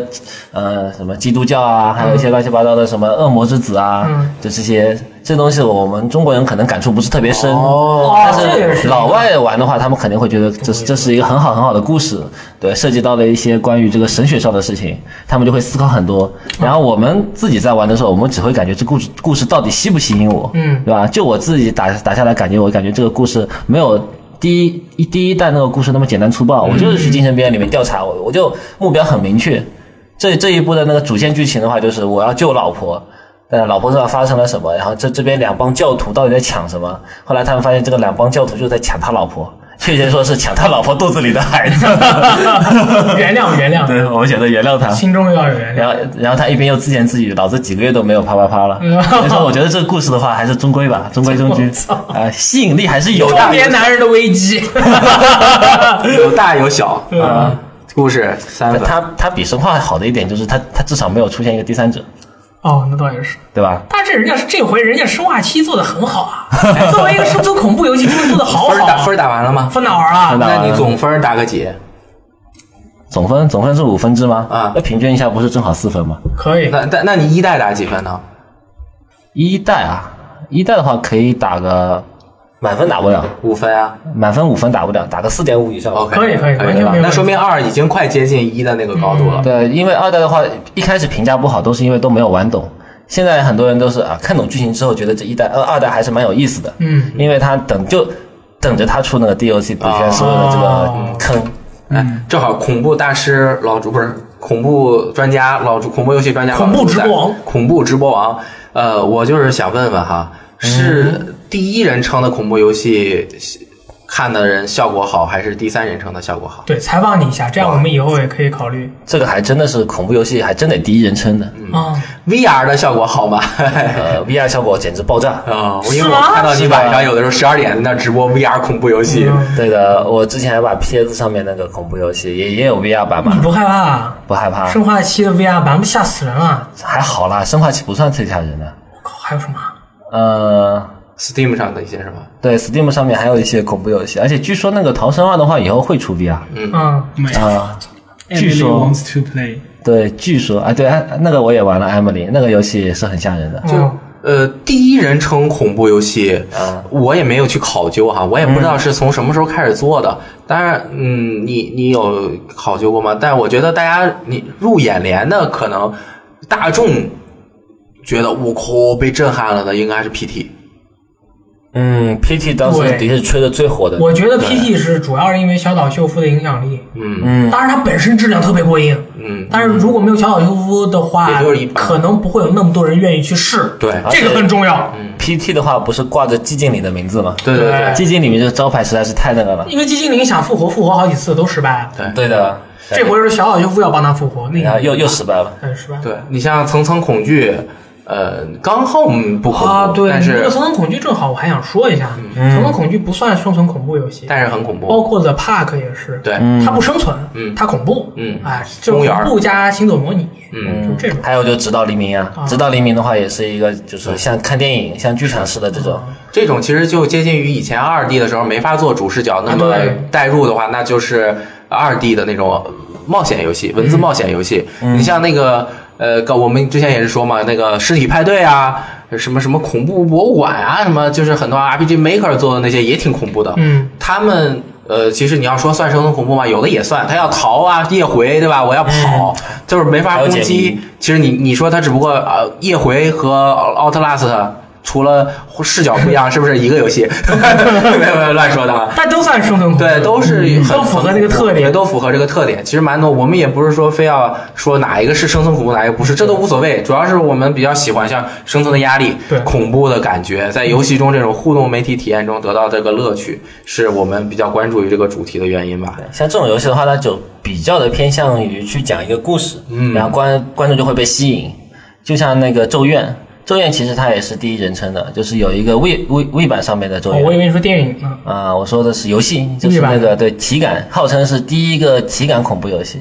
呃什么基督教啊，还有一些乱七八糟的什么恶魔之子啊，
嗯
就这些这东西，我们中国人可能感触不是特别深，
哦
但
这也
是
是
老外玩的话，他们肯定会觉得这是这是一个很好很好的故事，对，涉及到了一些关于这个神学上的事情，他们就会思考很多。然后我们自己在玩的时候，我们只会感觉这故事故事到底吸不吸引我，
嗯
对吧？就我自己打打下来，感觉我感觉这个故事没有。第一一第一代那个故事那么简单粗暴，我就是去精神病院里面调查，我我就目标很明确。这这一部的那个主线剧情的话，就是我要救老婆，但老婆身上发生了什么？然后这这边两帮教徒到底在抢什么？后来他们发现这个两帮教徒就在抢他老婆，确切说是抢他老婆肚子里的孩子。
原谅原谅，
对，我们选择原谅他。
心中要有原谅。
然后，然后他一边又自言自语，老子几个月都没有啪啪啪了。
嗯
所以说，我觉得这个故事的话，还是中规吧，中规中 矩
我操。
呃，吸引力还是有的。
中年男人的危 机，
有大有小啊，故事三分。
它它比神话好的一点就是它它至少没有出现一个第三者，
哦，那倒也是。
对吧？
但是人家是这回人家生化七做的很好 啊，作为一个生存恐怖游戏，真的做的好
分儿
好
打
啊。
分儿打完了吗？
分哪玩啊
分？打完
那
了
你总分儿打个几？
总分总分是五分制吗？
啊
那平均一下不是正好四分吗？
嗯
可以，
那那那你一代打几分呢？
一代啊，一代的话可以打个满分打不了，
五分啊。
满分五分打不了，打个四点五以上。
OK，
可以可以
可
完全没
对吧
有问题
那说明二已经快接近一的那个高度了。
对，因为二代的话一开始评价不好，都是因为都没有玩懂。现在很多人都是啊，看懂剧情之后觉得这一代、呃二代还是蛮有意思的，
嗯，
因为他等就等着他出那个 DLC 补全所有的这
哦
个坑。
嗯
哎，正好恐怖大师老朱不是恐怖专家老朱，恐怖游戏专家
恐怖
老朱在
直播王，
恐怖直播王。呃，我就是想问问哈，
嗯
是第一人称的恐怖游戏看的人效果好，还是第三人称的效果好？
对，采访你一下，这样我们以后也可以考虑
这个还真的是恐怖游戏，还真得第一人称的，
嗯
啊。
VR 的效果好吗？
呃，VR 效果简直 爆炸。
啊、我
是
因为我
吗
看到你晚
是吧
上有的时候十二点在那直播 VR 恐怖游戏，
嗯
对的，我之前还把 PS 上面那个恐怖游戏也也有 VR 版
你
嘛，
不害怕啊？
不害怕，
生化七的 VR 版不吓死人了？
还好啦，生化七不算最吓人的。
我靠，还有什么啊？
呃，
Steam 上的一些什么？
对，Steam 上面还有一些恐怖游戏，而且据说那个《逃生二》的话以后会出 VR 啊、
嗯，
据说
Emily wants to play，
对，据说啊，对，啊那个我也玩了，Emily 那个游戏也是很吓人的。
就
嗯
呃，第一人称恐怖游戏，
啊
我也没有去考究哈，我也不知
嗯
道是从什么时候开始做的。当然，嗯，你你有考究过吗？但我觉得大家你入眼帘的可能大众觉得我靠被震撼了的应该是 PT，
嗯，PT 当时
对
的确是吹的最火的。
我觉得 PT 是主要是因为小岛秀夫的影响力，
嗯
当然它本身质量特别过硬，
嗯，
但是如果没有小岛秀夫的话
也就是一，
可能不会有那么多人愿意去试。
对嗯
这个很重要，
PT 的话不是挂着寂静岭的名字吗？
对
对
对对
寂静岭这个招牌实在是太那个了。
因为寂静岭想复活，复活好几次都失败了。
对
对的，
这回是小岛秀夫要帮他复活，那
然后
个哎
又又失败了。
很失败。
对，你像层层恐惧，呃，刚 home 不恐怖，
啊，对，
但
你这
是嗯
个层层恐惧正好，我还想说一下，层
嗯
层恐惧不算生存恐怖游戏，
但是很恐怖，
包括 The Park 也是，
对，
它不生存，
嗯
它恐怖，
嗯
哎，就
公
是
园儿
恐怖加行走模拟，
嗯
就这种。
还有就直到黎明啊，直到黎明的话也是一个就是像看电影、像剧场式的这种。
啊
这种其实就接近于以前二 D 的时候没法做主视角，那么
啊对
代入的话，那就是二 D 的那种冒险游戏、文字冒险游戏。
嗯
你像那个呃，刚我们之前也是说嘛，那个尸体派对啊，什么什么恐怖博物馆啊，什么就是很多 RPG Maker 做的那些也挺恐怖的。
嗯，
他们。呃，其实你要说算生存恐怖嘛，有的也算。他要逃啊，夜回对吧？我要跑，就是没法
还有
攻
解
击
谜。
其实你你说它只不过呃夜回和 Outlast 除了视角不一样，是不是一个游戏？ 没有没有乱说的啊。
但都算生存恐怖，
对，都是很
都符合这个特
也
点。
都符合这个特点。其实蛮多，我们也不是说非要说哪一个是生存恐怖，哪一个不是，这都无所谓。主要是我们比较喜欢像生存的压力
对、
恐怖的感觉，在游戏中这种互动媒体体验中得到这个乐趣，是我们比较关注于这个主题的原因吧。
像这种游戏的话，它就比较的偏向于去讲一个故事，嗯，然后观观众就会被吸引。就像那个《咒怨》，《咒怨》其实它也是第一人称的，就是有一个 V V V 版上面的《咒
哦
怨》
我以为你说电影呢，
啊、我说的是游戏，就是
吧
那个对体感，号称是第一个体感恐怖游戏。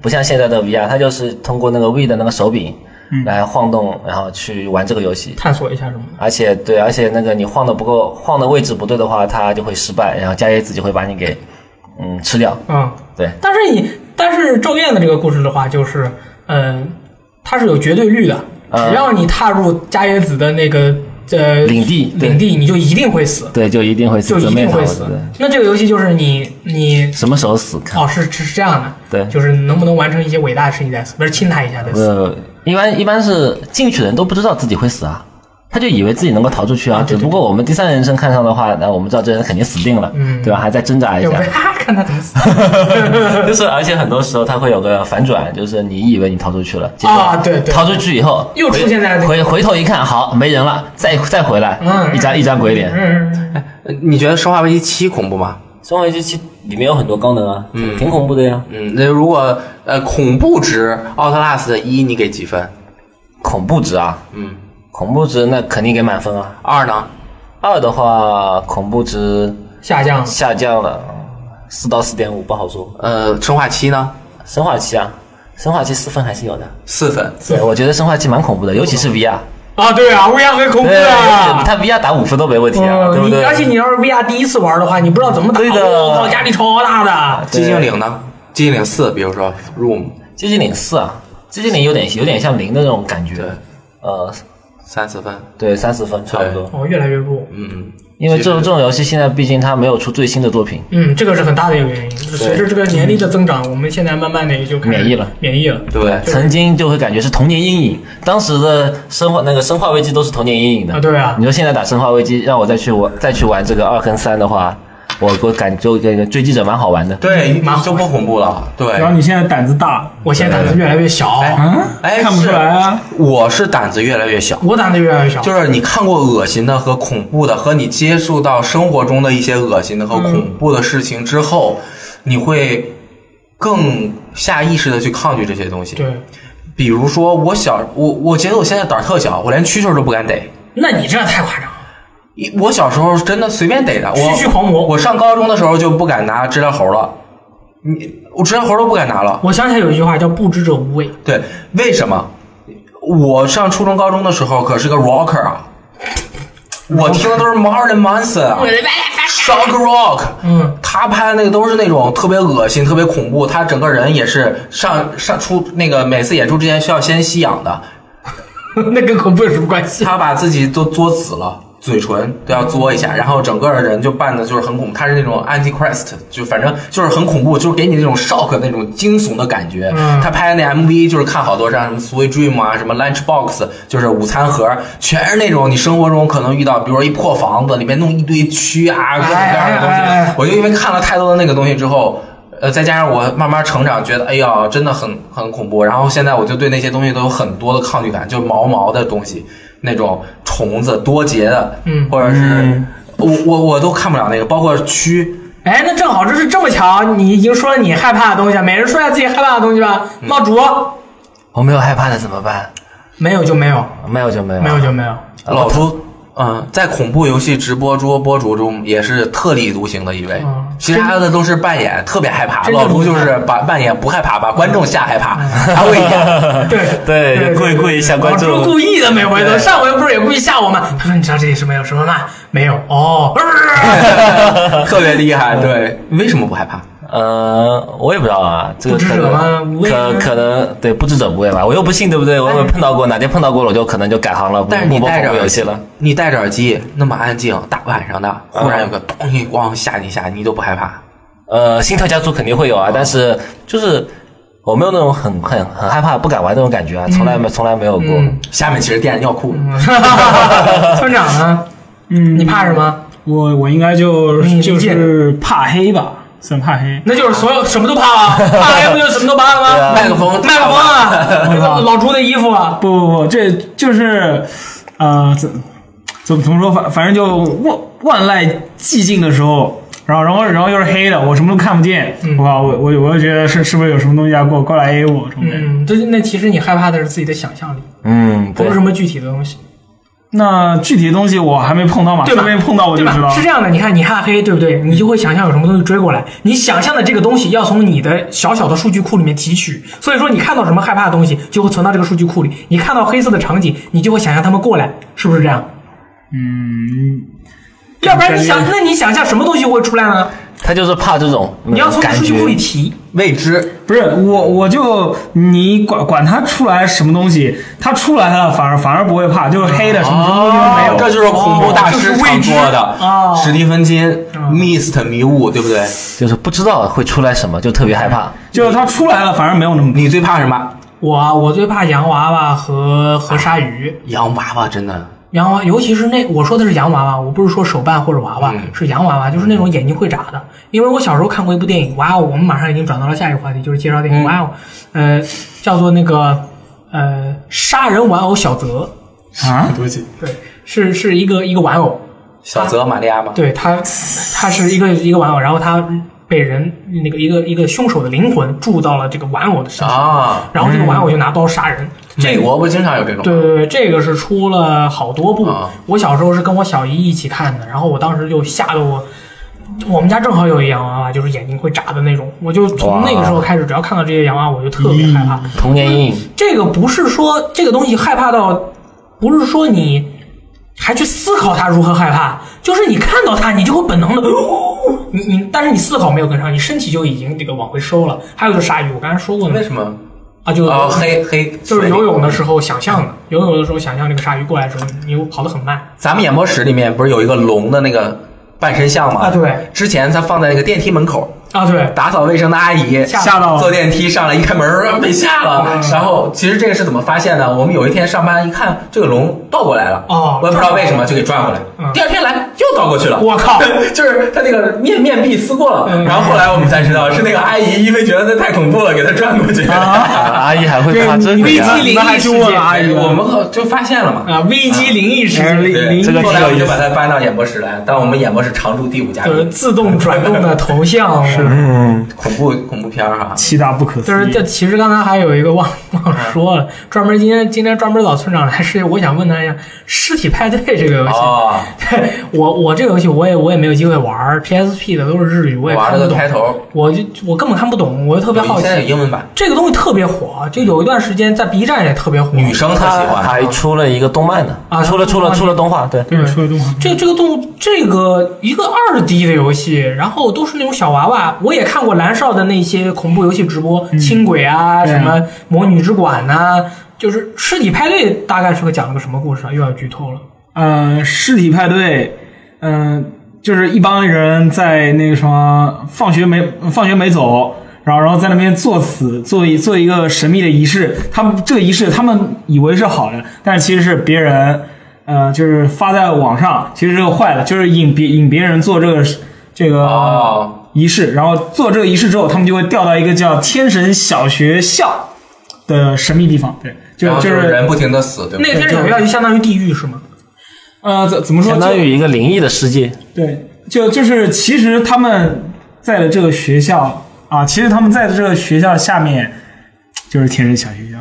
不像现在的 VR，它就是通过那个 V 的那个手柄来晃动，然后去玩这个游戏。
探索一下什么的。
而且对，而且那个你晃的不够，晃的位置不对的话，它就会失败，然后加叶子就会把你给嗯吃掉。
嗯，
对，
但是你但是《咒怨》的这个故事的话，就是嗯，它是有绝对律的，
呃
只要你踏入伽椰子的那个呃
领地对
领地，你就一定会死，
对，就一定会死，
就一
准备
定
他
会
们
死
对。
那这个游戏就是你你
什么时候死看？
哦是是这样的，
对
就是能不能完成一些伟大的事情再死，不是亲他一下再死。
呃，一般一般是进去的人都不知道自己会死啊，他就以为自己能够逃出去啊。只不过我们第三人称看上的话，那我们知道这人肯定死定了，
嗯
对吧？还在挣扎一
就
下
不，是 看他怎么死
就是而且很多时候他会有个反转，就是你以为你逃出去了，结果
啊！对对，
逃出去以后
又出现在那
回
个
回回头一看，好没人了，再再回来，
嗯
一张一张鬼脸。
嗯，嗯嗯
呃你觉得《生化危机七》恐怖吗？
生化危机七里面有很多功能啊，挺挺恐怖的呀。
嗯，那如果呃恐怖值奥特拉斯的一，你给几分？
恐怖值啊，
嗯，
恐怖值那肯定给满分啊。
二呢？
二的话，恐怖值
下降了
下降了，四到四点五不好说。
呃，生化七呢？
生化七啊，生化七四分还是有的。
四分。
对，我觉得生化七蛮恐怖的，尤其是 VR，
啊！对啊，乌鸦很恐怖
对，
啊！
它 VR 打五分都没问题啊，
嗯，
对不
你
对？
而且你要是 VR 第一次玩的话，你不知道怎么打，
对的
我靠，压力超大的。
寂静岭呢？寂静岭四，比如说 Room
寂静岭四啊，寂静岭有点有点像零的那种感觉。
对，
呃，
三四分。
对，三十分差不多。
哦，越来越弱。
嗯，
因为
其实
这这种游戏现在毕竟它没有出最新的作品，
嗯，这个是很大的一个原因。就是随着这个年龄的增长，我们现在慢慢的也就开始
嗯免疫了，
免疫了。
对不对？
曾经就会感觉是童年阴影。当时的生化那个生化危机都是童年阴影的
啊对啊
你说现在打生化危机，让我再去玩再去玩这个二跟三的话，我我感觉这个追击者蛮好玩的。
对，
蛮好
就不恐怖了。对，
然后你现在胆子大，
我现在胆子越来越小，
啊，
哎，
看不出来啊。
是。我是胆子越来越小，
我胆子越来越小。
就是你看过恶心的和恐怖的，和你接触到生活中的一些恶心的和
嗯
恐怖的事情之后，你会更下意识的去抗拒这些东西。
对，
比如说我小，我我觉得我现在胆儿特小，我连蛐蛐儿都不敢逮。
那你这太夸张了。
一我小时候真的随便逮的，我
区区狂魔
我上高中的时候就不敢拿知了猴了，你我知了猴都不敢拿了。
我想起来有一句话叫“不知者无畏
对，为什么？我上初中、高中的时候可是个 rocker 啊，我听的都是 Marilyn Manson 啊，shock rock，”。
嗯，
他拍的那个都是那种特别恶心、特别恐怖，他整个人也是上上出那个每次演出之前需要先吸氧的，
那跟恐怖有什么关系？
他把自己都作紫了，嘴唇都要作一下，然后整个人就扮的就是很恐怖。他是那种 Antichrist，就反正就是很恐怖，就是给你那种 shock 那种惊悚的感觉。
嗯
他拍的那 MV 就是看好多张什么 Sweet Dream 啊，什么 Lunchbox，就是午餐盒，全是那种你生活中可能遇到，比如说一破房子里面弄一堆蛆啊，各种各样的东西。
哎哎哎哎
我就因为看了太多的那个东西之后。呃，再加上我慢慢成长，觉得哎呀，真的很很恐怖。然后现在我就对那些东西都有很多的抗拒感，就毛毛的东西，那种虫子、多节的，
嗯
或者是我我我都看不了那个，包括蛆，
哎，那正好这是这么巧，你已经说了你害怕的东西啊了，每人说一下自己害怕的东西吧。
嗯
老主，
我没有害怕的怎么办？
没有就没有，
没有就没有，
没有就没有。
老朱，嗯，在恐怖游戏直播桌播主中也是特立独行的一位
嗯，
其他的都是扮演特别害怕，
真的
老朱就是把扮演不害怕，把观众吓害怕，
嗯
他会演。
对
对故意故意吓观众
老朱故意的每回都，上回不是也故意吓我吗？他说你知道这里是没有什么吗？没有哦，
特别厉害，对，为什么不害怕？
呃，我也不知道啊，这个
不知
可
者吗
能
无畏
可
呢
可能对不知者无畏吧，我又不信，对不对？我
哎
有碰到过，哪天碰到过了，我就可能就改行了，不
但是
不
你
播
戴
恐
着
怖游
耳
戏
机
了。，
你戴着耳机那么安静，大晚上的，忽然有个咚一咣吓你一下，你都不害怕。
呃，心跳加速肯定会有
哦
啊，但是就是我没有那种很很很害怕、不敢玩那种感觉啊，从来没从来没有过。
嗯
下面其实垫着尿裤，
村长呢？
嗯，
你怕什么？
我我应该就
你
就
理解
是怕黑吧，算怕黑。
那就是所有什么都怕啊，怕黑不就什么都怕 了吗？
麦克风，
麦克风啊，那个老朱的衣服啊，
不不不，这就是，呃，怎怎么怎么说？反反正就万万籁寂静的时候，然后然后然后又是黑的，我什么都看不见。
嗯
我靠，我我我就觉得是是不是有什么东西要过过来 A 我什么的？
嗯，就是那其实你害怕的是自己的想象力，
嗯，
不
对
是什么具体的东西，
那具体的东西我还没碰到嘛，
对吧
顺便碰到我
对
就知道
吧？
了。
是这样的，你看你怕黑，对不对？你就会想象有什么东西追过来，你想象的这个东西要从你的小小的数据库里面提取，所以说你看到什么害怕的东西就会存到这个数据库里，你看到黑色的场景，你就会想象他们过来，是不是这样？
嗯，
要不然你想，那你想象什么东西会出来呢？
他就是怕这种嗯
你要从
感
数
觉
据库里提，
未知，
不是我，我就你管管他出来什么东西，他出来了反而反而不会怕，就是黑的什么什么东西都没有。
哦这就是恐怖大师常说的嗯
哦
史蒂芬金 mist 迷雾，对不对？
就是不知道会出来什么，就特别害怕。
嗯
就是他出来了反而没有那么
你最怕什么？
我啊我最怕洋娃娃和和鲨鱼。
洋娃娃真的，
洋娃，尤其是那我说的是洋娃娃，我不是说手办或者娃娃，
嗯
是洋娃娃，就是那种眼睛会眨的。因为我小时候看过一部电影，哇哦，我们马上已经转到了下一个话题，就是介绍
嗯
电影，哇哦，呃，叫做那个呃杀人玩偶小泽，
啊。
对不起，
对，是是一个一个玩偶，
小泽玛利亚吗？
对他，他是一个一个玩偶，然后他被人那个一个一个凶手的灵魂注到了这个玩偶的身上，
啊，
然后这个玩偶就拿刀杀人。这
美
个
国不经常有这种？
对对对，这个是出了好多部
啊。
我小时候是跟我小姨一起看的，然后我当时就吓得我，我们家正好有一洋娃娃，就是眼睛会眨的那种，我就从那个时候开始，只要看到这些洋娃娃，我就特别害怕。
童年 阴影，
这个不是说这个东西害怕到，不是说你还去思考它如何害怕，就是你看到它，你就会本能的，哦你你，但是你思考没有跟上，你身体就已经这个往回收了。还有就是鲨鱼，我刚才说过的
为什么？
啊，就
哦，黑黑
就是
水里
游泳的时候想象的，游泳的时候想象那个鲨鱼过来的时候，你又跑得很慢
咱们演播室里面不是有一个龙的那个半身像吗？
啊，对
之前他放在那个电梯门口，
啊，对，
打扫卫生的阿姨
吓
吓到了
坐电梯上来，一开门儿被吓了。
嗯
然后其实这个是怎么发现的？我们有一天上班一看，这个龙倒过来了，
哦
我也不知道为什么就给转过来。
嗯
第二天来又倒过去了，
我靠，
就是他那个面面壁思过了。
嗯
然后后来我们才知道是那个阿姨因为觉得那太恐怖了，给他转过去。
啊 阿姨还会怕
这
这
你
个
危
呀
机？灵
你们还
异
去
事
问
件
了阿
哎
姨，
我们可就发现了嘛。
啊，危机灵异事
哎
件，
灵
对
灵
这个
后来我们就
挺有意思
把它搬到演播室来，但我们演播室常驻第五嘉
就是
宾，
自动转动的头像是。
嗯，
恐怖恐怖片儿哈。
其大不可
就是嗯
思议
这，。其实刚才还有一个忘忘说了，专门今天今天专门找村长来是我想问他一下尸体派对这个游戏。
哦，
我我这个游戏我也我也没有机会玩儿，PSP 的都是日语，我也
玩
看
了
不
个
懂，
开头，
我就我根本看不懂，我就特别好
现在有
奇。
英文版，
这个东西特别火，就有一段时间在 B 站也特别火。
女生特喜
他
欢。
还出了一个动漫呢，
啊
出了出了出了动画，对，
对，出了动画片。
这这个动这个一个二 D 的游戏，然后都是那种小娃娃。我也看过蓝少的那些恐怖游戏直播，轻轨啊，
对
什么魔女之馆呐、就是尸体派对，大概是个讲了个什么故事啊？又要剧透了。
呃，尸体派对，嗯、就是一帮人在那个什么，放学没放学没走，然后然后在那边作死，做一做一个神秘的仪式。他们这个仪式，他们以为是好的，但是其实是别人，呃，就是发在网上，其实是个坏的，就是引别引别人做这个这个。
哦，
仪式，然后做这个仪式之后，他们就会调到一个叫天神小学校的神秘地方，对，就
然后
就
就是
是
人不停的死，对不
那
对？
个天使小学校就相当于地狱是吗？
呃，怎怎么说，
相
就
当于一个灵异的世界。
对，就就是其实他们在的这个学校啊，其实他们在的这个学校下面就是天神小学校，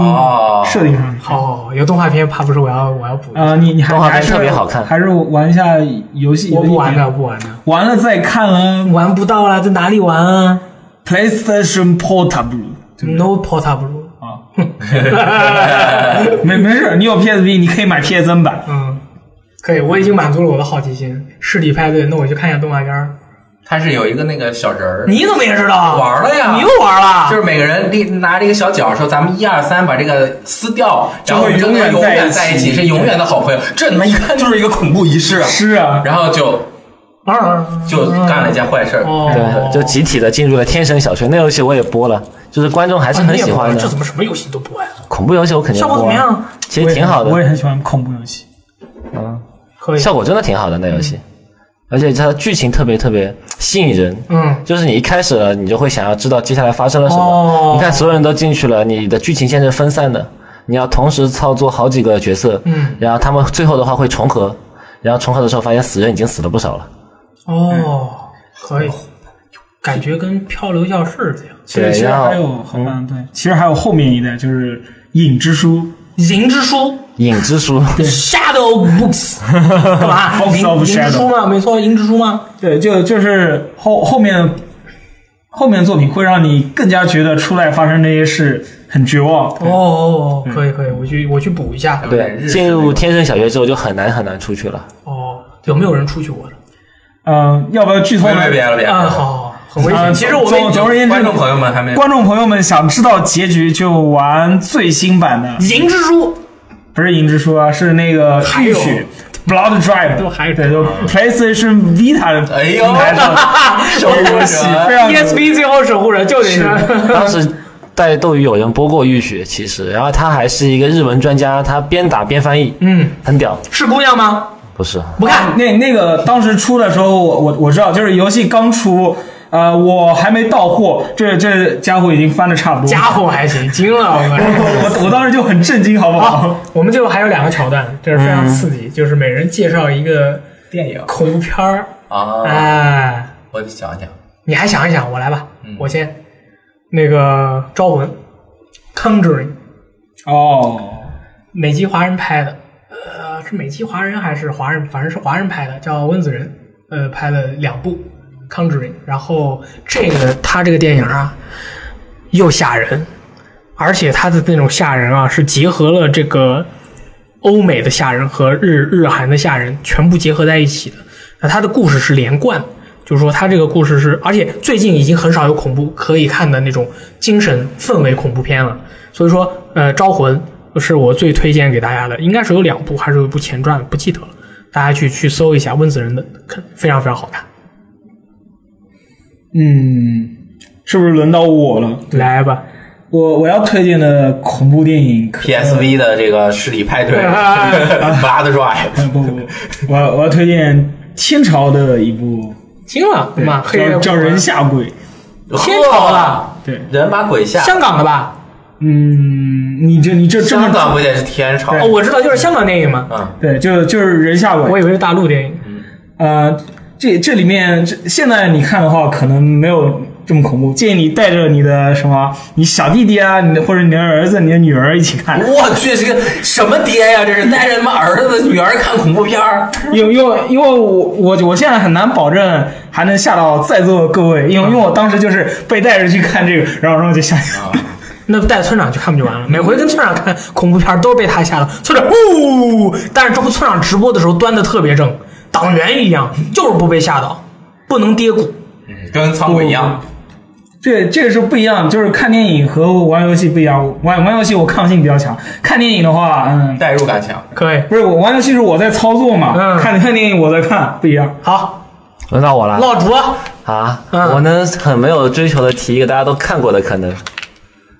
哦，
设定上是这样。
好、有动画片，怕不是我要我要补一下。
呃，你你还
动画片
还是
特别好看
还是玩一下游戏？
我不玩
游戏
的，我不玩的，
玩了再看了
玩不到了，在哪里玩啊
PlayStation Portable
？No portable。
啊， 没没事，你有 PSV，你可以买 PSN 版。
嗯，可以，我已经满足了我的好奇心。尸体派对，那我去看一下动画片儿。
他是有一个那个小人儿，
你怎么也知道？啊
玩了呀
你又玩了？
就是每个人立拿着一个小角，说咱们一二三把这个撕掉，然后我们
就
就
会
能
永
永
远
远
在
在
一
一
起
起，是永远的好朋友。这他妈一看就是一个恐怖仪式啊，
是啊，
然后就
玩了
就干了一件坏事儿。
嗯哦，
对，就集体的进入了天神小学那游戏，我也播了，就是观众还是
啊
很喜欢
这怎
的。
么什么游戏都不玩？啊
恐怖游戏我肯定
效果
播
怎么样
啊，其实挺好
我也
的，
很喜欢恐怖游戏。
可以，
效果真的挺好的那游戏，而且它的剧情特别特别吸引人。
嗯，
就是你一开始了，你就会想要知道接下来发生了什
哦
么。你看所有人都进去了，你的剧情线是分散的，你要同时操作好几个角色，
嗯，
然后他们最后的话会重合，然后重合的时候发现死人已经死了不少了。
哦，可以，感觉跟漂流教室这样。
其实
对
其实
然后
还有好吧，对，其实还有后面一代就是影之书，
银之书
影之书，
（Shadow Books） 干嘛？
Books
银
of
银之书吗？没错，银之书吗？
对，就就是后后面后面的作品会让你更加觉得初代发生这些事很绝望。
哦哦，哦可以可以，我去我去补一下。
有点
对，
日式
进
那
入
种
天神小学之后就很难很难出去了。
哦，有没有人出去过的？
呃，要不要剧透
别
呢？
别别了别了，
啊，好好好，很危
啊
险。其实我
总总
们
而言之
观众朋友们还没
观众朋友们想知道结局就玩最新版的，
银蜘蛛
不是银之书啊，是那个
还有
浴血 Blood
都
Drive，
还有
对，就 PlayStation Vita 的
哎呦
平台的
守护
游戏，非
者，
常牛逼。
，ESP 最后守护人就得是
当时在斗鱼有人播过《浴血》，其实，然后他还是一个日文专家，他边打边翻译，
嗯，
很屌。
是姑娘吗？
不是，
不看，
那那个当时出的时候，我我我知道，就是游戏刚出，呃，我还没到货，这这家伙已经翻的差不多了。
家伙还行，惊了我们。
我我当时就很震惊，好不好
好？，我们最后还有两个桥段，这是非常刺激，就是每人介绍一个
电影
恐怖片儿。
啊，
哎，
我想想，
你还想一想，我来吧
嗯，
我先。那个《招魂》，Conjuring，
哦，
美籍华人拍的，呃，是美籍华人还是华人？反正是华人拍的，叫温子仁，呃，拍了两部《Conjuring》，然后这个他这个电影啊，又吓人，而且他的那种吓人啊，是结合了这个欧美的吓人和日日韩的吓人全部结合在一起的。那它的故事是连贯的，就是说它这个故事是，而且最近已经很少有恐怖可以看的那种精神氛围恐怖片了。所以说，呃，《招魂》是我最推荐给大家的，应该是有两部还是有一部前传，不记得了。大家去去搜一下温子仁的，看非常非常好看。
嗯，是不是轮到我了？
来吧，
我我要推荐的恐怖电影 可
PSV 的这个尸体派对，Blood Drive，
不不，不，我我要推荐天朝的一部，
惊了，对吗？黑
叫
人
叫人吓鬼。
天朝
啊
了，
对，
人把鬼吓，
香港的吧？
嗯，你这你这这
香
么
港不也是天朝？
哦，我知道，就是香港电影嘛。
嗯，
对，就就是人吓
我
鬼。
以为是大陆电影。
呃，这这里面这现在你看的话，可能没有这么恐怖。建议你带着你的什么，你小弟弟啊，你的或者你的儿子、你的女儿一 起看，
我去，这个什么爹呀？这是带着他妈儿子女儿看恐怖片儿，
因为因为因为我我我现在很难保证还能吓到在座的各位，因为因为我当时就是被带着去看这个，然后然后就吓到。
那带村长去看不就完了？每回跟村长看恐怖片儿都被他吓到，村长呜，但是中村长直播的时候端的特别正，党员一样，就是不被吓到，不能跌谷。
跟苍鬼一样。
嗯
这这个是不一样，就是看电影和玩游戏不一样。玩玩游戏我抗性比较强，看电影的话，嗯，
代入感强，
可以，
不是我玩游戏是我在操作嘛，
嗯
看看电影我在看，不一样。
好，
轮到我了
老卓，
啊！
嗯
我呢很没有追求的提一个大家都看过的，可能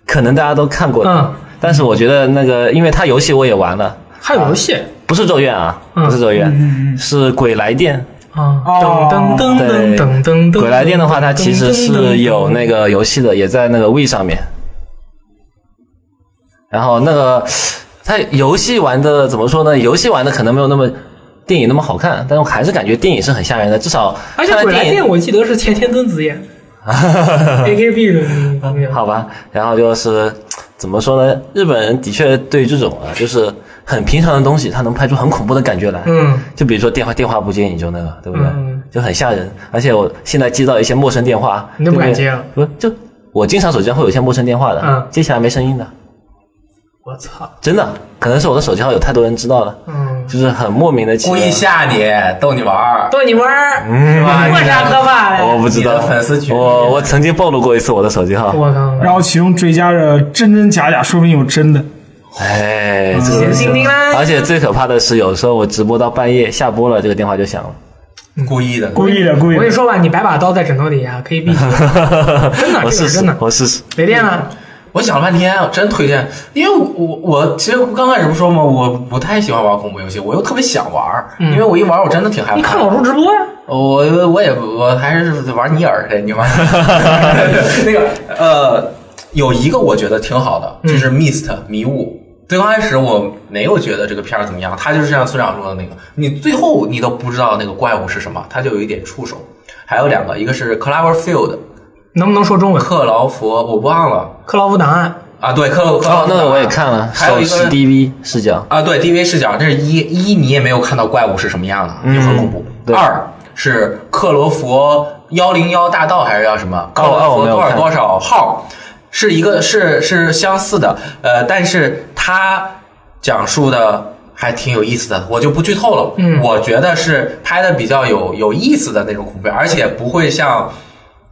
可能大家都看过的，
嗯
但是我觉得那个，因为他游戏我也玩了，
还有游戏
不是咒怨啊，
嗯
不是咒怨，
嗯嗯嗯
是鬼来电。
啊，
哦
噔噔噔
对，
噔噔噔，
鬼来电的话，它其实是有那个游戏的，也在那个 We 上面。然后那个它游戏玩的怎么说呢？游戏玩的可能没有那么电影那么好看，但是我还是感觉电影是很吓人的，至少
而且
看了
鬼来
电
电
影。
我记得是前田敦子 演，AKB 的那个，
好吧，然后就是怎么说呢？日本人的确对这种啊，就是很平常的东西，他能拍出很恐怖的感觉来。
嗯，
就比如说电话电话不接你就那个，对不对？
嗯
就很吓人。而且我现在接到一些陌生电话，
你都不敢
对对
接了。啊
不就我经常手机上会有一些陌生电话的，
嗯
接起来没声音的，
我操，
真的，可能是我的手机号有太多人知道了，
嗯，
就是很莫名的
故意吓你，逗你玩儿，
逗你玩儿，
是吧？
没啥可怕
嗯我
的。
不知
你
道
的粉丝群
我我曾经暴露过一次我的手机号，
我靠，
然后其中追加着真真假假，说不定有真的。
哎，这
嗯行
是
行行啦
而且最可怕的是，有时候我直播到半夜下播了，这个电话就响了。
故意的。
故意的，故意
我跟你
的。
说吧，你摆把刀在枕头底下可以避邪。真的，
我
这
试
个
试
真的，。
我试试。
雷电啊呢？
我想了半天，我真推荐，因为我我其实刚开始不说嘛，我不太喜欢玩恐怖游戏，我又特别想玩儿，
嗯
因为我一玩儿我真的挺害怕的。
你看老叔直播呀？
我我也不我还是玩尼尔去，你 玩那个呃，有一个我觉得挺好的，就是
嗯
Mist 迷雾。最刚开始我没有觉得这个片儿怎么样，它就是像村长说的那个，你最后你都不知道那个怪物是什么，它就有一点触手。还有两个，一个是 Cloverfield
能不能说中文？
克劳佛，我忘了
克劳夫档案，
啊，对克克劳
哦，
夫
那个我也看了，
还有
手
一
持
个
DV 视角。
啊，对，DV 视角，这是一一，你也没有看到怪物是什么样
嗯
的，就很恐怖。
对
二是克罗佛幺零幺大道还是叫什么？克
哦哦
罗
我
佛
没有
多少
看
多少号？是一个是是相似的，呃，但是它讲述的还挺有意思的，我就不剧透了。
嗯
我觉得是拍的比较有有意思的那种恐怖片，而且不会像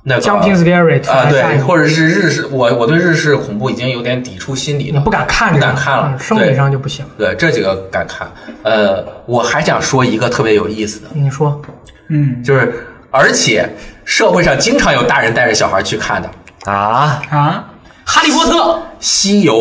那个
Jumping Spirit
啊、
还
对，
下一个
或者是日式，我我对日式恐怖已经有点抵触心理
你
了，
不敢看着，
不敢看了
嗯生理
对
上就不行。
对这几个敢看。呃，我还想说一个特别有意思的，
你说
嗯
就是而且社会上经常有大人带着小孩去看的《
啊，
啊，
《哈利波特
西游》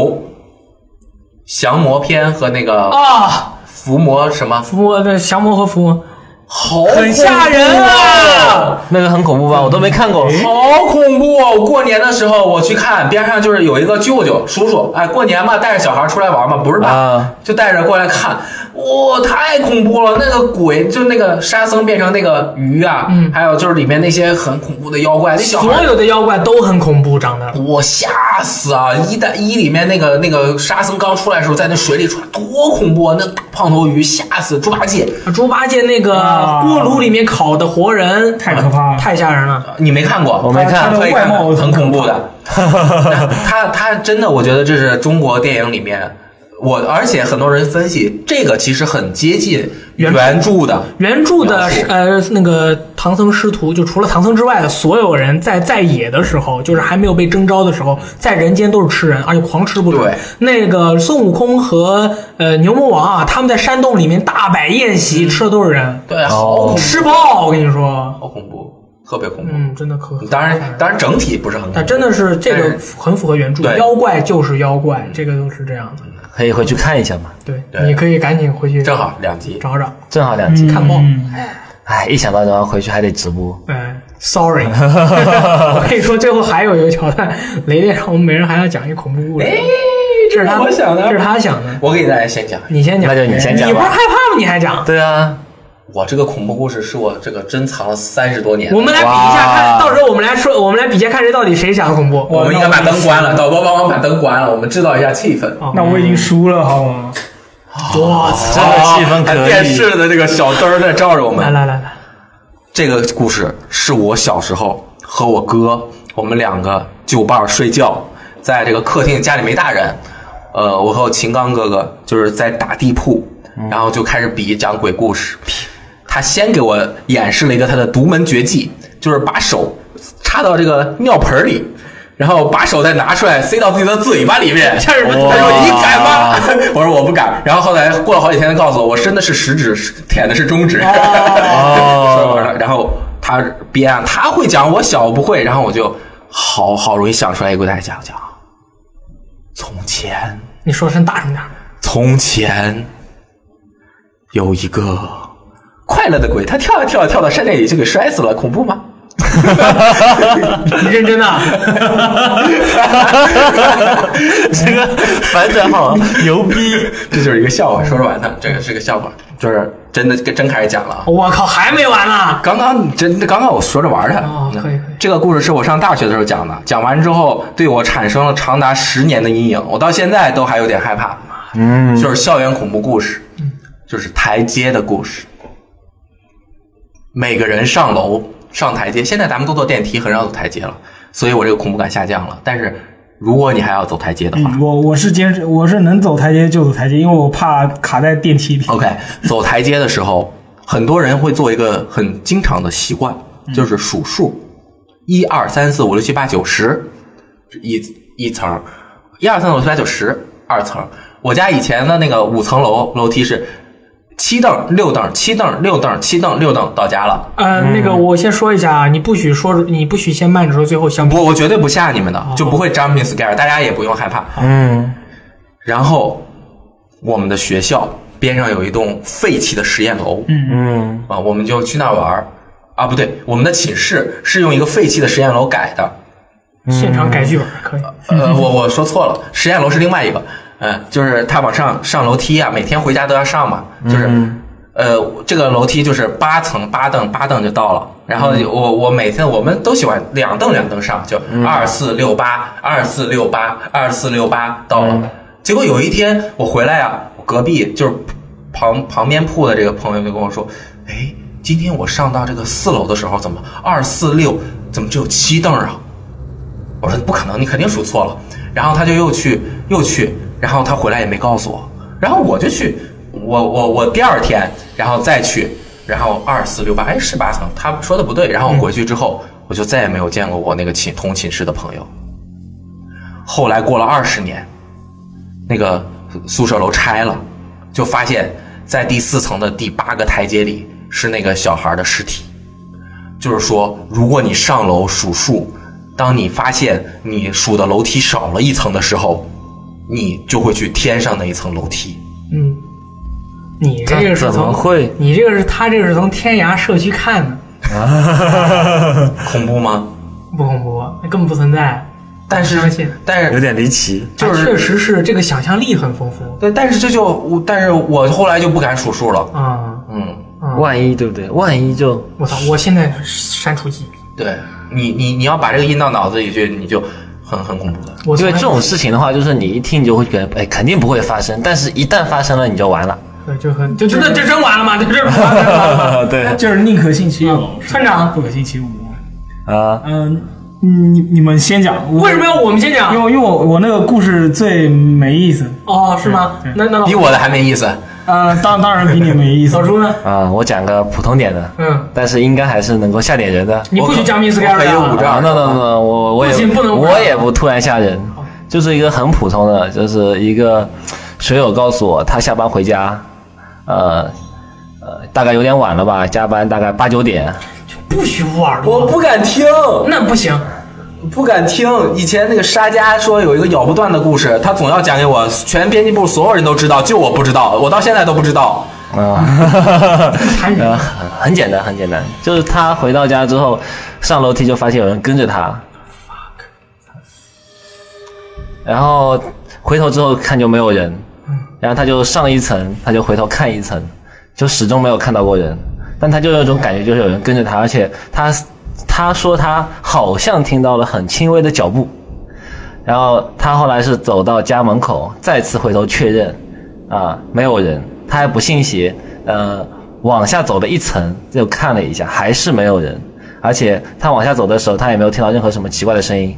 降魔篇和那》个
啊，
伏魔什么，
伏魔的降魔和伏魔
好
很吓人啊！
那个很恐怖吧？我都没看过。
好恐怖哦！过年的时候我去看，边上就是有一个舅舅叔叔，哎，过年嘛，带着小孩出来玩嘛，不是吧？
啊
就带着过来看，哇、太恐怖了！那个鬼就那个沙僧变成那个鱼啊，
嗯
还有就是里面那些很恐怖的妖怪，那小孩
所有的妖怪都很恐怖，长得
我吓死啊！一代一里面那个那个沙僧刚出来的时候，在那水里穿，多恐怖啊！那大胖头鱼吓死猪八戒，
猪八戒那个
啊
锅炉里面烤的活人，
太可怕了。
太吓人了。
啊你没看过？
我没
他
看
的
可以
外
看看
貌
很恐怖的。他他真的，我觉得这是中国电影里面，我而且很多人分析这个其实很接近
原
原著的。
原著的
描述
呃那个唐僧师徒，就除了唐僧之外的所有人在在野的时候，就是还没有被征召的时候，在人间都是吃人，而且狂吃不止
对。
那个孙悟空和呃牛魔王啊，他们在山洞里面大摆宴席，吃的都是人，
对，好恐怖，
吃爆！我跟你说，
哦好恐怖，特别恐怖。
嗯，真的可
当然，当然整体不是很恐怖，
但真的是这个
但是
很符合原著，
对
妖怪就是妖怪，这个都是这样的。
可以回去看一下嘛，
对，
对
你可以赶紧回去
正好两集。
找找。
正好两集。
看报
嗯
哎，一想到然后回去还得直播，
哎，sorry，我跟你说，最后还有一个桥段，雷电让我们每人还要讲一恐怖故事，这是他
哎我想的
这是他想的，
我给大家先讲，
你先讲，
那就你先讲吧
你不是害怕吗？你还讲？
对啊，
我这个恐怖故事是我这个珍藏了三十多年。
我们来比一下，
哇
看到时候我们来说，我们来比一下，看谁到底谁讲的恐怖。
我们应该把灯关了，导播帮忙把灯关了，我们制造一下气氛。
哦
那我已经输了，好吗？
我操！
这个哦气氛
哦
可以。
电视的这个小灯儿在照着我们
来。来来来，
这个故事是我小时候和我哥，我们两个就伴儿睡觉，在这个客厅，家里没大人，呃，我和我秦刚哥哥就是在打地铺，然后就开始比讲鬼故事。他先给我演示了一个他的独门绝技，就是把手插到这个尿盆儿里。然后把手再拿出来，塞到自己的嘴巴里面。
这是什么
他说：“你敢吗
哇？”
我说：“我不敢。”然后后来过了好几天，他告诉我，我伸的是食指，是舔的是中指。
哦
然后他编啊，他会讲，我小不会，然后我就好好容易想出来一个，给大家讲讲。从前，
你说声大声点儿。
从前有一个快乐的鬼，他跳啊跳啊跳到山里就给摔死了，恐怖吗？
你认真的啊？
这个反 转好牛逼！
这就是一个笑话，说着玩的，这个是个笑话，就是真的真开始讲了啊。
我靠，还没完呢！
刚刚你真，刚刚我说着玩儿的。
哦可以可以
这个故事是我上大学的时候讲的，讲完之后对我产生了长达十年的阴影，我到现在都还有点害怕。嗯，就是校园恐怖故事，
嗯
就是台阶的故事。每个人上楼上台阶，现在咱们都坐电梯，很少走台阶了，所以我这个恐怖感下降了。但是如果你还要走台阶的话，
嗯，我我是坚持，我是能走台阶就走台阶，因为我怕卡在电梯里。
哦
OK，走台阶的时候，很多人会做一个很经常的习惯，就是数数，一二三四五六七八九十，一一层儿，一二三四五六七八九十，二层儿。我家以前的那个五层楼楼梯是七凳儿六凳儿七凳儿六凳儿七凳儿六凳儿到家了。
呃，那
嗯
个我先说一下啊，你不许说，你不许先慢着说，最后相比。
我我绝对不吓你们的，就不会 jumping scare，大家也不用害怕。
嗯，
然后我们的学校边上有一栋废弃的实验楼，嗯嗯，啊，我们就去那儿玩儿啊，不对，我们的寝室是用一个废弃的实验楼改的，
嗯
现场改剧本可以。
呃，我我说错了，实验楼是另外一个，呃，就是他往上上楼梯啊，每天回家都要上嘛，就是。呃，这个楼梯就是八层八凳八凳就到了，然后我我每天我们都喜欢两凳两凳上，就二四六八二四六八二四六八到了。结果有一天我回来啊，我隔壁就是旁旁边铺的这个朋友就跟我说，哎，今天我上到这个四楼的时候，怎么二四六怎么只有七凳啊？我说不可能，你肯定数错了。然后他就又去又去，然后他回来也没告诉我。然后我就去我我我第二天然后再去，然后二四六八，哎，是八层，他说的不对。然后我回去之后，我就再也没有见过我那个寝同寝室的朋友。后来过了二十年，那个宿舍楼拆了，就发现，在第四层的第八个台阶里是那个小孩的尸体。就是说，如果你上楼数数，当你发现你数的楼梯少了一层的时候，你就会去添上那一层楼梯。
嗯，你这个是
怎
从
么会？
你这个是他这个是从天涯社区看的，
恐怖吗？
不恐怖，那根本不存在。
但是
相信，
但是
有点离奇。
他
就是
确实是这个想象力很丰富
对，但是这就我，但是我后来就不敢数数了。
啊
嗯，
啊！
万一对不对？万一就
我操！我现在删除记忆，
对你，你你要把这个印到脑子里去，你就很很恐怖的。
我
因
从
为
来
这种事情的话，就是你一听你就会觉得，哎，肯定不会发生，但是一旦发生了，你就完了。
对就很就真的就真完了吗？就 真完了真完了吗。
对啊、
就是宁可信其有，
村长
啊不可信其无。
啊
嗯，你你们先讲，我
为什么要我们先讲
因？为因为我我那个故事最没意思。
哦，是吗？那那
嗯比
老
我的还没意思。
呃，当当然比你没意思
老。朱呢？
啊我讲个普通点的，
嗯，
但是应该还是能够吓点人的。
你不许讲密斯盖尔
我可以
的
有五
啊
张
啊，那那那，我我也
不行不能不能
我也不突然吓人，就是一个很普通的，就是一个水友告诉我，他下班回家，呃呃，大概有点晚了吧，加班大概八九点，
不许捂耳朵，
我不敢听，
那不行。
不敢听。以前那个沙家说有一个咬不断的故事，他总要讲给我，全编辑部所有人都知道，就我不知道，我到现在都不知道。
啊，
残忍
呃，很很简单，很简单，就是他回到家之后，上楼梯就发现有人跟着他，然后回头之后看就没有人，然后他就上一层，他就回头看一层，就始终没有看到过人，但他就有一种感觉，就是有人跟着他，而且他他说他好像听到了很轻微的脚步，然后他后来是走到家门口，再次回头确认，啊，没有人，他还不信邪，呃，往下走了一层，又看了一下，还是没有人，而且他往下走的时候，他也没有听到任何什么奇怪的声音，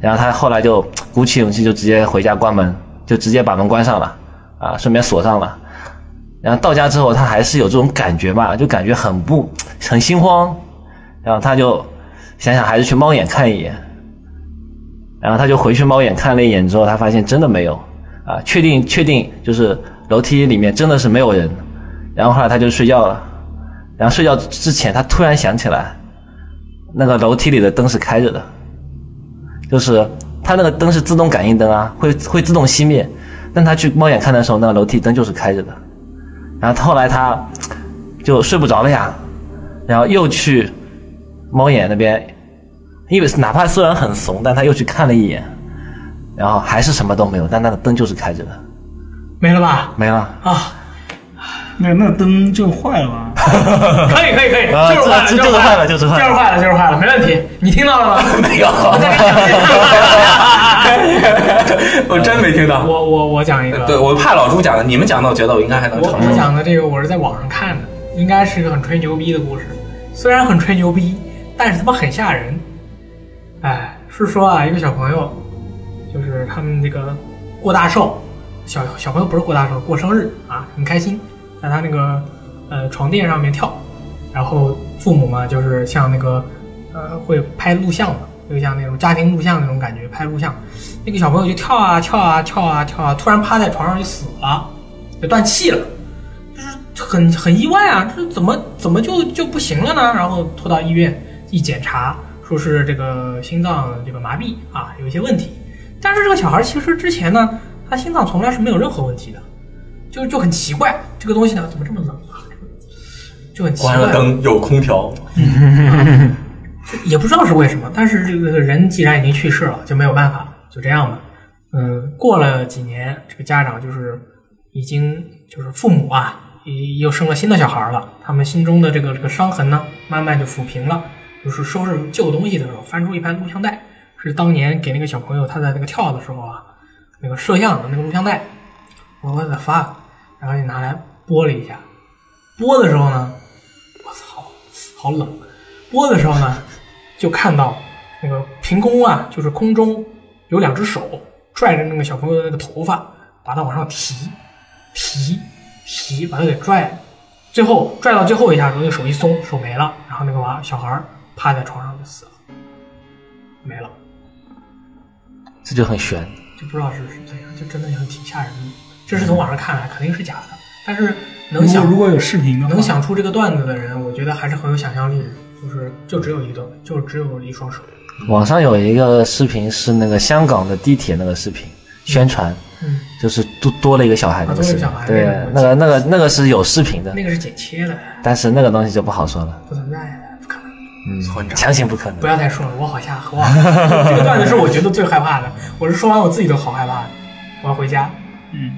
然后他后来就鼓起勇气，就直接回家关门，就直接把门关上了，啊，顺便锁上了。然后到呃家之后，他还是有这种感觉嘛，就感觉很不很心慌，然后他就想想还是去猫眼看一眼，然后他就回去猫眼看了一眼之后，他发现真的没有啊，确定确定就是楼梯里面真的是没有人，然后后来他就睡觉了，然后睡觉之前他突然想起来，那个楼梯里的灯是开着的，就是他那个灯是自动感应灯啊，会会自动熄灭，但他去猫眼看的时候，那个楼梯灯就是开着的，然后后来他就睡不着了呀，然后又去猫眼那边因为哪怕虽然很怂，但他又去看了一眼，然后还是什么都没有，但那个灯就是开着的，
没了吧？
没了。
啊，
那那灯就坏了吧？
可以可以可以，
啊
就是坏了，
这这
是坏
这就是坏了
就是坏了，就是坏了，没问题。你听到了吗？
没有， 我真没听到。
我我我讲一 个，
对，我怕老朱讲的，你们讲的，我觉得我应该还能
我
承
我
受。
讲的这个我是在网上看的，应该是个很吹牛逼的故事，虽然很吹牛逼，但是他妈很吓人。哎，是说啊，一个小朋友，就是他们这个过大寿，小小朋友不是过大寿，过生日啊，很开心，在他那个呃床垫上面跳，然后父母嘛，就是像那个呃会拍录像嘛，就像那种家庭录像那种感觉，拍录像，那个小朋友就跳啊跳啊跳啊跳啊，突然趴在床上就死了，就断气了。就是很很意外啊，这怎么怎么就就不行了呢？然后拖到医院一检查，说是这个心脏这个麻痹啊，有一些问题。但是这个小孩其实之前呢，他心脏从来是没有任何问题的，就就很奇怪，这个东西呢怎么这么冷啊？就很奇怪。
关了灯，有空调。
也不知道是为什么，但是这个人既然已经去世了，就没有办法了，就这样吧。嗯，过了几年，这个家长就是已经就是父母啊，也又生了新的小孩了，他们心中的这个这个伤痕呢，慢慢就抚平了。就是收拾旧东西的时候，翻出一盘录像带，是当年给那个小朋友他在那个跳的时候啊，那个摄像的那个录像带。我我的 fuck，然后就拿来播了一下，播的时候呢，我操，好冷。播的时候呢，就看到那个凭空啊，就是空中有两只手拽着那个小朋友的那个头发，把他往上提，提，皮把他给拽了，最后拽到最后一下的时候，那个手一松，手没了，然后那个娃小孩儿趴在床上就死了，没了，
这就很悬。
就不知道是是怎样，就真的很挺吓人的。这是从网上看来，肯定是假的，但是能想
如果有视频的话，
能想出这个段子的人，我觉得还是很有想象力的。就是就只有一个，就只有一双手。
网上有一个视频是那个香港的地铁那个视频宣传，
嗯，
就是多多了一个小孩那个视频
啊多了，一个小
对
孩，
那个那个那个是有视频的，
那个是剪切的，
但是那个东西就不好说了，
不存在的，不可能。
嗯
村，长
强行不可
不
能。
要再说了，我好吓，我好 吓这个段子是我觉得最害怕的。我是说完我自己都好害怕，我要回家。
嗯。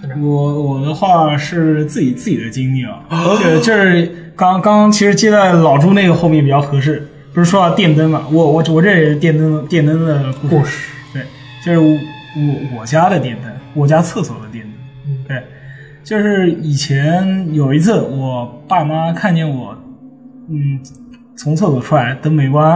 村长，
我我的话是自己自己的经历啊，这这是刚刚其实接在老朱那个后面比较合适，不是说到电灯嘛，我我我这也是电灯电灯的故
故
事，
事，
对，就是我我家的电灯，我家厕所的电灯，
嗯
对，就是以前有一次我爸妈看见我，嗯，从厕所出来灯没关，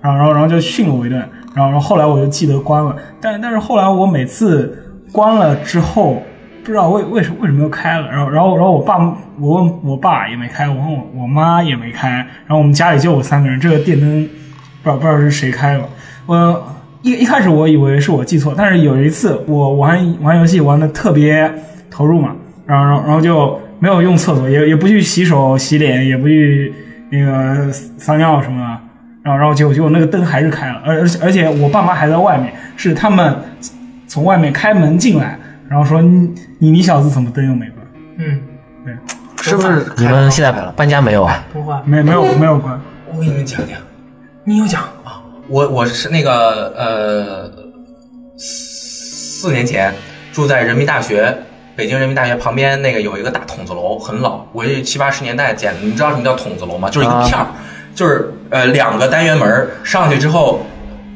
然后然后然后就训了我一顿，然后然后后来我就记得关了，但但是后来我每次关了之后。不知道为为什为什么又开了，然后然后然后我爸我问我爸也没开，我问我我妈也没开，然后我们家里就我三个人，这个电灯不知道不知道是谁开了。我一一开始我以为是我记错，但是有一次我玩玩游戏玩的特别投入嘛，然后然后然后就没有用厕所，也也不去洗手洗脸，也不去那个撒尿什么的，然后然后结果结果那个灯还是开了，而而且而且我爸妈还在外面，是他们从外面开门进来，然后说你你你小子怎么灯又没关？
嗯，
对，
是不是？
你们现在搬家没有啊？
不话，
没没有没有关，
我给你们讲讲，
你有讲啊？
我我是那个呃，四年前住在人民大学，北京人民大学旁边那个有一个大筒子楼，很老，我也七八十年代建的。你知道什么叫筒子楼吗？就是一个片儿，就是呃两个单元门儿上去之后，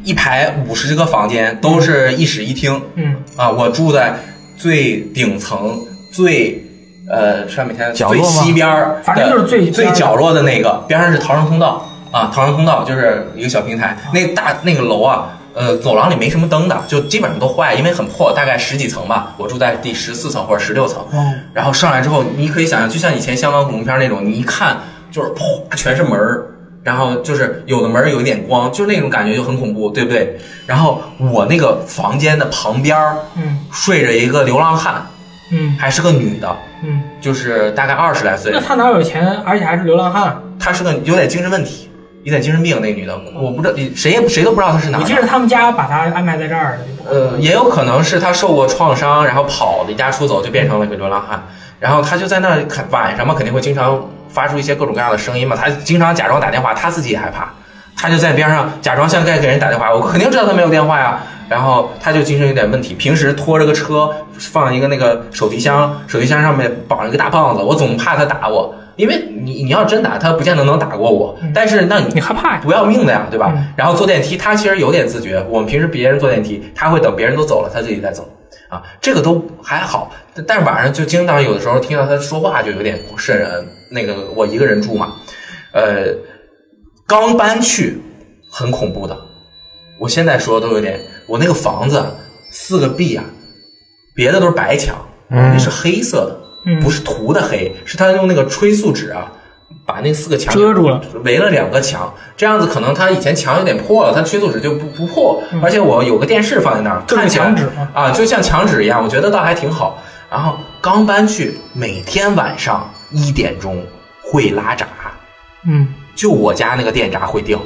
一排五十个房间，都是一室一厅。
嗯，
啊，我住在最顶层最。呃，上面天
角
最
落吗
西边儿的，
反正就是最
最
边儿
角落的那个，边上是逃生通道啊，逃生通道就是一个小平台。那大那个楼啊，呃，走廊里没什么灯的，就基本上都坏，因为很破，大概十几层吧。我住在第十四层或者十六层，
哦，
然后上来之后，你可以想象，就像以前香港恐怖片那种，你一看就是啪，全是门儿，然后就是有的门儿有一点光，就那种感觉就很恐怖，对不对？然后我那个房间的旁边儿
嗯
睡着一个流浪汉，
嗯
还是个女的，
嗯，
就是大概二十来岁
那，他哪有钱，而且还是流浪汉？
她是个有点精神问题，有点精神病那女的，我不知道谁也谁都不知道她是哪
我
儿
记
的
得。他们家把他安排在这儿的，就不
呃，也有可能是他受过创伤，然后跑离家出走，就变成了一个流浪汉。然后他就在那儿看晚上嘛，肯定会经常发出一些各种各样的声音嘛。他经常假装打电话，他自己也害怕，他就在边上假装像在给人打电话。我肯定知道他没有电话呀。然后他就精神有点问题，平时拖着个车，放一个那个手提箱，手提箱上面绑一个大棒子。我总怕他打我，因为你你要真打他，不见得能打过我。但是那你
你害怕呀？
不要命的呀，对吧？
嗯
然后坐电梯，他其实有点自觉。我们平时别人坐电梯，他会等别人都走了，他自己再走啊，这个都还好。但但是晚上就经常有的时候听到他说话，就有点不瘆人。那个我一个人住嘛，呃，刚搬去很恐怖的。我现在说都有点，我那个房子四个壁啊，别的都是白墙，那是黑色的，
嗯
不是涂的黑，是他用那个吹塑纸啊，把那四个墙
遮住了，
围了两个墙，这样子可能他以前墙有点破了，他吹塑纸就不不破，而且我有个电视放在那儿，
嗯就是
看起来
墙纸嘛
啊，就像墙纸一样，我觉得倒还挺好。然后刚搬去，每天晚上一点钟会拉闸，
嗯，
就我家那个电闸会掉，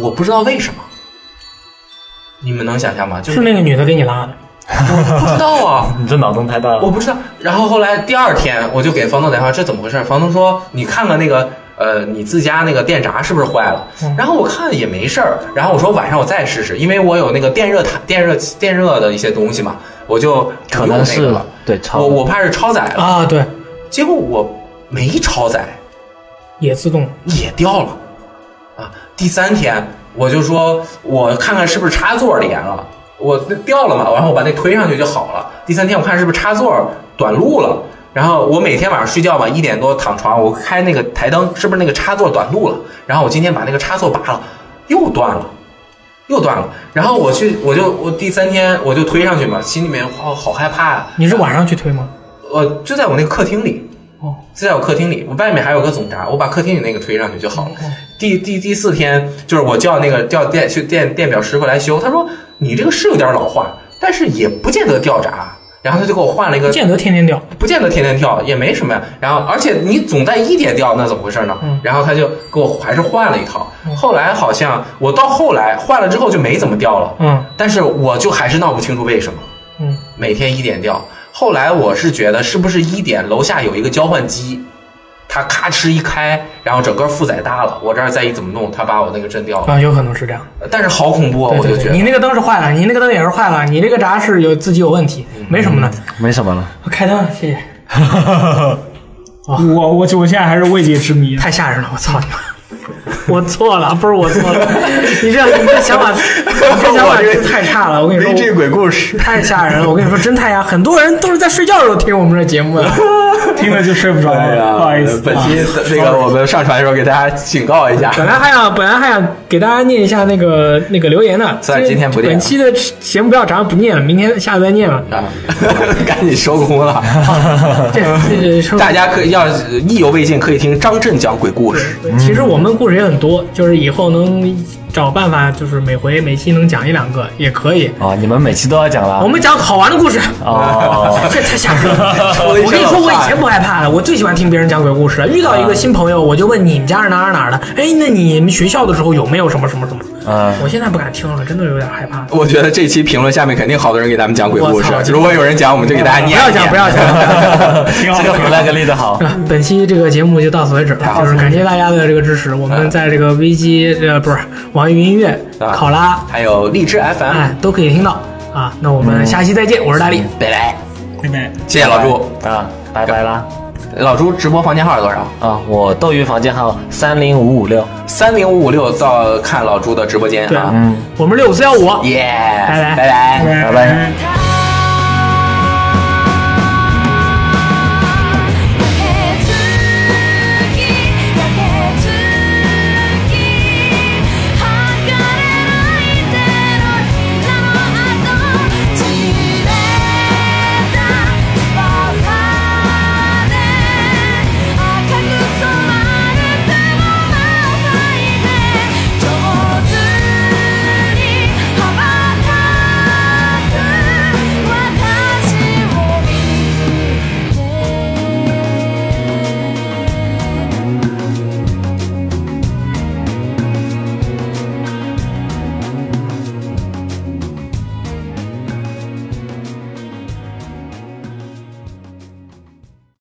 我不知道为什么。你们能想象吗？就是
那个女的给你拉的，
不知道啊，
你这脑洞太大
我。不知道。然后后来第二天我就给房东打电话，这怎么回事？房东说你看看那个呃你自家那个电闸是不是坏了？然后我看也没事儿，然后我说晚上我再试试，因为我有那个电热毯、电热电热的一些东西嘛，我就不
可
用那
能
个
是
了。
对超
我我怕是超载了，
啊，对，
结果我没超载，
也自动，
也掉了啊。第三天我就说，我看看是不是插座连了，我那掉了嘛，然后我把那推上去就好了。第三天我看是不是插座短路了，然后我每天晚上睡觉嘛，一点多躺床，我开那个台灯，是不是那个插座短路了？然后我今天把那个插座拔了，又断了。又断了，然后我去，我就我第三天我就推上去嘛，心里面好好害怕呀、啊
你是晚上去推吗？
呃，就在我那个客厅里。
哦，
就在我客厅里，我外面还有个总闸，我把客厅里那个推上去就好
哦
了。第第第四天，就是我叫那个叫电去电电表师傅来修，他说你这个是有点老化，但是也不见得掉闸。然后他就给我换了一个
不见得天天掉。
不见得天天跳，也没什么呀。然后，而且你总带一点掉，那怎么回事呢？
嗯
然后他就给我还是换了一套。后来好像我到后来换了之后就没怎么掉了，
嗯
但是我就还是闹不清楚为什么
嗯，
每天一点掉。后来我是觉得是不是一点楼下有一个交换机，它咔哧一开，然后整个负载大了，我这儿再一怎么弄，它把我那个震掉了。
啊，有可能是这样。
但是好恐怖啊，
对
我就
对
觉
对，
得
你那个灯是坏了，你那个灯也是坏了，你这个闸是有自己有问题，没什么的。
没什么了。
嗯
我开灯，谢谢。
我我我现在还是未解之谜。
太吓人了！我操你妈！我错了，不是我错了，你这你这想法，你这想法真太差了。我跟你说，
这鬼故事，
太吓人了！我跟你说，真太吓，很多人都是在睡觉的时候听我们这节目 的。
听了就睡不着
哎
了，
呀，
不好意思。
本
啊
期这个我们上传的时候给大家警告 一下，
本来还想，本来还想给大家念一下那个那个留言呢。
算了今天不念了
本期的节目不要长，不念了，明天下次再 念吧。
啊，赶紧收工了。
这这这
大家可以要是意犹未尽，可以听张震讲鬼故事。
对其实我们故事也很多，就是以后能找办法，就是每回每期能讲一两个也可以。
哦，你们每期都要讲了。
我们讲好玩的故事。
哦，
这太吓人 了！
说一
我
身
跟你说，
冷
我
汗
以前不害怕的，我最喜欢听别人讲鬼故事了。遇到一个新朋友，我就问你们家是哪儿哪儿的？哎，那你们学校的时候有没有什么什么什么？
嗯，
我现在不敢听了，真的有点害怕。
我觉得这期评论下面肯定好多人给咱们讲鬼故事啊
我操。
如果有人讲，我们就给大家
不
念。
要讲，不要讲。
挺好
这个回来个立得好。
啊哎 本期这个节目就到此为止了，就是感谢大家的这个支持。我们在这个危机，呃，不是网易云音乐、
啊
考拉，
还有荔枝 FM，
哎，都可以听到啊。那我们下期再见，我是大力，
拜拜。
拜拜。
嗯谢谢老朱，
啊，拜拜啦！
老朱直播房间号是多少？
啊，我斗鱼房间号三零五五六，
三零五五六到看老朱的直播间
对
啊。
嗯，
我们六四幺五，
耶，
拜拜
拜拜。
拜拜。
嗯
「た